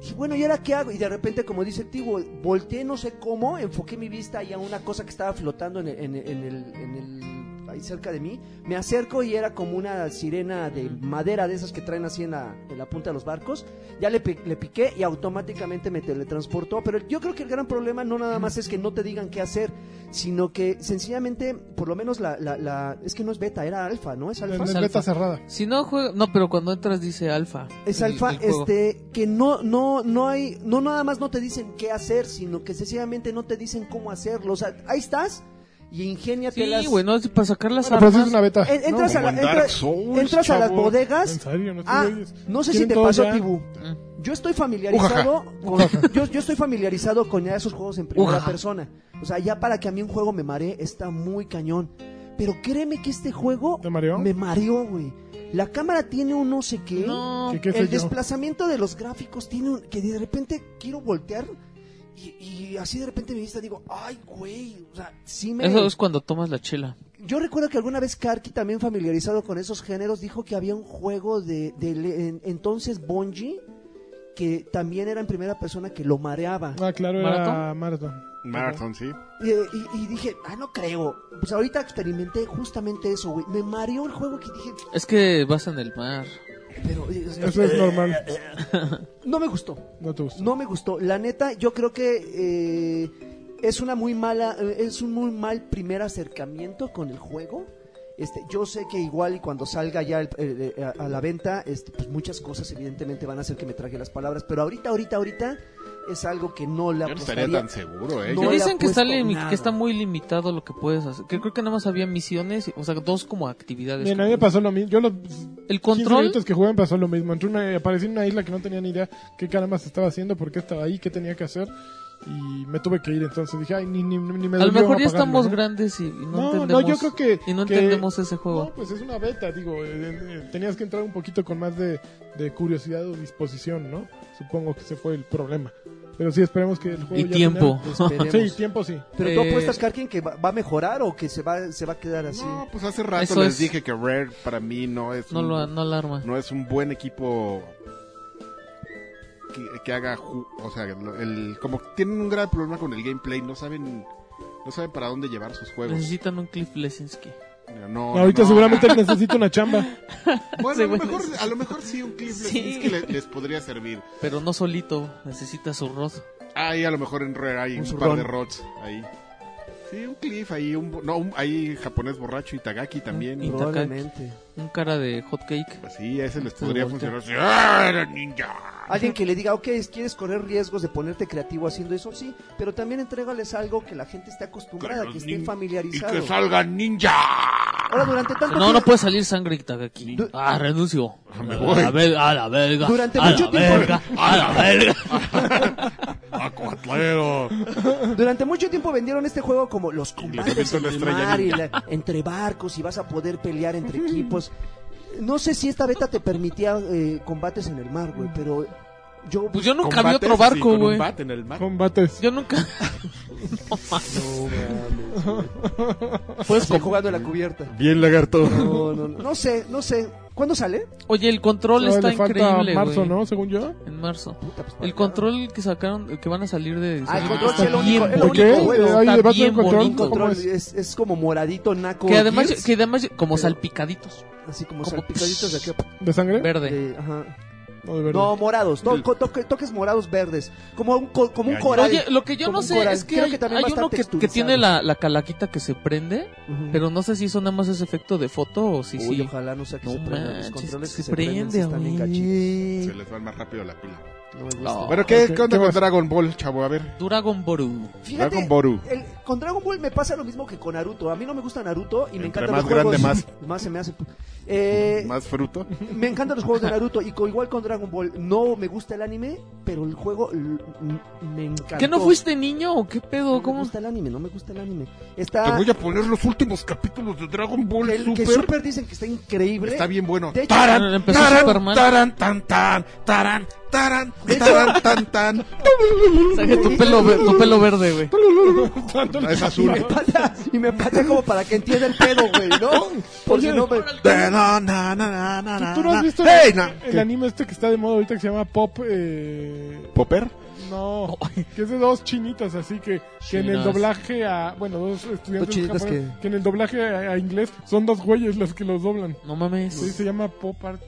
D: Dije, bueno, ¿y ahora qué hago? Y de repente, como dice el tío, vol- volteé no sé cómo, enfoqué mi vista ahí a una cosa que estaba flotando en el, en el- en el- en el- ahí cerca de mí. Me acerco y era como una sirena de madera de esas que traen así en la, en la punta de los barcos. Ya le, pi- le piqué y automáticamente me teletransportó. Pero yo creo que el gran problema no nada más es que no te digan qué hacer, sino que sencillamente, por lo menos la... la- la- es que no es beta, era alfa, ¿no? Es alfa.
A: En beta cerrada.
C: Si no juega, no, pero cuando entras dice alfa.
D: Es
C: el-
D: alfa,
C: el juego.
D: este, que no, no, no hay, no nada más no te dicen qué hacer, sino que sencillamente no te dicen cómo hacerlo. O sea, ahí estás y ingéniatelas.
C: Sí, güey, no, es para sacar las
A: Bueno, Ah, pero sí es
C: armas.
A: una beta.
D: En- entras
B: No,
D: a,
B: como
D: la-
B: en Dark
D: entras-
B: Souls,
D: entras a las
B: chavo.
A: En
D: bodegas.
A: serio, no te
D: Ah,
A: oyes.
D: no sé si
A: Quieren
D: te
A: todo
D: pasó,
A: ya.
D: Tibu. Yo estoy familiarizado con, yo, yo estoy familiarizado con ya esos juegos en primera
C: Ujaja.
D: persona. O sea, ya para que a mí un juego me maree está muy cañón. Pero créeme que este juego
A: ¿Te mareó?
D: me mareó, güey. La cámara tiene un no sé qué.
C: No.
A: ¿Qué- qué sé
D: el
A: yo?
D: desplazamiento de los gráficos tiene un- que de repente quiero voltear y, y así de repente mi vista digo, ay, güey, o sea, sí me...
C: Eso es cuando tomas la chela.
D: Yo recuerdo que alguna vez Karki, también familiarizado con esos géneros, dijo que había un juego de, de le- en- entonces Bungie que también era en primera persona que lo mareaba.
A: Ah, claro, era
C: ¿Marathon?
A: Marathon.
B: Marathon, sí.
D: Y, y- y dije, ah, no creo. Pues ahorita experimenté justamente eso, güey. Me mareó el juego que dije,
C: Es que vas en el mar.
D: pero... eh,
A: Eso es normal.
D: No me gustó.
A: No te gusta.
D: No me gustó. La neta, yo creo que eh, es una muy mala, eh, es un muy mal primer acercamiento con el juego. Este, yo sé que igual y cuando salga ya el- el- eh, a, a la venta, este, pues muchas cosas evidentemente van a hacer que me traje las palabras, pero ahorita, ahorita, ahorita es algo que no
B: Yo
D: le
B: no estaría
D: apostaría.
B: tan seguro, ¿eh?
D: No
C: Te
B: Yo-
D: le
C: dicen que está,
D: apuesto
C: limi-
D: nada.
C: que está muy limitado lo que puedes hacer. Que creo que nada más había misiones, o sea, dos como actividades.
A: Bien,
C: que
A: a mí me
C: puedes-
A: pasó lo mismo. Yo los 15
C: El control,
A: minutos que jugué me pasó lo mismo. Entré una, aparecí en una isla que no tenía ni idea qué caramba se estaba haciendo, por qué estaba ahí, qué tenía que hacer. Y me tuve que ir. Entonces dije, ay, ni, ni, ni me
C: a lo
A: dolió
C: mejor ya
A: apagarlo,
C: estamos
A: ¿no?
C: grandes y, y no,
A: No,
C: entendemos.
A: no, yo creo que.
C: Y no
A: que-
C: entendemos ese juego.
A: No, pues es una beta, digo. eh, eh, tenías que entrar un poquito con más de, de curiosidad o disposición, ¿no? Supongo que ese fue el problema. Pero sí, esperemos que el juego.
C: Y
A: ya
C: tiempo.
D: Esperemos.
A: tenga- Sí, tiempo sí.
D: Pero tú
C: Eh,
D: apuestas, Karkin, que va, va a mejorar o que se va, se va a quedar así.
B: No, pues hace rato
C: Eso
B: les
C: es-
B: dije que Rare para mí no es
C: No,
B: un-
C: lo, no alarma.
B: este, no es un buen equipo que, que haga ju- o sea lo- el como tienen un gran problema con el gameplay no saben no saben para dónde llevar sus juegos
C: Necesitan un Cliff Lesinski.
B: no, no,
A: Ahorita
B: no.
A: seguramente necesito una chamba.
B: bueno a lo,
C: Según
B: mejor,
C: eso.
B: a lo mejor sí un clip
C: Sí.
B: es que le- les, podría servir
C: Pero no solito, necesita su rod.
B: ahí a lo mejor en Rare hay un, par de rots ahí sí un cliff ahí un bo- no un- hay japonés borracho Itagaki también
C: Y-
D: Probablemente.
C: Un cara de hotcake.
B: Pues sí a ese les
C: Se
B: podría
C: voltea.
B: funcionar Sí, ¡Ah, era ninja
D: Alguien que le diga, ok, ¿quieres correr riesgos de ponerte creativo haciendo eso? Sí, pero también entrégales algo que la gente esté acostumbrada, que
B: los
D: esté
B: nin- y
D: familiarizado.
B: que salgan ninja
D: Ahora, durante tanto
C: No, no
D: tiempo-
C: puede salir sangre aquí.
D: Du-
C: Ah, renuncio.
B: Me
C: a,
B: voy.
C: La ver- a la verga.
D: Durante
C: a
D: mucho
C: Ah, la
D: tiempo-
C: verga, a
B: Ah,
C: la verga.
B: Acuatlero.
D: Durante mucho tiempo vendieron este juego como los combates
B: avientan
D: en
B: la
D: el
B: estrella
D: mar y
B: ninja.
D: la- entre barcos y vas a poder pelear entre equipos. No sé si esta beta te permitía eh, combates en el mar, güey, pero Yo,
C: Pues yo nunca vi
B: Combates,
C: otro
B: sí,
C: barco,
B: con un
C: güey.
B: bat en el mar.
A: Combates.
C: Yo nunca. no mames.
D: puedes jugando en la cubierta.
B: Bien, lagarto.
D: No, no, no. No sé, no sé. ¿Cuándo sale?
C: Oye, el control
A: No,
C: está
A: le falta
C: increíble,
A: marzo,
C: güey.
A: ¿no? Según yo.
C: En marzo.
D: Puta, pues, para
C: El
D: acá.
C: control que sacaron, el que van a salir de.
D: Ah, el
C: Está
D: control sí, el
C: bien
D: único- el
A: ¿Por
C: bonito.
A: qué?
D: único bueno.
A: Hay
C: Está
A: debate del
C: bien
A: control. ¿Cómo
C: bonito.
D: Control
A: es?
D: es, es como moradito, naco.
C: Que además,
D: Gears,
C: que además, como
D: Pero-
C: salpicaditos.
D: así como,
C: como-
D: salpicaditos de aquí.
A: ¿De sangre?
C: Verde.
D: de- ajá.
A: No, de verdad.
D: No, morados. to- co- toque- toques morados verdes. Como un, co- como un
B: Oye,
D: coral.
C: Oye, lo que yo
D: Como
C: no
D: un
C: sé
D: coral.
C: es que
D: Creo
C: hay,
D: que también
C: hay
D: va a estar
C: uno que, que
D: texturizado.
C: tiene la, la calaquita que se prende,
D: Ujú.
C: pero no sé si eso nada más es efecto de foto o si
D: Uy,
C: sí.
D: ojalá no sea que
C: No
D: se prendan los
C: manches,
D: controles
C: que se
D: que se prenden, sí
C: prende,
D: están bien
C: güey.
D: cachitos.
B: Se les va más rápido la pila.
D: No me gusta.
C: No.
B: Bueno, ¿qué,
A: Ok,
B: qué onda
A: ¿qué
B: con
A: más?
B: Dragon Ball, chavo? A ver.
C: Dragon Boru.
D: Fíjate,
B: Dragon Boru.
D: el- con Dragon Ball me pasa lo mismo que con Naruto. A mí no me gusta Naruto y me
B: Entre
D: encantan
B: más
D: los juegos.
B: grande,
D: más se me hace. Eh,
B: ¿Más fruto?
D: Me encantan los juegos de Naruto y con, igual con Dragon Ball. No me gusta el anime, pero el juego l- m- me encanta.
C: ¿Que no fuiste niño o qué
D: No
C: pedo?
D: me
C: ¿Cómo?
D: gusta el anime, no me gusta el anime.
B: Te
D: Está.
B: voy a poner los últimos capítulos de Dragon Ball
D: el que
B: Super.
D: Super dicen que está increíble.
B: Está bien bueno.
D: De hecho-
C: Bueno, empezó Superman.
B: taran, tan, tan, taran, taran, taran, tan, tan.
C: Saca tu pelo, ver- tu pelo verde, güey.
B: No, es
D: Y me
B: azul.
D: pata, y me patea como para que entienda el pedo, güey, ¿no? Por si no me.
B: Na, na, na, na, na,
A: ¿Tú no has
B: na.
A: visto
B: Hey,
A: el,
B: na.
A: el anime este que está de moda ahorita que se llama Pop? Eh,
B: ¿Popper?
A: no, que es de dos chinitas, así que, que en el
C: Chinas.
A: doblaje a... Bueno, dos estudiantes
D: Dos chinitas
A: japoneses,
D: que-
A: que en el doblaje a, a inglés son dos güeyes los que los doblan.
C: No mames.
A: Sí, se llama Pop Art.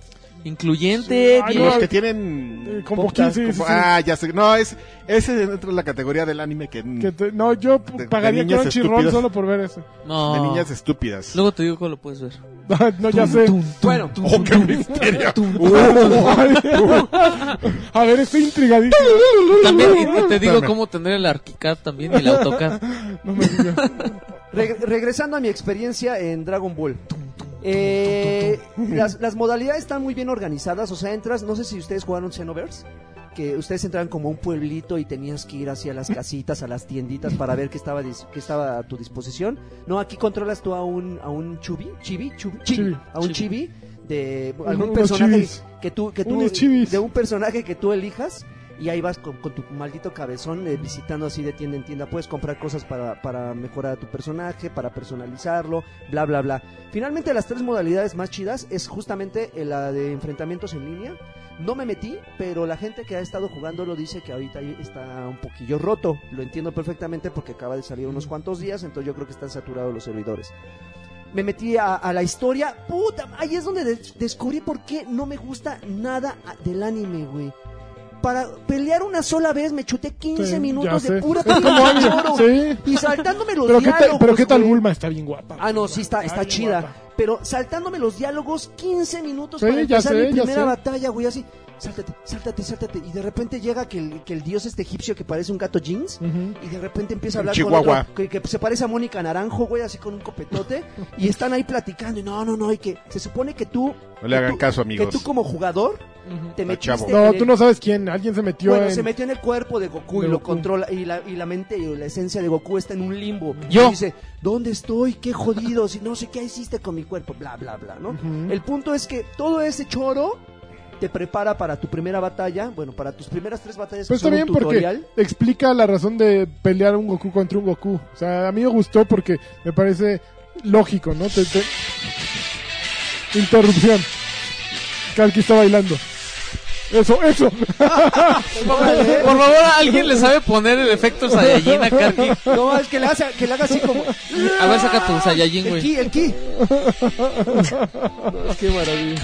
C: Incluyente.
A: Ay,
C: Diego.
A: no,
B: Los que
A: Eh,
B: tienen...
A: como
B: Popcast,
A: 15, sí,
B: como-
A: sí.
B: Ah, ya sé. No, es, ese entra en la categoría del anime que...
A: Que
B: De
A: te- no, yo
B: De- de
A: pagaría
B: niñas
A: Crunchyroll
B: estúpidas.
A: solo por ver eso.
C: no.
B: niñas estúpidas.
C: Luego te digo cómo lo puedes ver.
A: no, ya sé.
D: Bueno,
B: ¡Oh, qué misterio!
A: a ver, estoy intrigadísimo.
C: También y- y te digo cómo tener el Archicad también y el AutoCAD.
A: No me digas.
D: Reg- regresando a mi experiencia en Dragon Ball. Eh, las, las modalidades están muy bien organizadas. O sea, entras, no sé si ustedes jugaron Xenoverse, que ustedes entraban como a un pueblito y tenías que ir hacia las casitas, a las tienditas para ver qué estaba, dis- qué estaba a tu disposición. No, aquí controlas tú a un, a un chubi, chibi, chubi, chibi,
A: Chibi.
D: a un chibi de algún
A: Unos
D: personaje
A: chibis.
D: que tú, que tú,
A: Unos chibis.
D: de un personaje que tú elijas. Y ahí vas con, con tu maldito cabezón eh, visitando así de tienda en tienda. Puedes comprar cosas para, para mejorar a tu personaje, para personalizarlo, bla, bla, bla. Finalmente las tres modalidades más chidas es justamente eh, la de enfrentamientos en línea. No me metí, pero la gente que ha estado jugando lo dice que ahorita ahí está un poquillo roto. Lo entiendo perfectamente porque acaba de salir unos cuantos días, entonces yo creo que están saturados los servidores. Me metí a, a la historia. Puta, ahí es donde des- descubrí por qué no me gusta nada a- del anime, güey. Para pelear una sola vez me chuté 15
A: Sí,
D: minutos
A: ya sé.
D: de pura
A: Es como
D: pinche
A: anime,
D: choro,
A: sí.
D: Y saltándome los
A: Pero, qué, tal-
D: diálogos,
A: pero qué tal
D: pues, güey.
A: Bulma está bien guapa.
D: Ah, no, sí está, está
A: Ay,
D: chida.
A: guapa.
D: Pero saltándome los diálogos 15 minutos
A: Sí,
D: para
A: ya
D: empezar
A: sé,
D: mi
A: ya
D: primera
A: sé.
D: batalla, güey, así. Sáltate, sáltate, sáltate. Y de repente llega que el, que el dios este egipcio que parece un gato jeans.
A: Ujú.
D: Y de repente empieza
B: Un
D: a hablar
B: chihuahua.
D: con otro que, que se parece a Mónica Naranjo, güey, así con un copetote. y están ahí platicando. Y no, no, no. Y que se supone que tú.
B: No le
D: que
B: hagan
D: tú-
B: caso,
D: Que
B: amigos.
D: tú como jugador te
B: Está
D: metiste.
B: chavo.
D: en
A: No,
D: el-
A: tú no sabes quién. Alguien se metió
D: bueno,
A: en...
D: se metió en el cuerpo de Goku
A: De
D: y lo
A: Goku.
D: controla. Y la, y la mente y la esencia de Goku está en un limbo.
C: Yo.
D: Y dice, ¿dónde estoy? Qué jodido. Si no sé qué hiciste con mi cuerpo. Bla, bla, bla, ¿no?
A: Ujú.
D: El punto es que todo ese choro te prepara para tu primera batalla. Bueno, para tus primeras tres batallas. que
A: Pero está
D: son un
A: bien porque
D: tutorial.
A: explica la razón de pelear un Goku contra un Goku. O sea, a mí me gustó porque me parece lógico, ¿no? Te- te- Interrupción. Kalki está bailando. Eso, eso.
D: eh.
C: Por favor, alguien le sabe poner el efecto Saiyajin a Karki.
D: No, es que le, hace, que le haga así como.
C: A ver, saca tu Saiyajin,
D: El
C: güey.
D: ki, el ki.
C: Qué maravilla.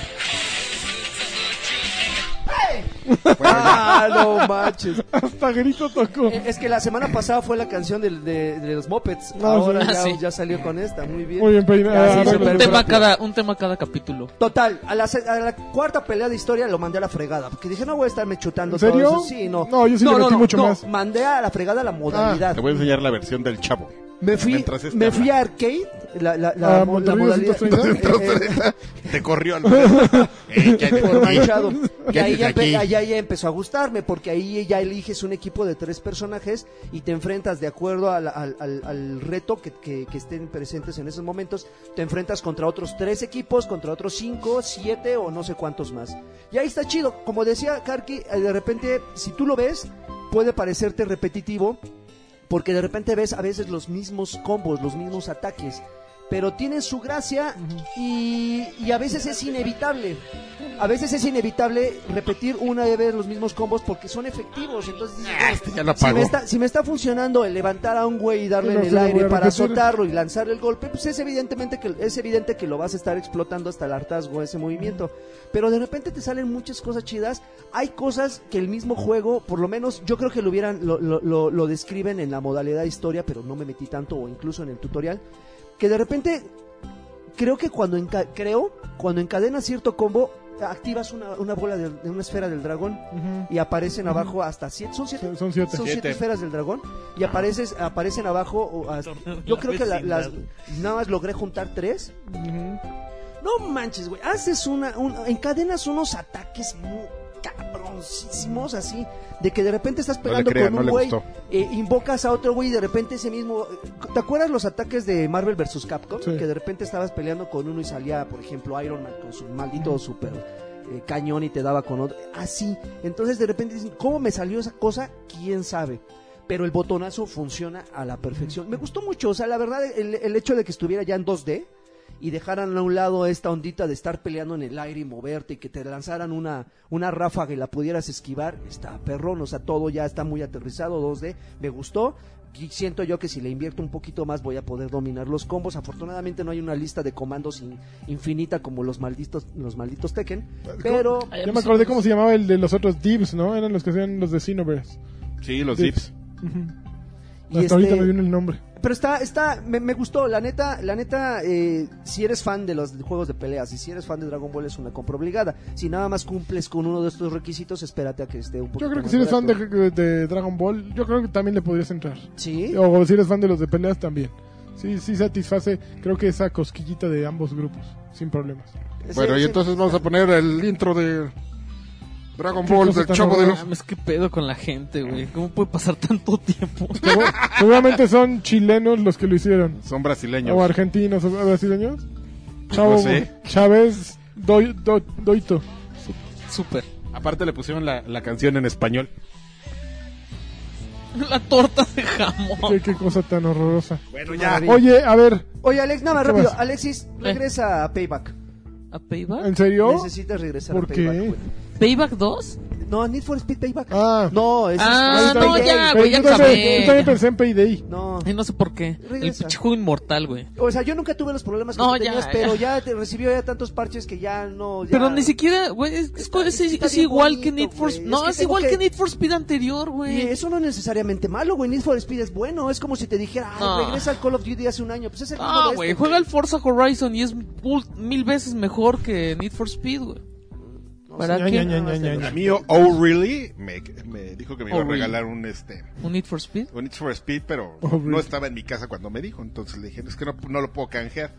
D: Ah, no manches.
A: Hasta grito tocó.
D: Eh, Es que la semana pasada fue la canción del- de, de los Mopeds.
A: No,
D: Ahora
C: sí.
D: ya,
C: Ah, sí.
D: ya salió con esta. Muy bien.
A: Muy bien pues,
D: Ah, sí,
A: peinado.
D: sí,
A: Arreglo
D: sí.
C: Un
A: de
C: tema,
A: brazo.
C: cada, un tema cada capítulo.
D: Total, a la, se- a la cuarta pelea de historia lo mandé a la fregada. Porque dije, no voy a estarme chutando
A: ¿En serio?
D: todo eso. Sí, no.
A: No, yo sí le metí mucho más.
D: Mandé a la fregada la modalidad.
C: Ah.
B: Te voy a enseñar la versión del chavo.
D: Me fui,
B: Mientras este
D: me
B: habla.
D: fui a Arcade, la, la, la,
A: Ah,
D: mo- la
A: Monterrey
D: modalidad.
A: 230.
D: eh, eh,
B: Te corrió al Eh, ya te
D: por
B: corrí.
D: manchado. Y ahí
B: haces
D: ya,
B: aquí?
D: empe- ahí ya- ya empezó a gustarme, porque ahí ya eliges un equipo de tres personajes y te enfrentas de acuerdo al, al- al- al reto que, que- que estén presentes en esos momentos. Te enfrentas contra otros tres equipos, contra otros cinco, siete o no sé cuántos más. Y ahí está chido. Como decía Karki, eh, de repente, si tú lo ves, puede parecerte repetitivo, porque de repente ves a veces los mismos combos, los mismos ataques. Pero tienen su gracia y, y a veces es inevitable. A veces es inevitable repetir una y vez los mismos combos porque son efectivos. Entonces dices,
B: Ah, este ya lo
D: si,
B: apagó.
D: me está, si me está funcionando el levantar a un güey y darle
A: No
D: en
A: se
D: el
A: lo voy
D: aire
A: a
D: para
A: repetir.
D: azotarlo y lanzar el golpe, pues es evidentemente que es evidente que lo vas a estar explotando hasta el hartazgo ese movimiento. Pero de repente te salen muchas cosas chidas. Hay cosas que el mismo juego, por lo menos yo creo que lo hubieran lo, lo- lo- lo describen en la modalidad historia, pero no me metí tanto o incluso en el tutorial, que de repente creo que cuando enca- creo cuando encadenas cierto combo activas una, una bola de, de una esfera del dragón y aparecen abajo hasta siete son siete
A: Son- Son siete.
D: son siete
B: Siete.
D: esferas del dragón y apareces, aparecen abajo. o as- yo creo que la- las, nada más logré juntar tres.
A: Ujú.
D: No manches, güey. Haces una, un- encadenas unos ataques muy cabroncísimos así de que de repente estás
B: le
D: pegando
B: crea,
D: con
B: no
D: un
B: le
D: güey
B: gustó.
D: eh, invocas a otro güey y de repente ese mismo ¿te acuerdas los ataques de Marvel vs Capcom?
A: Sí.
D: que de repente estabas peleando con uno y salía por ejemplo Iron Man con su maldito super eh, cañón y te daba con otro así entonces de repente dicen ¿cómo me salió esa cosa? quién sabe pero el botonazo funciona a la perfección. Me gustó mucho, o sea, la verdad, el, el hecho de que estuviera ya en 2D y dejaran a un lado esta ondita de estar peleando en el aire y moverte y que te lanzaran una, una ráfaga y la pudieras esquivar, está perrón, o sea, todo ya está muy aterrizado, 2D, me gustó. Y siento yo que si le invierto un poquito más voy a poder dominar los combos. Afortunadamente no hay una lista de comandos in- infinita como los malditos, los malditos Tekken. Pero
E: Ay,
A: Ya me acordé cómo se llamaba el de los otros divs, ¿no? Eran los que hacían los de Cineverse.
B: Sí, los dips.
D: y
A: Hasta ahorita
D: este-
A: me vino el nombre.
D: Pero está, está, me, me gustó, la neta, la neta, eh, si eres fan de los juegos de peleas y si eres fan de Dragon Ball es una compra obligada. Si nada más cumples con uno de estos requisitos, espérate a que esté un poco.
A: Yo creo que si eres fan de, de Dragon Ball, yo creo que también le podrías entrar.
D: Sí.
A: O si eres fan de los de peleas también. Sí, sí satisface, creo que esa cosquillita de ambos grupos, sin problemas.
B: Bueno,
D: Sí,
B: y
D: sí.
B: entonces vamos a poner el intro de Dragon
A: ¿Qué
B: Ball
A: cosa
B: del
A: tan
B: Chavo de
A: horrorosa?
B: los...
C: Mames, qué Ah, pedo con la gente, güey. ¿Cómo puede pasar tanto tiempo?
A: Segu- Seguramente son chilenos los que lo hicieron.
B: Son
A: O
B: brasileños.
A: argentinos o brasileños. Chavo,
B: sé.
A: Chávez Doi- Do- Doito.
C: Súper.
B: Aparte le pusieron la, la canción en español.
C: La torta de jamón.
A: Qué, qué cosa tan horrorosa.
B: Bueno,
D: ya.
B: ya.
D: Maravilla.
A: Oye, a ver,
D: Oye, Alex, nada más
A: ¿Qué
D: rápido.
A: más? ¿Eh?
D: Alexis, regresa a Payback.
C: ¿A Payback?
A: ¿en serio?
D: Necesitas regresar
A: ¿Por
D: a Payback.
A: qué?
D: güey.
C: ¿Ah? ¿Payback 2?
D: No, Need for Speed Payback.
A: Ah.
D: No, ese es
C: Ah,
D: es
C: no,
D: Payday.
C: ya. Ah,
A: Pero
C: güey,
A: yo, también,
C: acabé,
A: yo también
C: ya.
A: pensé en Payday.
D: No.
C: Ay, no sé por qué. El
D: Regresa.
C: pinche juego inmortal, güey.
D: O sea, yo nunca tuve los problemas que
C: No,
D: tú tenías,
C: ya,
D: pero
C: ya.
D: ya te recibió ya tantos parches que ya no. ya-
C: Pero ni siquiera, güey, es, es,
D: Está-
C: es-
D: está
C: es
D: bien
C: igual
D: bonito,
C: que Need for Speed.
D: güey.
C: No,
D: Es que
C: es,
D: tengo
C: igual
D: que-
C: que Need for Speed anterior,
D: Y
C: güey.
D: eso no es necesariamente malo, güey. Need for Speed es bueno. Es como si te dijera, "Ay,
C: No.
D: regresa al Call of Duty hace un año. Pues es el mismo de
C: Ah,
D: este,
C: güey, juega al Forza Horizon y es mul- mil veces mejor que Need for Speed, güey. ¿Para
A: Ya, ya,
C: qué?
A: ya, ya, ya,
B: A
A: ya.
B: mí, oh, oh, really, me, me dijo que me iba
C: Oh,
B: a
C: really.
B: regalar un este
C: ¿Un Need for Speed?
B: un Need for Speed, pero
A: Oh, really.
B: no estaba en mi casa cuando me dijo. Entonces le dije, es que no, no lo puedo canjear.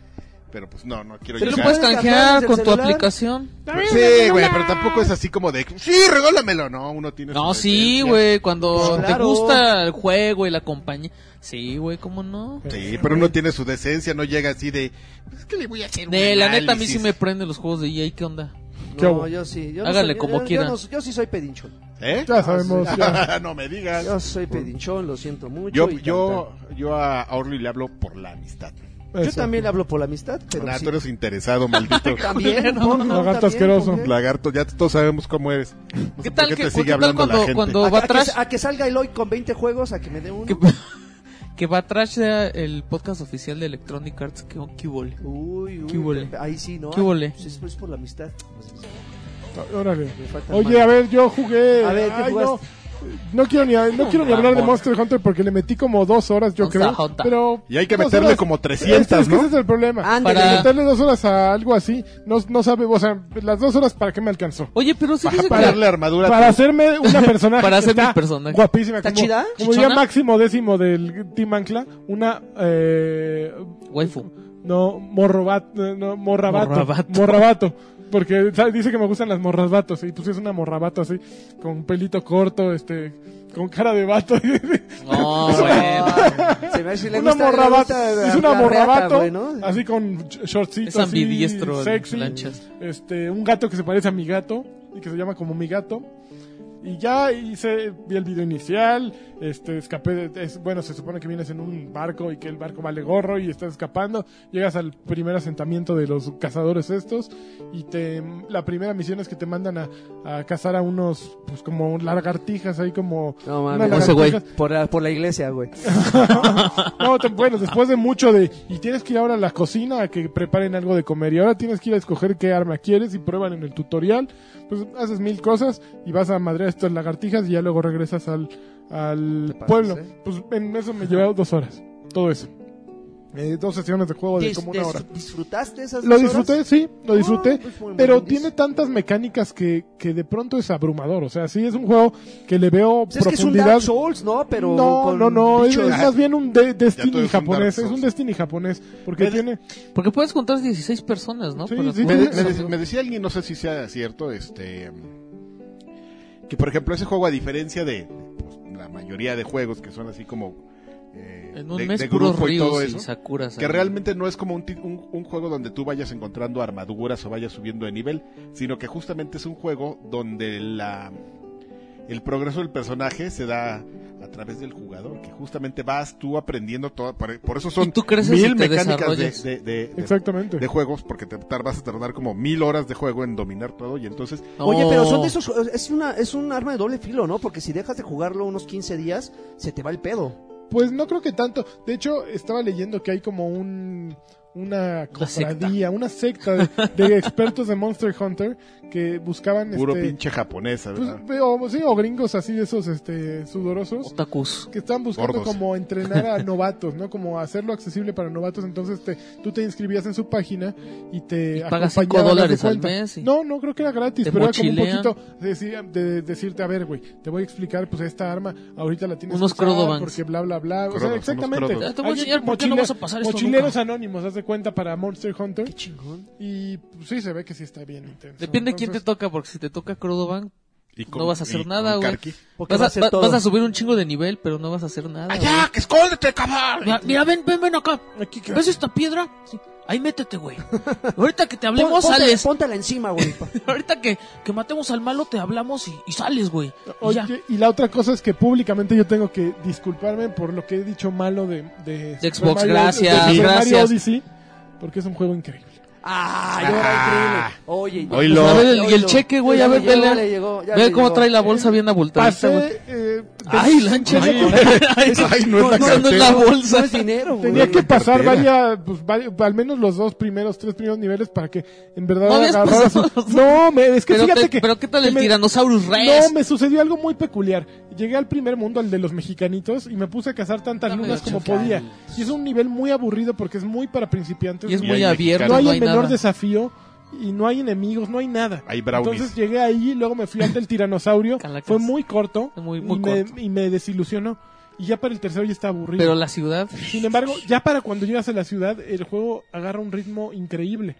B: Pero pues no, no quiero
C: Te lo
D: ya.
C: puedes
D: puedes canjear
C: canjear
D: desde
C: con
D: el
C: tu
D: celular?
C: aplicación.
B: Sí, güey, pero tampoco es así como de, sí, regálamelo. No, uno tiene...
C: No,
B: su
C: sí,
B: decencia.
C: güey, cuando
D: Pues claro.
C: te gusta el juego y la compañía. Sí, güey, ¿cómo no?
B: Sí, pero uno tiene su decencia, no llega así de, es que le voy a hacer un
C: De la neta, a mí sí
B: análisis".
C: me prende los juegos de EA, ¿qué onda?
A: ¿Qué
D: No,
A: hubo?
D: yo sí. Yo no
C: Hágale
D: soy- yo-
C: como
D: yo,
C: quiera.
D: Yo, no- yo sí soy pedinchón.
B: ¿Eh?
A: Ya sabemos. ya.
B: no me digas.
D: Yo
A: Mm.
D: soy pedinchón, lo siento mucho.
B: Yo,
D: y
B: yo, yo a a Orly le hablo por la amistad.
D: tan- Yo
A: Eso.
D: también le hablo por la amistad, pero
B: Nah,
D: sí.
B: tú eres interesado, maldito.
D: También,
C: culero.
D: no, no,
A: Lagarto
D: también,
A: asqueroso.
D: ¿por qué?
B: Lagarto, ya todos sabemos cómo eres. No
C: ¿Qué
B: sé por
C: tal,
B: qué
C: que,
B: te sigue
C: ¿qué tal
B: hablando la
C: cuando,
B: gente.
C: cuando
D: A,
C: va
D: a que,
C: atrás?
D: a que salga Eloy con 20 juegos, a que me dé uno.
C: Que, que va atrás sea el podcast oficial de Electronic Arts. ¿Qué, qué huele?
D: Uy, uy,
C: ¿Qué huele?
D: ahí sí, ¿no?
C: ¿Qué huele?
D: Pues Es, pues por la amistad.
A: Ah, Órale.
D: Me falta
A: Oye,
D: mano.
A: a ver, yo jugué.
D: A ver, ¿qué
A: Ay, no.
D: jugaste?
A: No quiero ni, no quiero ni hablar de Monster Hunter porque le metí como dos horas, yo
C: Monster
A: creo.
C: Hunter.
A: Pero
B: Y hay que
A: dos
B: meterle
A: horas-
B: como
A: es que
B: 300,
A: Ese
B: ¿no?
A: es el problema.
D: Ándale.
A: Para
C: Para-
A: meterle dos horas a algo así, no, no sabe, o sea, las dos horas para qué me alcanzó.
C: Oye, pero se dice
B: Para
C: que...
B: darle armadura. a
A: Para
B: tu-
A: hacerme una personaje.
C: Para
A: que
C: hacer mi
A: está
C: personaje.
A: Guapísima.
D: ¿Está
A: como,
D: chida?
A: Como diría
C: ¿Chichona?
A: máximo décimo del Team Ancla, una, eh,
C: Waifu.
A: no, morrobat, eh, no, morrabato. Morrabato.
C: Morrabato.
A: Porque ¿sabes? dice que me gustan las morrabatos, y pues es una morrabato así, con pelito corto, este, con cara de vato.
C: No,
D: No,
C: bueno.
D: se me hace- le
A: una
D: gusta- le
A: morrabato,
D: gusta la-
A: es una
D: la reata,
A: morrabato,
D: güey, ¿no?
A: así con ch- shortcito
C: Es
A: así,
C: ambidiestro el
A: sexy,
C: Lanchas.
A: este, un gato que se parece a mi gato y que se llama como mi gato. Y ya hice, vi el video inicial, este, escapé, de- es, bueno, se supone que vienes en un barco y que el barco vale gorro y estás escapando, llegas al primer asentamiento de los cazadores estos y te, la primera misión es que te mandan a, a cazar a unos, pues como largartijas ahí como...
D: No
A: unas
D: mames.
C: Ese güey.
A: lagartijas.
D: Por la, por la iglesia, güey.
A: No, te- bueno, después de mucho de... Y tienes que ir ahora a la cocina a que preparen algo de comer. Y ahora tienes que ir a escoger qué arma quieres y prueban en el tutorial. Pues haces mil cosas y vas a madrear estas lagartijas y ya luego regresas al, al
D: Te pasas,
A: pueblo.
D: ¿eh?
A: Pues en eso me llevaba dos horas. Todo eso. Eh, dos sesiones de juego de
D: Dis-
A: como una
D: dis-
A: hora.
D: ¿Disfrutaste esas
A: Lo
D: dos
A: disfruté,
D: horas?
A: sí, lo disfruté.
D: pues, muy
A: pero
D: buen
A: tiene
D: disco.
A: tantas mecánicas que, que de pronto es abrumador. O sea, sí es un juego que le veo
D: Pues es que es un
A: profundidad.
D: Dark Souls, ¿no? Pero
A: No,
D: con
A: no, no, es,
D: bichos.
A: es más bien un de-
B: todo
A: Destiny
B: es un Dark
A: japonés, es
B: Souls.
A: un Destiny japonés, porque
B: Me de-
A: tiene...
C: Porque puedes contar 16 personas, ¿no?
A: Sí,
C: Para
A: sí,
C: jugar.
B: Me, de-
A: sí.
B: me de- me decía alguien, no sé si sea cierto, este que por ejemplo ese juego, a diferencia de pues, la mayoría de juegos que son así como eh,
C: En un
B: de,
C: mes
B: de
C: puros
B: grupo y todo
C: ríos y,
B: eso,
C: sakuras.
B: que
C: ahí.
B: realmente no es como un, ti- un- un juego donde tú vayas encontrando armaduras o vayas subiendo de nivel, sino que justamente es un juego donde la el progreso del personaje se da a través del jugador, que justamente vas tú aprendiendo todo, por, por eso son
C: Y tú creces y
B: mil
C: te
B: mecánicas de,
C: desarrollas.
B: de- de- de-
A: Exactamente.
B: de juegos porque te tar- vas a tardar como mil horas de juego en dominar todo y entonces
C: No.
D: Oye, pero son de esos juegos- es una es un arma de doble filo, ¿no? Porque si dejas de jugarlo unos 15 días, se te va el pedo.
A: Pues no creo que tanto. De hecho, estaba leyendo que hay como un una cofradía, una secta de, de expertos de Monster Hunter que buscaban
B: puro
A: este
B: pinche japonesa,
A: pues,
B: ¿verdad?
A: o, sí, o gringos así de esos este sudorosos
C: Otakus.
A: que están buscando
B: Gordos.
A: como entrenar a novatos, ¿no? Como hacerlo accesible para novatos. Entonces te, tú te inscribías en su página y te
C: Y pagas
A: acompañaban,
C: cinco
A: haz de
C: dólares al
A: cuenta.
C: mes y-
A: No, no, creo que era gratis,
C: Te
A: pero era como un
C: mochilean.
A: poquito de, decir- de decirte, a ver, güey, te voy a explicar, pues esta arma ahorita la tienes
C: Unos
A: que usar
C: crudobans.
A: porque bla, bla, bla. O
B: Crudos,
A: sea,
B: unos
A: exactamente.
B: crudos.
C: Te voy a
A: Hay
C: enseñar por qué no
A: mochile-
C: vas a pasar esto
A: Mochileros
C: nunca.
A: anónimos, haz de cuenta, para Monster Hunter.
D: chingón.
A: Y pues, sí, se ve que sí está bien intenso.
C: Depende de quién te
A: Entonces,
C: toca, porque si te toca Crodoban,
B: Y
C: no vas a hacer
B: y
C: nada,
B: con
C: güey.
B: Karki.
D: Porque
C: vas,
D: va
C: a,
D: a ser
C: va-
D: todo.
C: vas a subir un chingo de nivel, pero no vas a hacer nada.
E: Allá, que escóndete, cabrón. Mira, mira, ven, ven, ven acá. ¿Ves esta piedra? Sí. Ahí métete, güey. Ahorita que te
D: Pon-
E: hablemos,
D: póntela-
E: sales.
D: póntela encima, güey.
E: Ahorita que, que matemos al malo, te hablamos y, y sales, güey. Y ya.
A: Oye, y la otra cosa es que públicamente yo tengo que disculparme por lo que he dicho malo de, de,
C: De
A: Super
C: Xbox,
A: Mario-
C: gracias,
A: de Super Mario
C: gracias.
A: Odyssey, porque es un juego increíble.
D: Ah, yo era increíble. Oye,
B: Hoy
C: Pues,
B: lo-
C: a ver, el-
D: Ya
C: y el
D: llegó.
C: cheque, güey,
D: Ya
C: a ver,
D: llegó,
C: vele.
D: ya llegó, ya
C: Ve
D: llegó.
C: cómo trae la bolsa bien abultadita, güey.
A: Pasé, eh, te-
C: Ay, lancha.
A: tenía,
B: Ay,
C: no.
B: no es la
C: Eso no es
B: cartera.
C: la
D: No
C: bolsa.
D: es dinero, güey.
A: tenía que pasar
B: cartera.
A: varias, pues, vari- al menos los dos primeros, tres primeros niveles para que en verdad
C: No habías
A: agarraras-
C: pasado los-
A: No, me, es que
C: Pero,
A: fíjate
C: te-
A: que...
C: pero ¿qué tal
A: que
C: el
A: me-
C: Tyrannosaurus Rex?
A: No, me sucedió algo muy peculiar. Llegué al primer mundo, al de los mexicanitos, y me puse a cazar tantas
C: Dame
A: lunas
C: los
A: como podía. Y es un nivel muy aburrido porque es muy para principiantes.
C: y es
B: Y
C: muy
B: hay
C: abierto,
A: no hay
C: no
A: el
C: hay
A: menor
C: nada.
A: desafío y no hay enemigos, no hay nada.
B: Hay brownies.
A: Entonces llegué ahí y luego me fui ante el tiranosaurio.
C: Calacas.
A: Fue muy corto
C: Muy- muy
A: y, me,
C: corto.
A: y me desilusionó. Y ya para el tercero ya está aburrido.
C: Pero la ciudad...
A: Sin embargo, ya para cuando llegas a la ciudad, el juego agarra un ritmo increíble.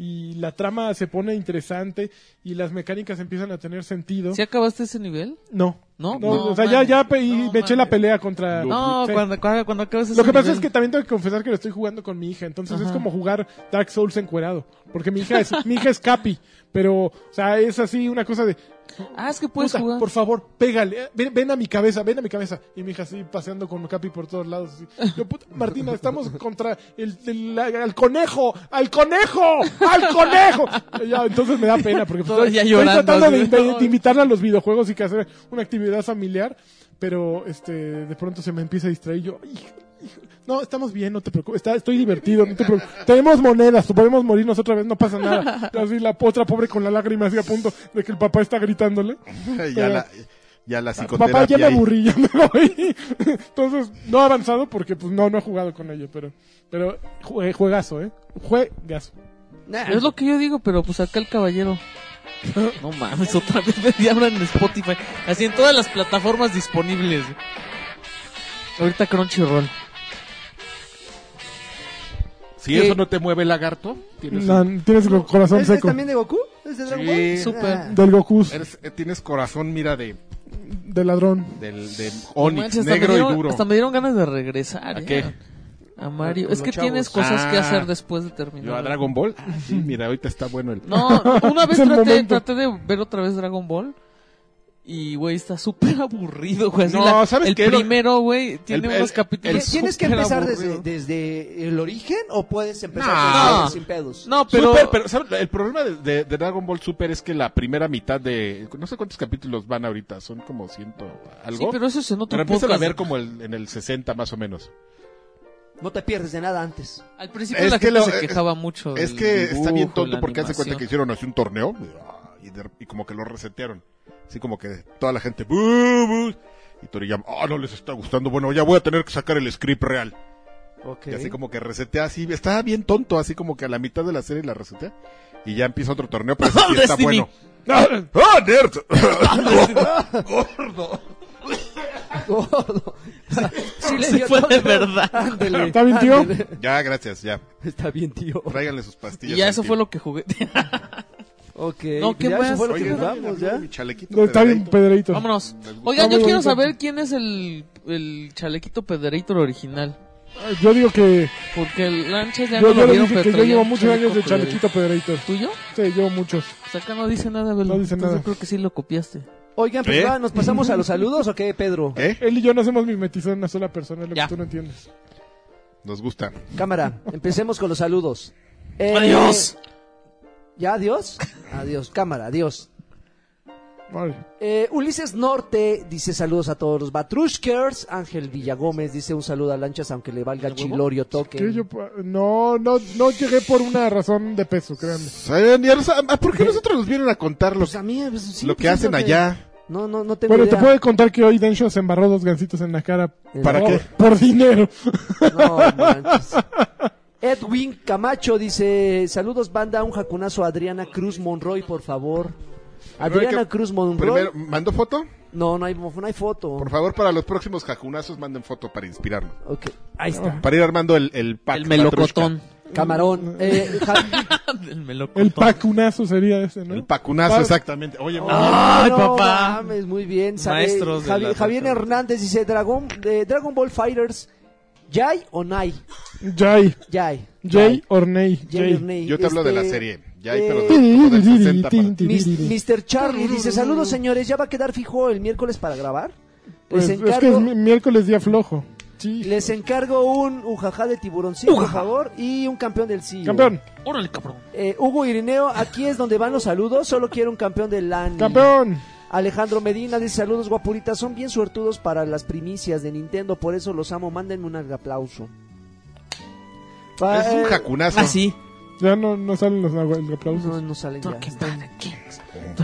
A: Y la trama se pone interesante y las mecánicas empiezan a tener sentido.
C: ¿Sí acabaste ese nivel?
A: No.
C: No,
A: No,
C: no,
A: o sea, ya,
C: mames.
A: ya pe- y
C: No,
A: me eché la
C: mames.
A: pelea contra...
C: No,
A: Sí.
C: cuando, cuando, cuando acabas ese
A: Lo que pasa
C: nivel.
A: es que también tengo que confesar que lo estoy jugando con mi hija, entonces es
C: Ajá.
A: como jugar Dark Souls encuerado, porque mi hija es, mi hija es Capi, pero, o sea, es así una cosa de,
C: Ah, es que puedes
A: "Puta,
C: jugar.
A: por favor, pégale, eh, ven, ven a mi cabeza, ven a mi cabeza, y mi hija así paseando con Capi por todos lados, así, yo, puta, Martina, estamos contra el, el- la- al conejo, al conejo, al conejo, Y ya, entonces me da pena, porque pues,
C: Todo
A: estoy,
C: ya
A: estoy
C: llorando,
A: tratando de,
C: así,
A: de-
C: no.
A: de invitarla a los videojuegos y que hacer una actividad familiar, pero, este, de pronto se me empieza a distraer y yo, "Hija, no, estamos bien, no te preocupes. Está- estoy divertido, no te preocupes. Tenemos monedas, podemos morirnos otra vez, no pasa nada. Así la otra pobre con la lágrima así a punto de que el papá está gritándole.
B: ya la- ya la psicoterapia.
A: Papá, ya me
B: ahí.
A: aburrí, ya me voy. Entonces, no he avanzado porque pues no, no he jugado con ella, pero, pero jue- juegazo, ¿eh? Juegazo.
D: Nah.
C: Es lo que yo digo, pero pues acá el caballero. No mames, otra vez me diablan en Spotify. Así en todas las plataformas disponibles. Ahorita Crunchyroll.
B: Si eso no te mueve lagarto, tienes,
A: La- tienes el corazón
D: ¿Es, es
A: seco.
D: también de Goku? ¿Es de Dragon
B: Sí.
D: Ball?
C: Super.
D: Ah.
A: Del Goku,
B: eres- eh, tienes corazón, mira, de,
A: del ladrón.
B: del, de
C: No
B: Onix,
C: manches, hasta
B: negro
C: me dieron-
B: y duro.
C: Hasta me dieron ganas de regresar.
B: ¿A
C: ya.
B: qué?
C: A Mario.
D: Con
C: Es que
D: los chavos.
C: tienes cosas que
B: Ah.
C: hacer después de terminar.
B: Yo a Dragon Ball. Ah, sí, mira, ahorita está bueno el.
C: No, una vez
A: Es el
C: traté,
A: momento.
C: traté de ver otra vez Dragon Ball. Y, güey, está súper aburrido, güey. Así
B: No,
C: la-
B: ¿sabes
C: el
B: qué? Lo-
C: primero, güey, tiene
B: el-
C: unos
B: el-
C: capítulos.
D: ¿Tienes que
C: súper
D: empezar desde,
C: aburridos.
D: desde el origen o puedes empezar
B: No.
D: desde- sin pedos?
C: No, pero.
B: Super, pero ¿sabes? el problema de, de- de Dragon Ball Super es que la primera mitad de. No sé cuántos capítulos van ahorita, son como ciento algo.
C: Sí, pero eso se nota
B: Pero
C: un poco.
B: empiezan a ver como el- en el 60 más o menos.
D: No te pierdes de nada antes.
C: Al principio
B: Es
C: la
B: que
C: gente
B: lo-
C: se quejaba mucho.
B: Es
C: del
B: que está bien
C: dibujo,
B: tonto
C: la
B: porque hace cuenta que
C: animación.
B: hicieron así un torneo y, de- y como que lo resetearon. Así como que toda la gente. "Bú, bú", Y Toriyama, ah, no les está gustando. Bueno, ya voy a tener que sacar el script real.
D: Ok.
B: Y así como que resetea así. Está bien tonto, así como que a la mitad de la serie la resetea. Y ya empieza otro torneo, pero ese sí está
C: Destiny.
B: bueno. ¡Ah, nerd! ¡Gordo!
D: Gordo. Sí,
C: Sí fue de verdad.
D: Ándele,
A: ¿Está bien, tío?
D: ándele.
B: Ya, gracias, ya.
D: Está bien, tío.
B: Tráiganle sus
C: Y
B: pastillas.
C: ya
B: al
C: eso
B: tío.
C: fue lo que jugué.
D: Ok.
C: No, ¿qué
D: ya
C: más?
D: Eso fue lo
B: Oye,
D: que jugamos, ya.
B: mi chalequito
A: No, está bien,
B: pedraito.
A: Pedrito.
C: Vámonos.
B: Les gusta.
C: Oigan,
A: Está
C: yo
A: muy
C: quiero
A: bonito.
C: saber quién es el, el chalequito Pederator original.
A: Ah, Yo digo que.
C: Porque el Lanchas ya
A: Yo,
C: no
A: yo
C: lo
A: le dije
C: vieron, pero
A: que yo
C: traía
A: llevo
C: un
A: muchos años de
C: Pederator.
A: chalequito Pedrito.
C: ¿Tuyo?
A: Sí, llevo muchos.
C: O sea, acá no dice nada, Belo.
A: No dice
C: Entonces
A: nada.
C: yo creo que sí lo copiaste.
D: Oigan, pues
B: ¿Eh?
D: va, ¿nos pasamos a los saludos o qué, Pedro?
B: ¿Qué?
A: Él y yo no hacemos mimetizar en una sola persona, es lo
C: Ya.
A: que tú no entiendes.
B: Nos gusta.
D: Cámara, empecemos con los saludos. Eh,
C: ¡Adiós!
D: ¿Ya, adiós? Adiós, cámara, adiós.
A: Vale.
D: Eh, Ulises Norte dice saludos a todos los Batrushkers. Ángel Villagómez dice un saludo a Lanchas, aunque le valga chilorio toque.
A: Que yo pa- no, no, no llegué por una razón de peso, créanme.
B: Saben, y ahora sa- ah, ¿Por qué nosotros nos vienen a contar lo,
D: Pues a mí, pues, sí,
B: lo
D: pues,
B: que
D: es
B: hacen allá?
D: No, no, no tengo
A: Bueno, te
D: idea.
A: puedo contar que hoy Densho se embarró dos gancitos en la cara.
B: ¿Para
A: por,
B: qué?
A: Por dinero.
D: No, manches. Edwin Camacho dice, saludos banda, un jacunazo a Adriana Cruz Monroy, por favor. Adriana
B: que-
D: Cruz Monroy.
B: Primero, ¿mando foto?
D: No, no hay, no hay foto.
B: Por favor, para los próximos jacunazos, manden foto para inspirarnos.
D: Ok, ahí está.
B: Para ir armando el, el pack.
C: El melocotón.
D: Camarón. Eh, ja-
C: el melocotón.
A: El pacunazo sería ese,
B: patrushka.
A: ¿no?
B: El pacunazo,
A: Pa-
B: exactamente. Oye, muy bien.
C: ¡Ay,
D: No
C: papá!
D: mames, muy bien. sabe-
C: Maestros de
D: Javi-
C: la-
D: Javier Hernández dice, Dragon, de Dragon Ball Fighters, ¿Yay o Nay?
A: Jay.
D: Yay.
A: Jay Orney.
D: Jay or
A: Jay.
D: nay.
B: yo te hablo de la
D: Este,
B: serie. Ya
D: eh,
B: hay, pero de- como del 60 para-
D: Mis- Mr. Charlie dice, saludos señores, ¿ya va a quedar fijo el miércoles para grabar?
A: Pues,
D: Les
A: es que es
D: encargo,
A: mi- miércoles día flojo. Sí.
D: les encargo un ujajá de tiburoncito, por favor, y un campeón del CEO.
A: Campeón.
C: Órale, cabrón.
D: Eh, Hugo Irineo, aquí es donde van los saludos, solo quiero un campeón del LAN.
A: Campeón.
D: Alejandro Medina dice, saludos guapuritas, son bien suertudos para las primicias de Nintendo, por eso los amo, mándenme un aplauso. Pa-
B: Es un
D: eh,
B: jacunazo.
C: Ah, sí.
A: Ya no, no salen los agua- los
D: No,
A: aplausos.
D: no salen ya.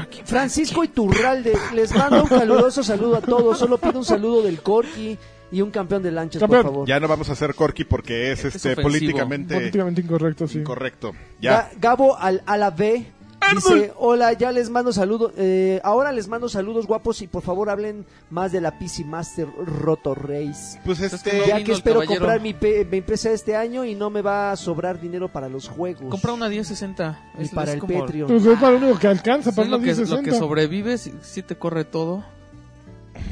E: Aquí.
D: Francisco Iturralde, les mando un caluroso saludo a todos. Solo pido un saludo del Corky y un campeón de lanchas,
A: Campeón.
D: por favor.
B: Ya no vamos a hacer Corky porque es,
C: Es
B: este
C: ofensivo.
B: políticamente
A: Políticamente incorrecto, sí.
B: incorrecto.
D: Ga-
B: Ya.
D: Gabo al, a la B dice, hola, ya les mando saludos. eh, ahora les mando saludos guapos y por favor hablen más de la PC Master Roto Race.
B: Pues
C: que
B: este.
C: no-
D: Ya
C: vino
D: que
C: el
D: espero
C: caballero.
D: comprar mi, P- mi empresa este año y no me va a sobrar dinero para los juegos.
C: Compra una 1060.
D: Ni
C: Es-
D: para
C: es
D: el
C: como-
D: Patreon.
A: Pues es para lo único que alcanza,
C: Es
A: para
C: lo
A: unos
C: que, lo
A: 1060.
C: que sobrevives, si, si te corre todo.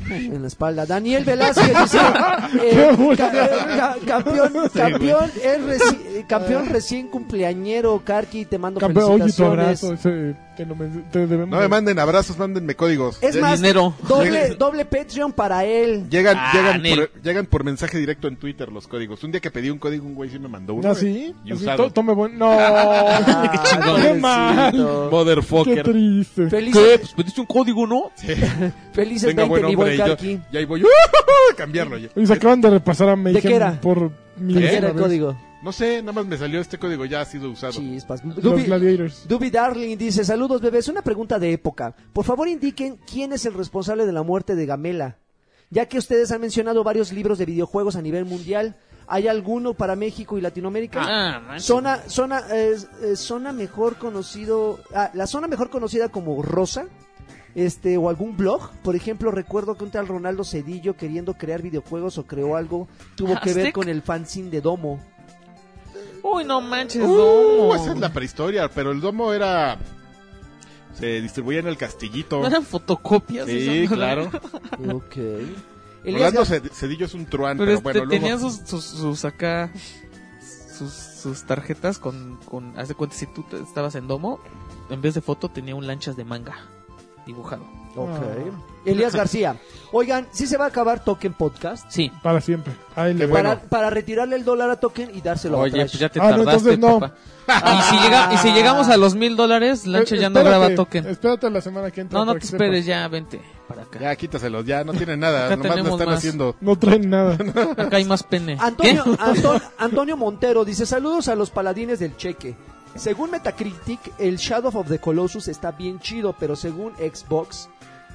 D: en la espalda. Daniel Velázquez dice, eh,
A: Qué buena.
D: ca- ca- campeón, campeón, es reci- eh, campeón recién cumpleañero, Karki, te mando
A: Campeón, oye tu
D: felicitaciones.
A: abrazo, ese, te lo men- te debemos.
B: No me manden abrazos, mándenme códigos.
D: es
B: Ya-
D: más,
C: dinero.
D: doble, doble Patreon para él.
B: Llegan,
C: Ah,
B: llegan,
C: Nel.
B: por, llegan por mensaje directo en Twitter los códigos. Un día que pedí un código, un güey sí me mandó uno.
A: ¿Ah, sí?
B: Y
A: Así,
B: usado.
A: to- Tome buen... No.
D: Ah,
A: Qué
D: pobrecito.
A: mal. Qué
B: Motherfucker.
A: triste.
D: Felices,
C: Pues pediste un código, ¿no?
D: felices
B: Tenga
D: 20,
B: buen
D: mi
B: hombre.
D: buen
B: Y, yo,
D: Karki.
B: y ahí voy. ¡uh! cambiarlo. ya.
A: Oye, se acaban de repasar a Mayhem
D: qué era?
A: por
D: ¿De qué
A: milésima
D: era el
A: vez.
D: código?
B: No sé, nada más me salió este código, ya ha sido usado.
D: Chispas.
A: Los
D: Dubi,
A: Gladiators.
D: Dubi Darling dice, saludos bebés, una pregunta de época. Por favor indiquen quién es el responsable de la muerte de Gamela. Ya que ustedes han mencionado varios libros de videojuegos a nivel mundial, ¿hay alguno para México y Latinoamérica?
C: Ah, manches.
D: zona, zona, eh, eh, zona mejor conocido, ah, la zona mejor conocida como Rosa, este, o algún blog. Por ejemplo, recuerdo que un tal Ronaldo Cedillo queriendo crear videojuegos o creó algo, tuvo que ver
C: Aztec.
D: con el fanzine de Domo.
C: Uy, no manches,
B: Uh,
C: domo.
B: esa es la prehistoria, pero el domo era... Se distribuía en el castillito.
C: ¿No eran fotocopias?
B: Sí,
C: Esa-
B: claro.
D: Ok.
B: Rolando Ced- Cedillo es un truán,
C: Pero,
B: pero,
C: este,
B: bueno, luego...
C: tenía sus, sus, sus acá. Sus, sus tarjetas con. con haz de cuenta, si tú te- estabas en domo, en vez de foto tenía un lanchas de manga dibujado.
D: Ok.
A: Ah.
D: Elías García. Oigan, sí se va a acabar Token Podcast.
C: Sí.
A: Para siempre. A él
B: Qué
A: le- Eh,
B: bueno.
D: Para, para retirarle el dólar a Token y dárselo
C: Oye,
D: a
C: pues
D: Trash.
C: ya te
A: Ah, no,
C: tardaste,
A: entonces no.
C: papá. Y si, llega- y si llegamos a los mil dólares, Lancha
A: Eh,
C: ya no
A: espérate,
C: graba token.
A: Espérate la semana que entra.
C: No, no
A: para
C: te
A: que sepas.
C: esperes, ya vente para acá.
B: Ya, quítaselos, ya, no tienen nada,
C: Acá
B: nomás lo
C: tenemos
B: están
C: más.
B: haciendo.
A: No traen nada.
C: Acá hay más pene.
D: Antonio,
C: ¿Qué?
D: Anton- Antonio Montero dice saludos a los paladines del cheque. Según Metacritic, el Shadow of the Colossus está bien chido, pero según Xbox,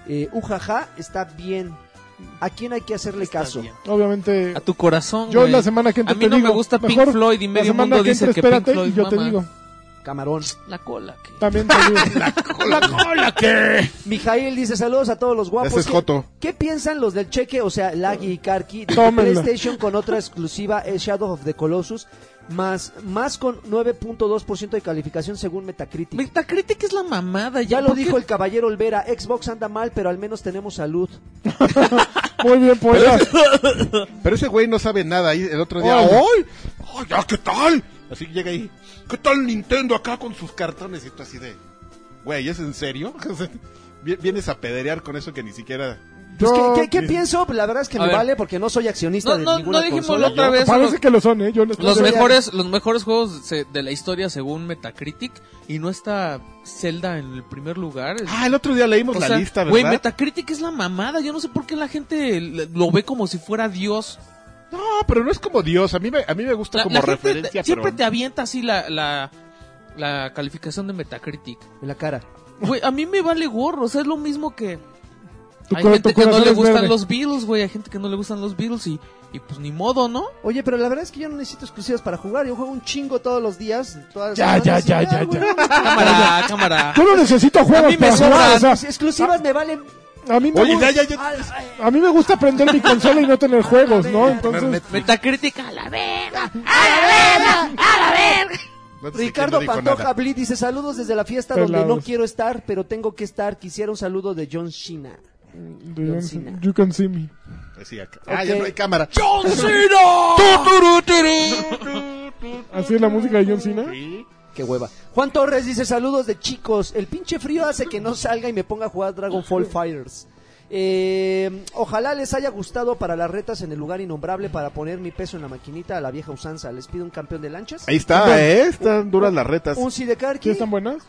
D: eh, Ujaja está bien. ¿A quién hay que hacerle caso?
C: bien.
A: Obviamente.
C: A tu corazón.
A: Yo
C: güey.
A: la semana que entra
C: A mí
A: te
C: no
A: digo.
C: me gusta Pink
A: Mejor
C: Floyd y
A: la
C: medio
A: semana
C: mundo
A: que
C: dice
A: entra,
C: que Pink
A: espérate
C: Floyd
A: y yo te
C: mama.
A: digo.
D: Camarón.
C: La cola. que-
A: También te digo.
D: Mijail dice saludos a todos los guapos.
B: Ese es
D: ¿Qué-
B: Joto.
D: ¿Qué, piensan los del cheque, o sea, Lagi y Karki, de que
A: Tómenla.
D: PlayStation con otra exclusiva es Shadow of the Colossus, más, más con 9.2% de calificación según Metacritic?
C: Metacritic es la mamada.
D: ya lo
C: ¿por qué?
D: dijo el caballero Olvera, Xbox anda mal, pero al menos tenemos salud.
A: Muy bien, pues, poeta.
B: Pero ese güey no sabe nada, y el otro día...
A: Órale.
B: ¡Ay! ¡Ay, ya, qué tal! Así que llega ahí, ¿qué tal Nintendo acá con sus cartones? Y tú así de... Güey, ¿es en serio? O sea, vi- Vienes a pederear con eso que ni siquiera...
D: Pues,
A: Yo-
D: ¿qué, qué- qué pienso? La verdad es que
C: A
D: me
C: ver.
D: vale porque no soy accionista
C: No,
D: de
C: no,
D: ninguna
C: no dijimos
D: consola.
C: la otra vez.
A: Parece
C: los-
A: que lo son, ¿eh? Yo les-
C: Los
A: yo-
C: mejores, los mejores juegos se- de la historia según Metacritic y no está Zelda en el primer lugar.
B: Ah, el otro día leímos
A: pues
C: O
B: la
C: sea,
B: lista,
C: güey,
B: ¿verdad?
C: Metacritic es la mamada. Yo no sé por qué la gente le- lo ve como si fuera Dios.
B: No, pero no es como Dios, a mí me, a mí me gusta
C: La,
B: como
C: la gente
B: referencia,
C: te- siempre
B: pero...
C: te avienta así la, la, la calificación de Metacritic.
D: En la cara.
C: Güey, a mí me vale gorro. O sea, es lo mismo que.
A: Tu
C: Hay
A: cor-
C: gente
A: tu
C: que no
A: corazón
C: le
A: es
C: gustan
A: verde.
C: los Beatles, güey. Hay gente que no le gustan los Beatles y, y pues ni modo, ¿no?
D: Oye, pero la verdad es que yo no necesito exclusivas para jugar. Yo juego un chingo todos los días. todas las
A: Ya, ya,
D: semanas, y
A: ya, ya,
D: güey,
A: ya.
C: Cámara, cámara.
A: Yo no necesito
C: A
A: juegos
C: mí me
A: para jugar.
C: sobran.
A: o sea,
D: Las exclusivas me valen.
A: a, mí me
B: Oye,
A: gu-
B: ya, ya, ya...
D: Al- ay,
A: a mí me gusta aprender mi consola y no tener juegos, ¿no? Entonces,
C: Metacritic a la verga, a la verga.
B: No te sé
D: Ricardo
B: quién no dijo
D: Pantoja
B: nada.
D: Blit dice saludos desde la fiesta donde
A: Pelados.
D: no quiero estar, pero tengo que estar. Quisiera un saludo de John Cena. John Cena.
A: you can see me.
B: Así acá. Ah, ya no hay cámara.
C: ¡John Cena!
A: Así es la música de John Cena.
B: Sí.
D: Qué hueva. Juan Torres dice saludos de chicos. El pinche frío hace que no salga y me ponga a jugar Dragon Fall Fighters. Eh, ojalá les haya gustado para las retas en el lugar innombrable para poner mi peso en la maquinita a la vieja usanza. Les pido un campeón de lanchas.
B: Ahí está, ¿eh? Están duras las retas.
D: Un sidecar
A: ¿Sí están buenas?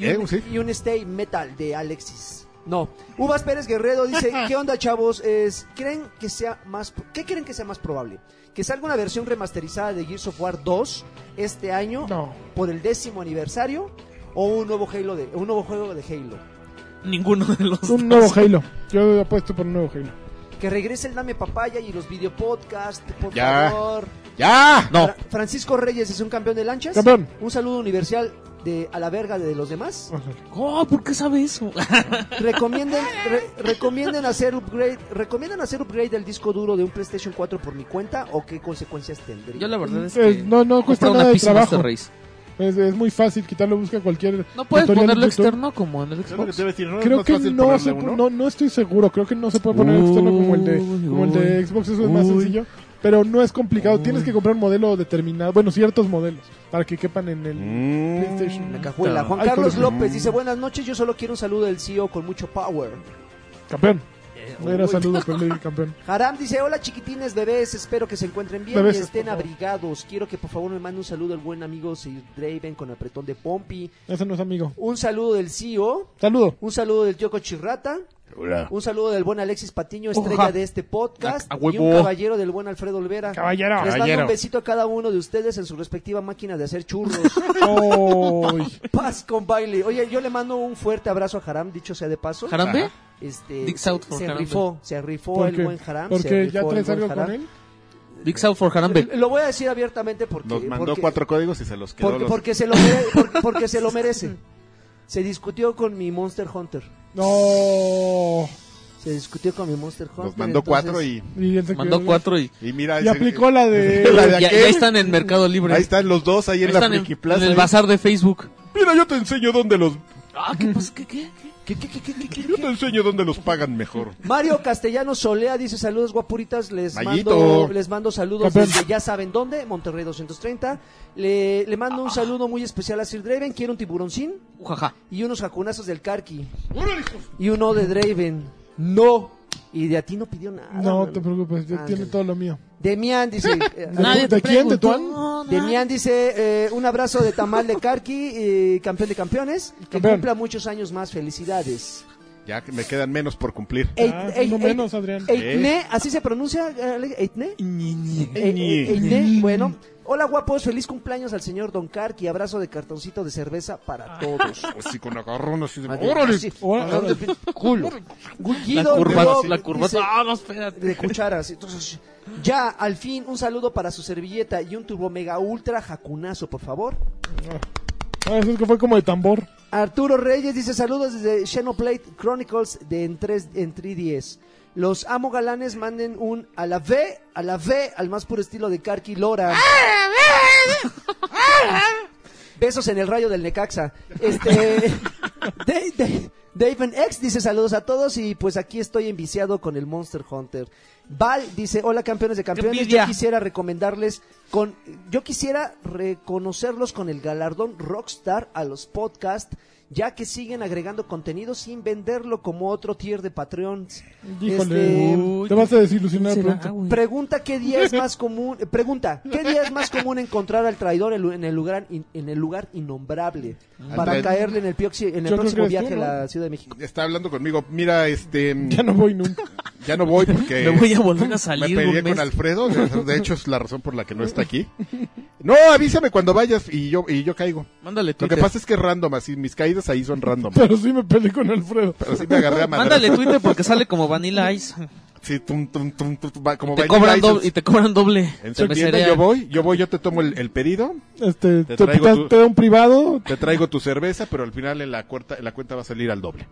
B: Eh, sí.
D: y un Stay Metal de Alexis. No. Uvas Pérez Guerrero dice, ¿qué onda chavos? Es, ¿creen que sea más, ¿Qué creen que sea más probable? ¿Que salga una versión remasterizada de Gears of War 2 este año
A: No.
D: por el décimo aniversario? ¿O un nuevo, Halo de, un nuevo juego de Halo?
C: Ninguno de los dos.
A: Un nuevo Halo. Yo apuesto por un nuevo Halo.
D: Que regrese el Dame Papaya y los videopodcasts, por
B: Ya.
D: favor.
B: ¡Ya!
C: No.
D: Fra- Francisco Reyes es un campeón de lanchas.
A: Campeón.
D: Un saludo universal de a la verga de los demás.
C: Oh, ¿por qué sabe eso?
D: Recomienden, re- recomienden hacer upgrade, recomiendan hacer upgrade del disco duro de un PlayStation 4 por mi cuenta o qué consecuencias tendría.
C: Yo la verdad es
A: Eh,
B: este
C: que...
A: no, no
C: compra
A: cuesta
C: una
A: nada de
C: PC
A: trabajo.
C: Master Race.
A: Es, es muy fácil quitarlo, busca cualquier.
C: No
A: tutorial
C: puedes
A: en
C: ponerlo
A: YouTube.
C: externo como en el
B: Es lo que
C: Xbox.
B: te iba a decir, ¿no?
A: Creo
B: ¿No es
A: que
B: fácil
A: no,
B: ponerle
A: se,
B: uno?
A: pu- no, no estoy seguro. Creo que no se puede poner externo como el, de, como el de Xbox. Eso es más sencillo. Pero no es complicado. Tienes que comprar un modelo determinado. Bueno, ciertos modelos. Para que quepan en el
B: Mm.
A: PlayStation.
D: La cajuela. Juan
A: Ay,
D: Carlos
A: corazón.
D: López dice buenas noches, yo solo quiero un saludo del CEO con mucho power.
A: Campeón.
D: Eh, uy.
A: Era saludo, pero le dije campeón.
D: Haram dice, hola chiquitines bebés, espero que se encuentren bien
A: Bebés,
D: y estén
A: por favor.
D: abrigados. Quiero que por favor me mande un saludo el buen amigo Sir Draven con apretón de Pompi.
A: Ese no es amigo.
D: Un saludo del CEO.
A: Saludo.
D: Un saludo del Yoko Chirrata.
B: Hola.
D: Un saludo del buen Alexis Patiño, estrella
C: Oja.
D: de este podcast.
B: A- a
D: y
B: huevo.
D: un caballero del buen Alfredo Olvera.
A: Caballero.
D: Les mando
B: Caballero.
D: un besito a cada uno de ustedes en su respectiva máquina de hacer churros. Oh,
A: Uy.
D: Paz con baile. Oye, yo le mando un fuerte abrazo a Haram, dicho sea de paso.
C: ¿Jarambe?
B: Ajá.
D: Este,
C: Dicks out for
D: se
C: Harambe.
D: rifó, se rifó
A: eh. ¿Por
D: el
A: qué?
D: buen Haram. se
A: Porque ya
D: rifó el
A: traes
D: buen
A: algo con
D: Haram.
A: él.
C: Big South for Jarambe.
D: Lo voy a decir abiertamente porque...
B: Nos mandó
D: porque-
B: cuatro códigos y se los quedó.
D: Porque,
B: los-
D: porque se lo mere- porque, porque se lo merece. Se discutió con mi Monster Hunter.
A: No.
D: Se discutió con mi Monster Hunter.
B: Nos mandó
D: entonces-
B: cuatro y,
A: Y él se
C: Mandó
A: quedó-
C: cuatro y
B: y mira.
A: Y
B: ese-
A: aplicó la de.
B: La de
C: ya,
B: aquel.
C: ya están en Mercado Libre.
B: Ahí están los dos, ahí en
C: Ahí
B: la
C: están
B: Friki Plaza.
C: en el
B: ahí.
C: bazar de Facebook.
B: Mira, yo te enseño dónde los.
F: Ah, ¿qué pasa? ¿Qué, qué? ¿Qué, qué, qué, qué, qué, qué?
B: Yo te enseño dónde los pagan mejor.
D: Mario Castellano Solea dice saludos guapuritas, les
B: Mayito.
D: mando les mando saludos
A: Campeón.
D: desde ya saben dónde, Monterrey 230. Le, le mando un saludo muy especial a Sir Draven, quiero un tiburoncín
C: Ujaja.
D: y unos jacunazos del Karki. Y uno de Draven. No. Y de a ti no pidió nada.
A: No
D: mano.
A: te preocupes, yo tiene
D: Ándale.
A: todo lo mío.
D: Demian dice eh,
A: Nadie ¿De quién? ¿De
E: preguntó,
A: Tuan?
E: no, nadie.
D: Demian dice eh, un abrazo de tamal de Karki, eh, campeón de campeones, que
A: Campeón.
D: cumpla muchos años más, felicidades.
B: Ya que me quedan menos por cumplir.
D: Eit-
A: Ah,
D: eit-
A: no
D: eit-
A: menos, Adrián.
D: Eitne, así se pronuncia, eh, Ale- Eitne. Eh,
B: Ñe.
D: eh, Eitne, bueno. Hola guapos, feliz cumpleaños al señor Don Karki, abrazo de cartoncito de cerveza para todos.
B: Así con agarrón, así de.
D: Madre,
B: ¡Órale!
D: así,
A: Ah, Órale.
D: agarrón de pin- culo.
C: La
D: Guido
C: curvata.
D: Rock
C: La
D: dice-
C: curvata. Ah, no, espérate.
D: de cucharas. Entonces, ya, al fin, un saludo para su servilleta y un turbo mega ultra jacunazo, por favor.
A: Ah, eso es que fue como de tambor.
D: Arturo Reyes dice saludos desde Xenoblade Chronicles de en, 3, en 3DS. Los amo galanes manden un a la V, a la V, al más puro estilo de Karki Lora. Besos en el rayo del Necaxa. Este, Dave, Dave- Dave and X dice saludos a todos y pues aquí estoy enviciado con el Monster Hunter. Val dice, hola campeones de campeones, yo
C: envidia.
D: quisiera recomendarles con, yo quisiera reconocerlos con el galardón Rockstar a los podcasts, ya que siguen agregando contenido sin venderlo como otro tier de Patreons.
A: Híjole.
D: Este,
C: Uy,
A: te vas a desilusionar
C: ¿Quién será,
A: pronto.
C: güey?
D: Pregunta qué día es más común, eh, pregunta, ¿qué día es más común encontrar al traidor en lu- en el lugar in- en el lugar innombrable para
B: traidor.
D: caerle en el, pioxi- en el
A: Yo creo que
D: próximo
A: eres tú,
D: viaje
A: ¿no?
D: a la Ciudad de México?
B: Está hablando conmigo. Mira, este.
A: Ya no voy nunca.
B: Ya no voy porque.
C: Me voy a volver a
B: Eh, Me
C: salir
B: peleé
C: un mes.
B: con Alfredo, de de hecho es la razón por la que no está aquí. No, avísame cuando vayas y yo y yo caigo.
C: Mándale
B: Lo que
C: Twitter.
B: pasa es que es random, así mis caídas ahí son random.
A: Pero sí me peleé con Alfredo.
B: Pero sí me agarré a madrazos.
C: Mándale Twitter porque sale como Vanilla Ice.
B: Sí, tum, tum, tum, tum, tum, va- como
C: Te
B: Vanilla
C: cobran
B: Ice.
C: doble, y te cobran doble.
B: En
C: Te
B: su tienda
C: meserean.
B: yo voy, yo voy, yo te tomo el, el pedido,
A: Este, te,
B: Te traigo
A: te-
B: tu-
A: te da un privado.
B: te traigo tu cerveza, pero al final en la cuenta, en la cuenta va a salir al doble.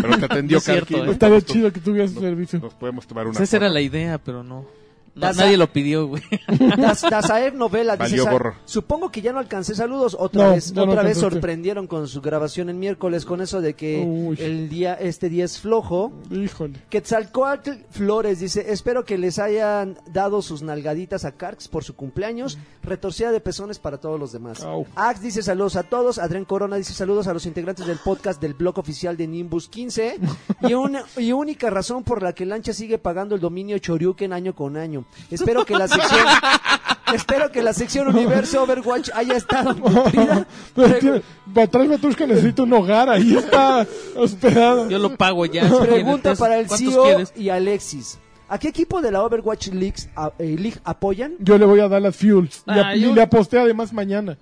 B: Pero te atendió
C: Es cierto,
B: Karki,
C: ¿eh?
B: nos
A: Estaría
B: podemos to-
A: chido que tuvieras su
B: nos-
A: servicio.
B: Nos podemos tomar una.
C: Pues esa era
B: foto.
C: la idea, pero no. No,
D: Taza-
C: nadie lo pidió, güey.
D: Das- Dazaev Novela dice,
B: Valió
D: "Sa-
B: gorro".
D: supongo que ya no alcancé saludos, otra
A: No,
D: vez,
A: ya no
D: otra vez
A: alcanzaste.
D: sorprendieron con su grabación en miércoles con eso de que
A: Uy.
D: el día, este día es flojo.
A: Híjole.
D: Quetzalcoatl Flores dice, espero que les hayan dado sus nalgaditas a Carx por su cumpleaños, retorcida de pezones para todos los demás.
A: Au.
D: Ax dice saludos a todos, Adrián Corona dice saludos a los integrantes del podcast del blog oficial de Nimbus 15 y, una, y única razón por la que Lancha sigue pagando el dominio Choryuken año con año. Espero que la sección... Espero que la sección Universo Overwatch haya estado nutrida.
A: Pero tiene- para traerme a Tushka necesito un hogar. Ahí está hospedado.
C: Yo lo pago ya. si quieres.
D: Pregunta
C: Entonces,
D: para el
C: ¿cuántos
D: CEO
C: quieres?
D: y Alexis. ¿A qué equipo de la Overwatch Leagues, a- eh, League apoyan?
A: Yo le voy a dar las Fuel. Y, a-
C: Ah,
A: y
C: yo-
A: le aposté además mañana.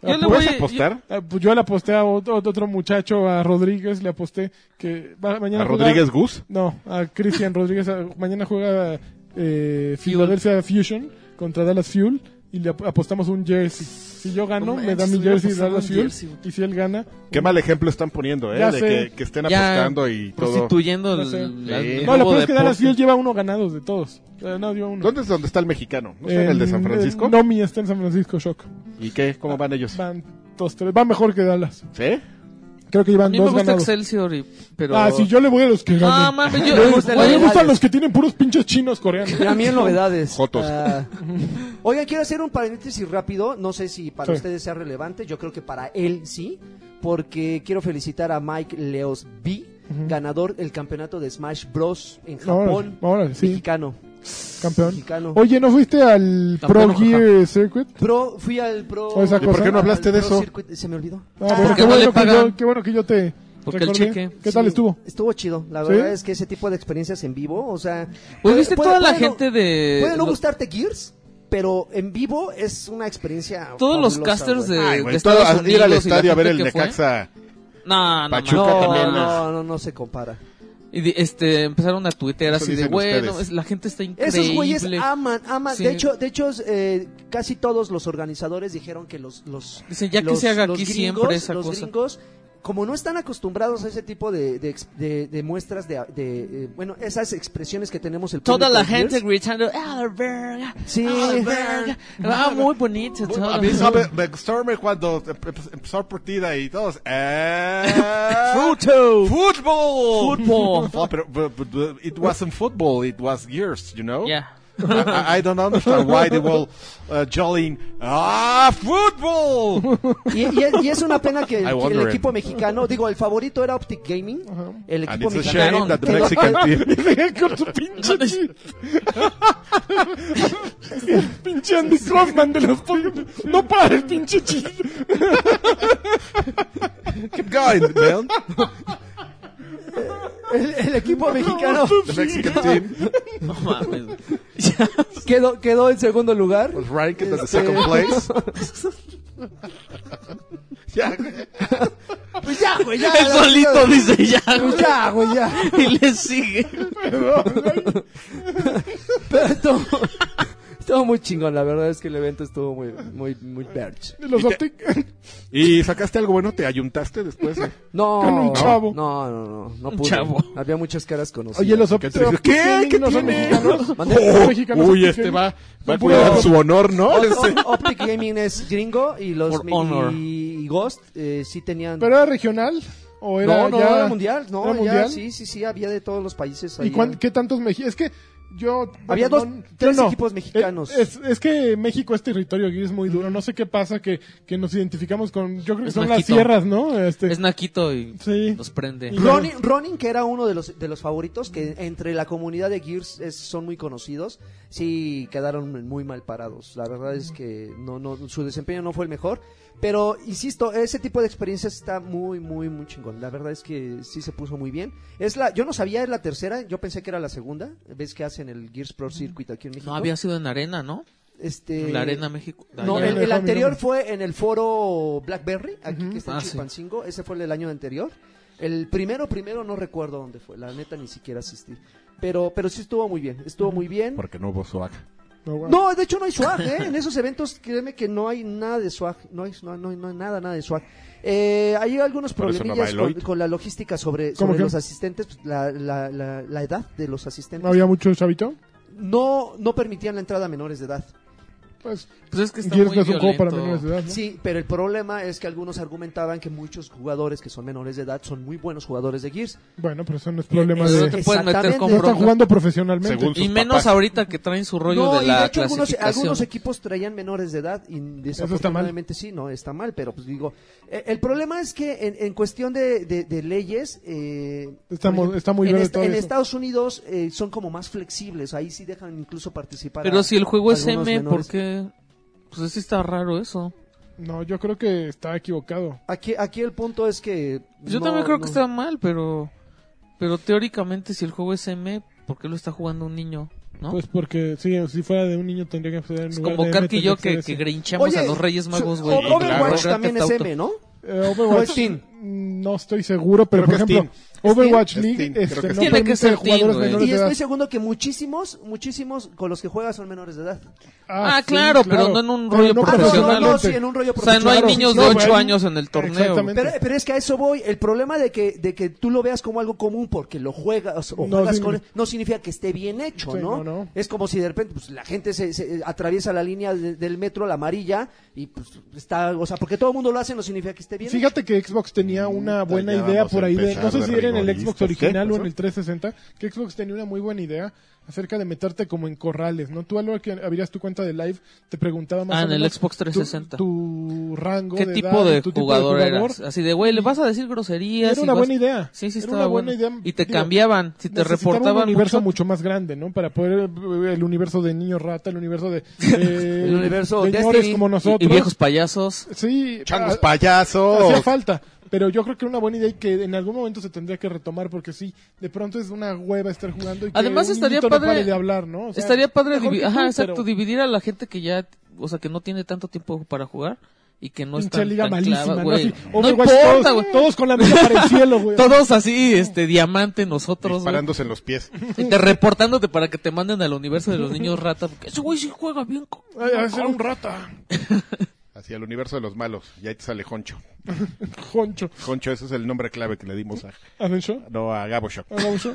C: Yo le
B: ¿Puedes
C: voy-
B: apostar?
A: Ah, pues yo le aposté a otro, otro muchacho, a Rodríguez, le aposté que va- mañana
B: ¿A
A: juega-
B: Rodríguez Gus?
A: No, a Cristian Rodríguez. a- mañana juega eh, Philadelphia Fusion contra Dallas Fuel y le ap- apostamos un jersey. Si yo gano,
C: No
A: me
C: manches,
A: da mi
C: hubiera
A: jersey de
C: apostado
A: Dallas
C: un
A: Fuel.
C: jersey, güey.
A: Y si él gana,
B: Qué mal ejemplo están poniendo, ¿eh?
A: Ya
B: de
A: sé.
B: que, que estén
C: Ya
B: apostando y todo.
C: Prostituyendo
A: No
C: el-
A: sé.
C: la-
B: Sí.
C: el
A: No, lo
C: nuevo
A: peor es que Dallas
C: deporte.
A: Fuel lleva uno ganados de todos. Eh, no, lleva uno.
B: ¿Dónde es donde está el mexicano? ¿No está en el de
C: Eh,
B: San Francisco?
A: No, mi está en San Francisco Shock.
B: ¿Y qué? ¿Cómo van ellos?
A: Van dos, tres. Van mejor que Dallas.
B: ¿Sí?
A: Creo que
C: A
A: llevan
C: mí me
A: dos
C: gusta
A: ganados.
C: Excelsior, y- pero...
A: Ah, sí, yo le voy a los que ganan.
C: Ah, mames, yo-
A: Me-
C: me gusta
A: a
C: la
A: mí me
D: de
A: gustan
D: Dallas.
A: los que tienen puros pinches chinos coreanos.
D: A mí en novedades.
B: Jotos.
D: Ah, oigan, quiero hacer un paréntesis rápido. No sé si para
A: Sí.
D: ustedes sea relevante. Yo creo que para él sí. Porque quiero felicitar a Mike Leos B, ganador del campeonato de Smash Bros. en
A: Ahora,
D: Japón.
A: ahora sí,
D: Mexicano.
A: campeón.
D: Mexicano.
A: Oye, ¿no fuiste al
C: Campeón, Ah,
A: Pro Gear Circuit? Ah,
D: Pro, fui al Pro.
A: ¿O esa
B: ¿Y por
A: cosa?
B: qué no hablaste
D: al
B: de
D: Pro
B: eso?
D: Circuit, Se me olvidó.
A: Ah, bueno,
C: porque
A: qué,
C: no le
A: bueno que
C: pagan.
A: yo, qué bueno que yo te,
C: Porque el
A: Recordé.
C: cheque.
A: ¿Qué tal
D: Ah, Sí,
A: estuvo?
D: Estuvo chido. La
A: ¿Sí?
D: verdad es que ese tipo de experiencias en vivo, o sea.
C: Pues
D: puede-
C: viste
D: puede-
C: toda la
D: puede no-
C: gente de.
D: Puede no
C: lo-
D: gustarte Gears, pero en vivo es una experiencia.
C: Todos los
D: fabulosa,
C: casters de,
D: güey.
B: Ay,
C: de
B: güey, todo-
C: Estados
B: a-
C: Unidos
B: ir al
C: y la
B: estadio a ver
C: gente
B: el
C: que fue.
B: Necaxa.
C: No, no,
B: Pachuca
C: mames.
D: No,
B: también,
D: no, no, no se compara.
C: Y de- este, empezaron a tuitear
B: Eso
C: así de,
B: dicen
C: güey,
B: ustedes.
C: no, es- la gente está increíble.
D: Esos güeyes aman, aman.
C: Sí.
D: De hecho, de hecho eh, casi todos los organizadores dijeron que los. los
C: Dicen, ya que
D: los-
C: se haga
D: los
C: aquí
D: gringos-
C: siempre esa
D: los
C: cosa.
D: gringos, como no están acostumbrados a ese tipo de, de, ex- de- de muestras de, de, eh, bueno esas expresiones que tenemos el
C: Toda
D: público
C: la
D: en Gears,
C: gente gritando, ¡Ah, la verga!
D: Sí.
C: ¡Ah, la verga! ¡Ah, muy bonito!
B: Bueno,
C: todo.
B: a mí sabe, me storme cuando empe- empezó la partida y todos. Eh,
C: ¡Fruto!
B: ¡Fútbol!
C: ¡Fútbol!
B: Oh, pero but- but- but it wasn't football, it was years, you know?
C: Yeah.
B: I- I, I don't understand why they were uh, jollying. ¡Ah, fútbol!
D: Y, y es- y es una pena que
B: I
D: el, que el
B: wonder it.
D: equipo mexicano, digo, el favorito era Optic Gaming, el
B: And
D: equipo
B: it's a
D: mexicano.
B: shame that the
D: quedó-
B: Mexican team.
A: Con su pinche. El pinche Andy Kaufman de los pollos. No para el pinche chiste.
B: Keep going, man.
D: el, el equipo mexicano
B: The Mexican team
C: No mames.
D: quedó, quedó en segundo lugar.
B: was ranked at the second place. Ya,
D: Pues ya, güey, ya.
C: El
D: la-
C: solito dice ya,
D: Pues
C: güey.
D: ya, güey, ya.
C: Y le sigue.
D: Pero estuvo, estuvo muy chingón, la verdad es que el evento estuvo muy, muy, muy verge.
A: Los Optic.
B: ¿Y sacaste algo bueno? ¿Te ayuntaste después? eh?
D: No,
A: Con un chavo.
D: no, no, no, no pude.
C: chavo.
D: Había muchas caras conocidas.
A: Oye, los
B: ¿Qué
A: Optic.
B: te dices? ¿Qué? ¿Qué
A: no son
B: tiene?
A: mexicanos.
D: Mande.
A: No son mexicanos.
B: Uy,
A: Optic
B: este
A: Gaming.
B: va, va a
A: Son puros-
B: cuidar su honor, ¿no? Este-
D: Op- Optic Gaming es gringo y los
C: For honor.
D: y Ghost eh, sí tenían
A: ¿Pero era regional? ¿O era
D: no, no,
A: ya...
D: era mundial, no,
A: ¿Era
D: ya,
A: mundial?
D: sí, sí, sí, había de todos los países.
A: ¿Y
D: ahí,
A: cuán-
D: ¿eh?
A: qué tantos mexicanos? Es que yo...
D: Había
A: bueno,
D: dos-
A: no- yo
D: tres
A: no. Eh,
D: equipos mexicanos.
A: Es, es que México es territorio gris muy duro. No sé qué pasa que, que nos identificamos con... Yo creo que
C: Es
A: son las
C: naquito.
A: sierras, ¿no? Este,
C: Es Naquito y
A: Sí.
C: los prende.
A: Y-
D: Ronin, Ronin, que era uno de los, de los favoritos, que entre la comunidad de Gears es- son muy conocidos, sí quedaron muy mal parados. La verdad es que no, no, su desempeño no fue el mejor. Pero, insisto, ese tipo de experiencias está muy, muy, muy chingón. La verdad es que sí se puso muy bien. Es la, yo no sabía, es la tercera, yo pensé que era la segunda. ¿Ves que hacen el Gears Pro Circuit aquí en México?
C: Mm. No había sido en Arena, ¿no?
D: Este,
C: En la Arena México. Allá.
D: No, el,
A: Déjame,
D: el anterior
A: déjame.
D: fue en el foro Blackberry, aquí que está en
C: Ah, sí.
D: Chilpancingo. Ese fue el del año anterior. El primero, primero no recuerdo dónde fue. La neta ni siquiera asistí. Pero, pero sí estuvo muy bien. Estuvo muy bien.
B: Porque no hubo swag.
A: no, bueno.
D: No, de hecho no hay swag, ¿eh? En esos eventos, créeme que no hay nada de swag. No hay, no, no- no hay nada, nada de swag. Eh, hay algunos
B: Por eso no
D: problemillas
B: bailó.
D: con, con la logística sobre,
A: ¿Cómo
D: sobre
A: que?
D: los asistentes, pues, la, la, la, la edad de los asistentes.
A: ¿No había mucho chavito?
D: No, no permitían la entrada a menores de edad.
A: Pues...
C: Pues es que está
A: Gears
C: muy
A: no es un juego para
C: violento.
A: menores de edad, ¿no?
D: Sí, pero el problema es que algunos argumentaban que muchos jugadores que son menores de edad son muy buenos jugadores de Gears.
A: Bueno, pero eso no es problema
C: Eso
A: de...
C: no te puedes meter
D: Exactamente.
A: No
C: con
D: No
A: están
C: bronca.
A: jugando profesionalmente.
B: Según
C: Y
B: sus
C: menos
B: papás.
C: ahorita que traen su rollo
D: no,
C: de
D: y de
C: la
D: hecho algunos, eh,
C: clasificación.
D: algunos equipos traían menores de edad y desafortunadamente sí, no, está mal, pero pues digo, eh, el problema es que en, en cuestión de, de- de leyes... eh,
A: Está
D: por
A: mo- está muy
D: en,
A: verde
D: est-
A: todo
D: en
A: eso.
D: Estados Unidos eh, son como más flexibles, ahí sí dejan incluso participar.
C: Pero
D: a-
C: si el juego es
D: algunos
C: M,
D: menores.
C: ¿por qué? Pues sí está raro eso.
A: No, yo creo que está equivocado.
D: Aquí, aquí el punto es que...
C: Pues Yo
D: no-
C: también creo que
D: no-
C: está mal, pero pero teóricamente si el juego es M, ¿por qué lo está jugando un niño? ¿No?
A: Pues porque sí, si fuera de un niño tendría que ser en
C: Es
A: lugar
C: como
A: de
C: Karki y yo
A: M, tendría
C: que,
A: ser
C: que
A: ese.
C: grinchamos a
D: Oye,
C: los Reyes Magos,
D: su-
C: güey.
D: O-
C: y claro, Grand
D: Overwatch también
C: Theft
D: es
C: Auto.
D: M, ¿no?
A: Eh,
D: O
A: Overwatch
D: es Steam.
A: mm, no estoy seguro, pero por
B: Creo que es
A: ejemplo, Overwatch
B: Es
A: League
B: Steam, creo
A: este,
B: que es
A: no
B: Steam.
A: permite
C: Tiene que ser Steam,
A: jugadores
C: güey.
A: menores
D: Y
A: de edad.
D: estoy seguro que muchísimos, muchísimos con los que juega son menores de edad.
C: Ah, claro, pero no en un rollo
D: Ah, no, no, no,
A: profesionalmente.
D: sí, en un rollo
C: O sea, no hay
D: profesional.
A: Claro,
C: niños
A: sí,
C: de
A: no,
C: 8
A: güey.
C: años en el torneo. güey.
A: Exactamente.
D: Pero, pero es que a eso voy. El problema de que, de que tú lo veas como algo común porque lo juegas o
A: No
D: juegas
A: significa-
D: con él, no significa que esté bien hecho,
A: Sí,
D: ¿no?
A: no, no.
D: Es como si de repente pues, la gente se, se atraviesa la línea de- del metro, la amarilla, y pues está, o sea, porque todo el mundo lo hace, no significa que esté bien. hecho.
A: Fíjate que Xbox tenía una
B: Puta,
A: buena
B: ya
A: idea
B: vamos a
A: por ahí de,
B: empezar
A: no sé
B: de
A: si era en el Xbox
B: rigoristas.
A: original
B: ¿Qué
A: o en
B: pasó?
A: el 360, que Xbox tenía una muy buena idea acerca de meterte como en corrales, ¿no? Tú a la hora que abrías tu cuenta de live te preguntaba más
C: Ah,
A: o
C: en el
A: menos
C: Xbox
A: tu-
C: 360.
A: tu, rango
C: ¿Qué
A: de
C: tipo
A: edad,
C: de
A: tu
C: jugador
A: jugador.
C: eras? Ah, Así de, güey, le vas a decir groserías.
A: Era
C: y
A: una
C: vas-
A: buena idea.
C: Sí, sí,
A: Era
C: estaba
A: una buena
C: bueno.
A: idea.
C: Y te
A: Digo,
C: cambiaban. Si te
A: Necesitaba un
C: reportaban
A: universo
C: mucho,
A: mucho, más grande, ¿no? Para poder eh, el universo de niño rata, el universo de, eh,
D: El universo
A: señores
D: Destiny
A: como
C: y-
A: nosotros.
C: y viejos payasos.
A: Sí,
B: Changos
A: ha- hacía
C: Oh.
B: payasos.
A: falta. Pero yo creo que era una buena idea y que en algún momento se tendría que retomar porque sí, de pronto es una hueva estar jugando y que
C: Además,
A: un
C: estaría
A: niñito
C: padre-
A: no pare de hablar, ¿no? O sea,
C: Estaría padre
A: mejor
C: divi-
A: que
C: ajá,
A: tú,
C: exacto,
A: pero-
C: dividir a la gente que ya, o sea, que no tiene tanto tiempo para jugar y que no
A: pinche
C: está
A: liga
C: tan
A: malísima,
C: clava,
A: ¿no?
C: güey.
A: Así,
C: No
A: Overwatch,
C: importa,
A: todos,
C: güey.
A: todos con la mira para el cielo, güey.
C: Todos así, este, diamante nosotros, güey.
B: Disparándose en los pies.
C: Y te reportándote para que te manden al universo de los niños rata. Porque ese güey sí juega bien. co-
A: Ay, a ser un rata.
B: Hacia el universo de los malos. Y ahí te sale Honcho.
A: Joncho.
B: Honcho, ese es el nombre clave que le dimos a,
A: ¿Has hecho?
B: no, a Gabo Shock.
A: ¿Has hecho?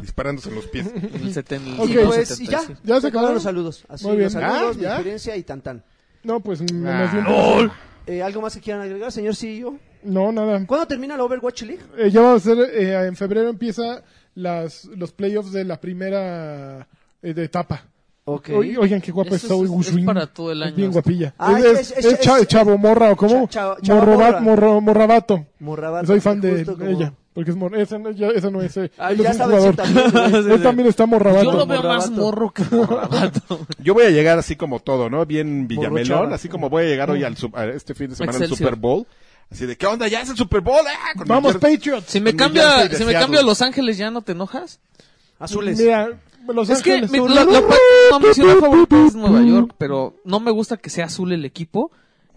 B: Disparándose en los pies.
C: En el seten- en el
A: Ok.
D: Y
A: Sí,
D: pues, y ya.
C: 76.
A: ¿Ya se acabaron?
D: los saludos. Así,
A: Muy bien.
D: los saludos,
B: Ah,
D: mi
B: ya.
D: experiencia y tan tan.
A: No, pues me-
B: Ah,
A: más bien-
D: Eh, ¿Algo más que quieran agregar, señor CEO?
A: no, nada.
D: ¿Cuándo termina la Overwatch League?
A: Eh, ya va a ser, eh, en febrero empieza las, los playoffs de la primera eh, de etapa.
D: Ok.
A: Oy- Oigan, qué guapa
C: Eso
A: está
C: es-
A: hoy
C: es
A: Gushwin.
C: para todo el año.
A: bien guapilla.
D: Ah,
A: es,
D: es-
A: es-
D: es-
A: es cha-
D: es-
A: chavo morra, ¿o cómo?
D: Cha- cha- chava
A: Morrobat,
D: morra.
A: morro, morrabato.
D: Morrabato,
A: Soy fan de
D: justo como-
A: ella. Porque es morra. Esa, no- ya- esa no es. eh,
D: Ah,
A: él no
D: ya
A: es un
D: sabes,
A: jugador.
D: sí, también,
A: Él también está morrabato.
C: Yo lo veo más
D: Morrabato.
C: morro que morrabato.
B: Yo voy a llegar así como todo, ¿no? Bien Villamelón,
D: Borruchada.
B: así como voy a llegar hoy al sup- a este fin de semana al
C: Excelsior.
B: Super Bowl. Así de, ¿qué onda? ¿Ya es el Super Bowl? ¡Ah! Con
A: Vamos,
B: mi pier-
A: Patriots.
C: Si me
B: Con
C: cambia,
B: Villarreal
C: si me
B: deseado.
C: cambia a Los Ángeles, ¿ya no te enojas?
D: Azules.
A: Mira, Los
C: Es que
A: Ángeles,
C: mi,
A: son-
C: la, la- no, mi ciudad favorita es Nueva York, pero no me gusta que sea azul el equipo.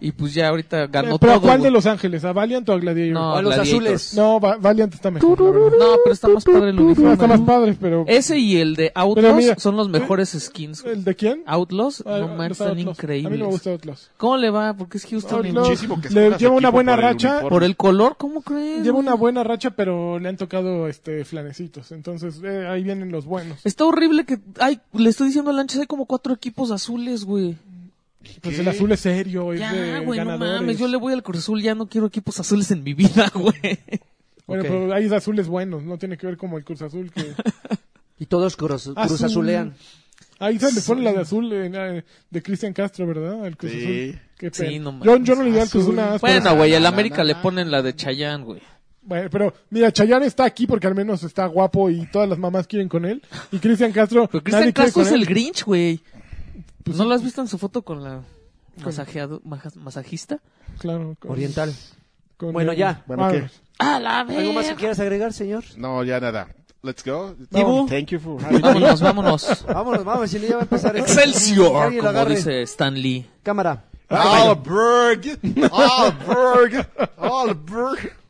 C: Y pues ya ahorita ganó
A: Eh, ¿Pero a
C: todo.
A: cuál de
C: güey.
A: Los Ángeles? ¿A Valiant o a Gladiator?
C: No,
D: O a los
C: Gladiators.
D: azules.
A: No, Va- Valiant está mejor, la verdad.
C: No, pero está más padre el
A: No,
C: uniforme.
A: está más padre, pero...
C: Ese y el de Outlaws
A: Pero mira,
C: son los mejores skins. güey.
A: ¿El de quién?
C: Outlaws,
A: Ah,
C: no
A: los
C: manches, están
A: Outlaws. A mí no me
C: increíbles.
A: gusta Outlaws.
C: ¿Cómo le va? Porque es Houston. en-
A: Outlaws
B: muchísimo
A: le
B: que escoja su
A: lleva una
B: equipo
A: buena
B: por el
A: racha.
B: uniforme.
C: Por el color, ¿cómo crees?
A: Lleva
C: güey?
A: una buena racha, pero le han tocado este flanecitos. Entonces, eh, ahí vienen los buenos.
C: Está horrible que... Ay, le estoy diciendo a Lanchas, hay como cuatro equipos azules, güey.
A: Pues
B: ¿Qué?
A: el azul es serio, es
C: Ya,
A: de
C: güey, no
A: ganadores.
C: mames. Yo le voy al Cruz Azul, ya no quiero equipos azules en mi vida, güey.
A: Bueno,
D: Ok.
A: pero hay azules buenos, no tiene que ver como el Cruz Azul que...
D: Y todos cruz,
A: Azul.
D: cruzazulean.
A: Ahí se le pone la de azul eh, eh, de Cristian Castro, ¿verdad? El Cruz
B: Sí.
A: Azul. Qué
C: Sí,
A: pena.
C: no mames.
A: yo, yo no le di al Cruz Azul nada más, pero-
C: Bueno, güey, al
B: na,
C: América
B: na,
C: le
B: na.
C: ponen la de Chayán, güey.
A: Bueno, pero mira, Chayanne está aquí porque al menos está guapo y todas las mamás quieren con él. Y Cristian Castro,
C: Pero Cristian
A: nadie
C: Castro es
A: quiere
C: el
A: con él. Pues
C: Grinch, güey. ¿No lo has visto en su foto con la masajeado, majas- masajista?
A: Claro, con-
D: Oriental.
A: con
D: Bueno,
A: el-
D: ya.
B: Bueno,
A: Ah,
B: ¿qué?
E: A la vez.
D: ¿Algo más que quieras agregar, señor?
B: No, ya nada. Let's go.
C: Dibu.
B: Thank you
A: Ah,
B: for having me.
C: Vámonos, vámonos.
D: Vámonos, vámonos, si no ya va a empezar. esto. Que
C: Excelsior,
D: alguien lo
C: como
D: agarre.
C: dice Stan Lee.
A: Ah,
D: Cámara.
B: Alberg. Alberg. Alberg.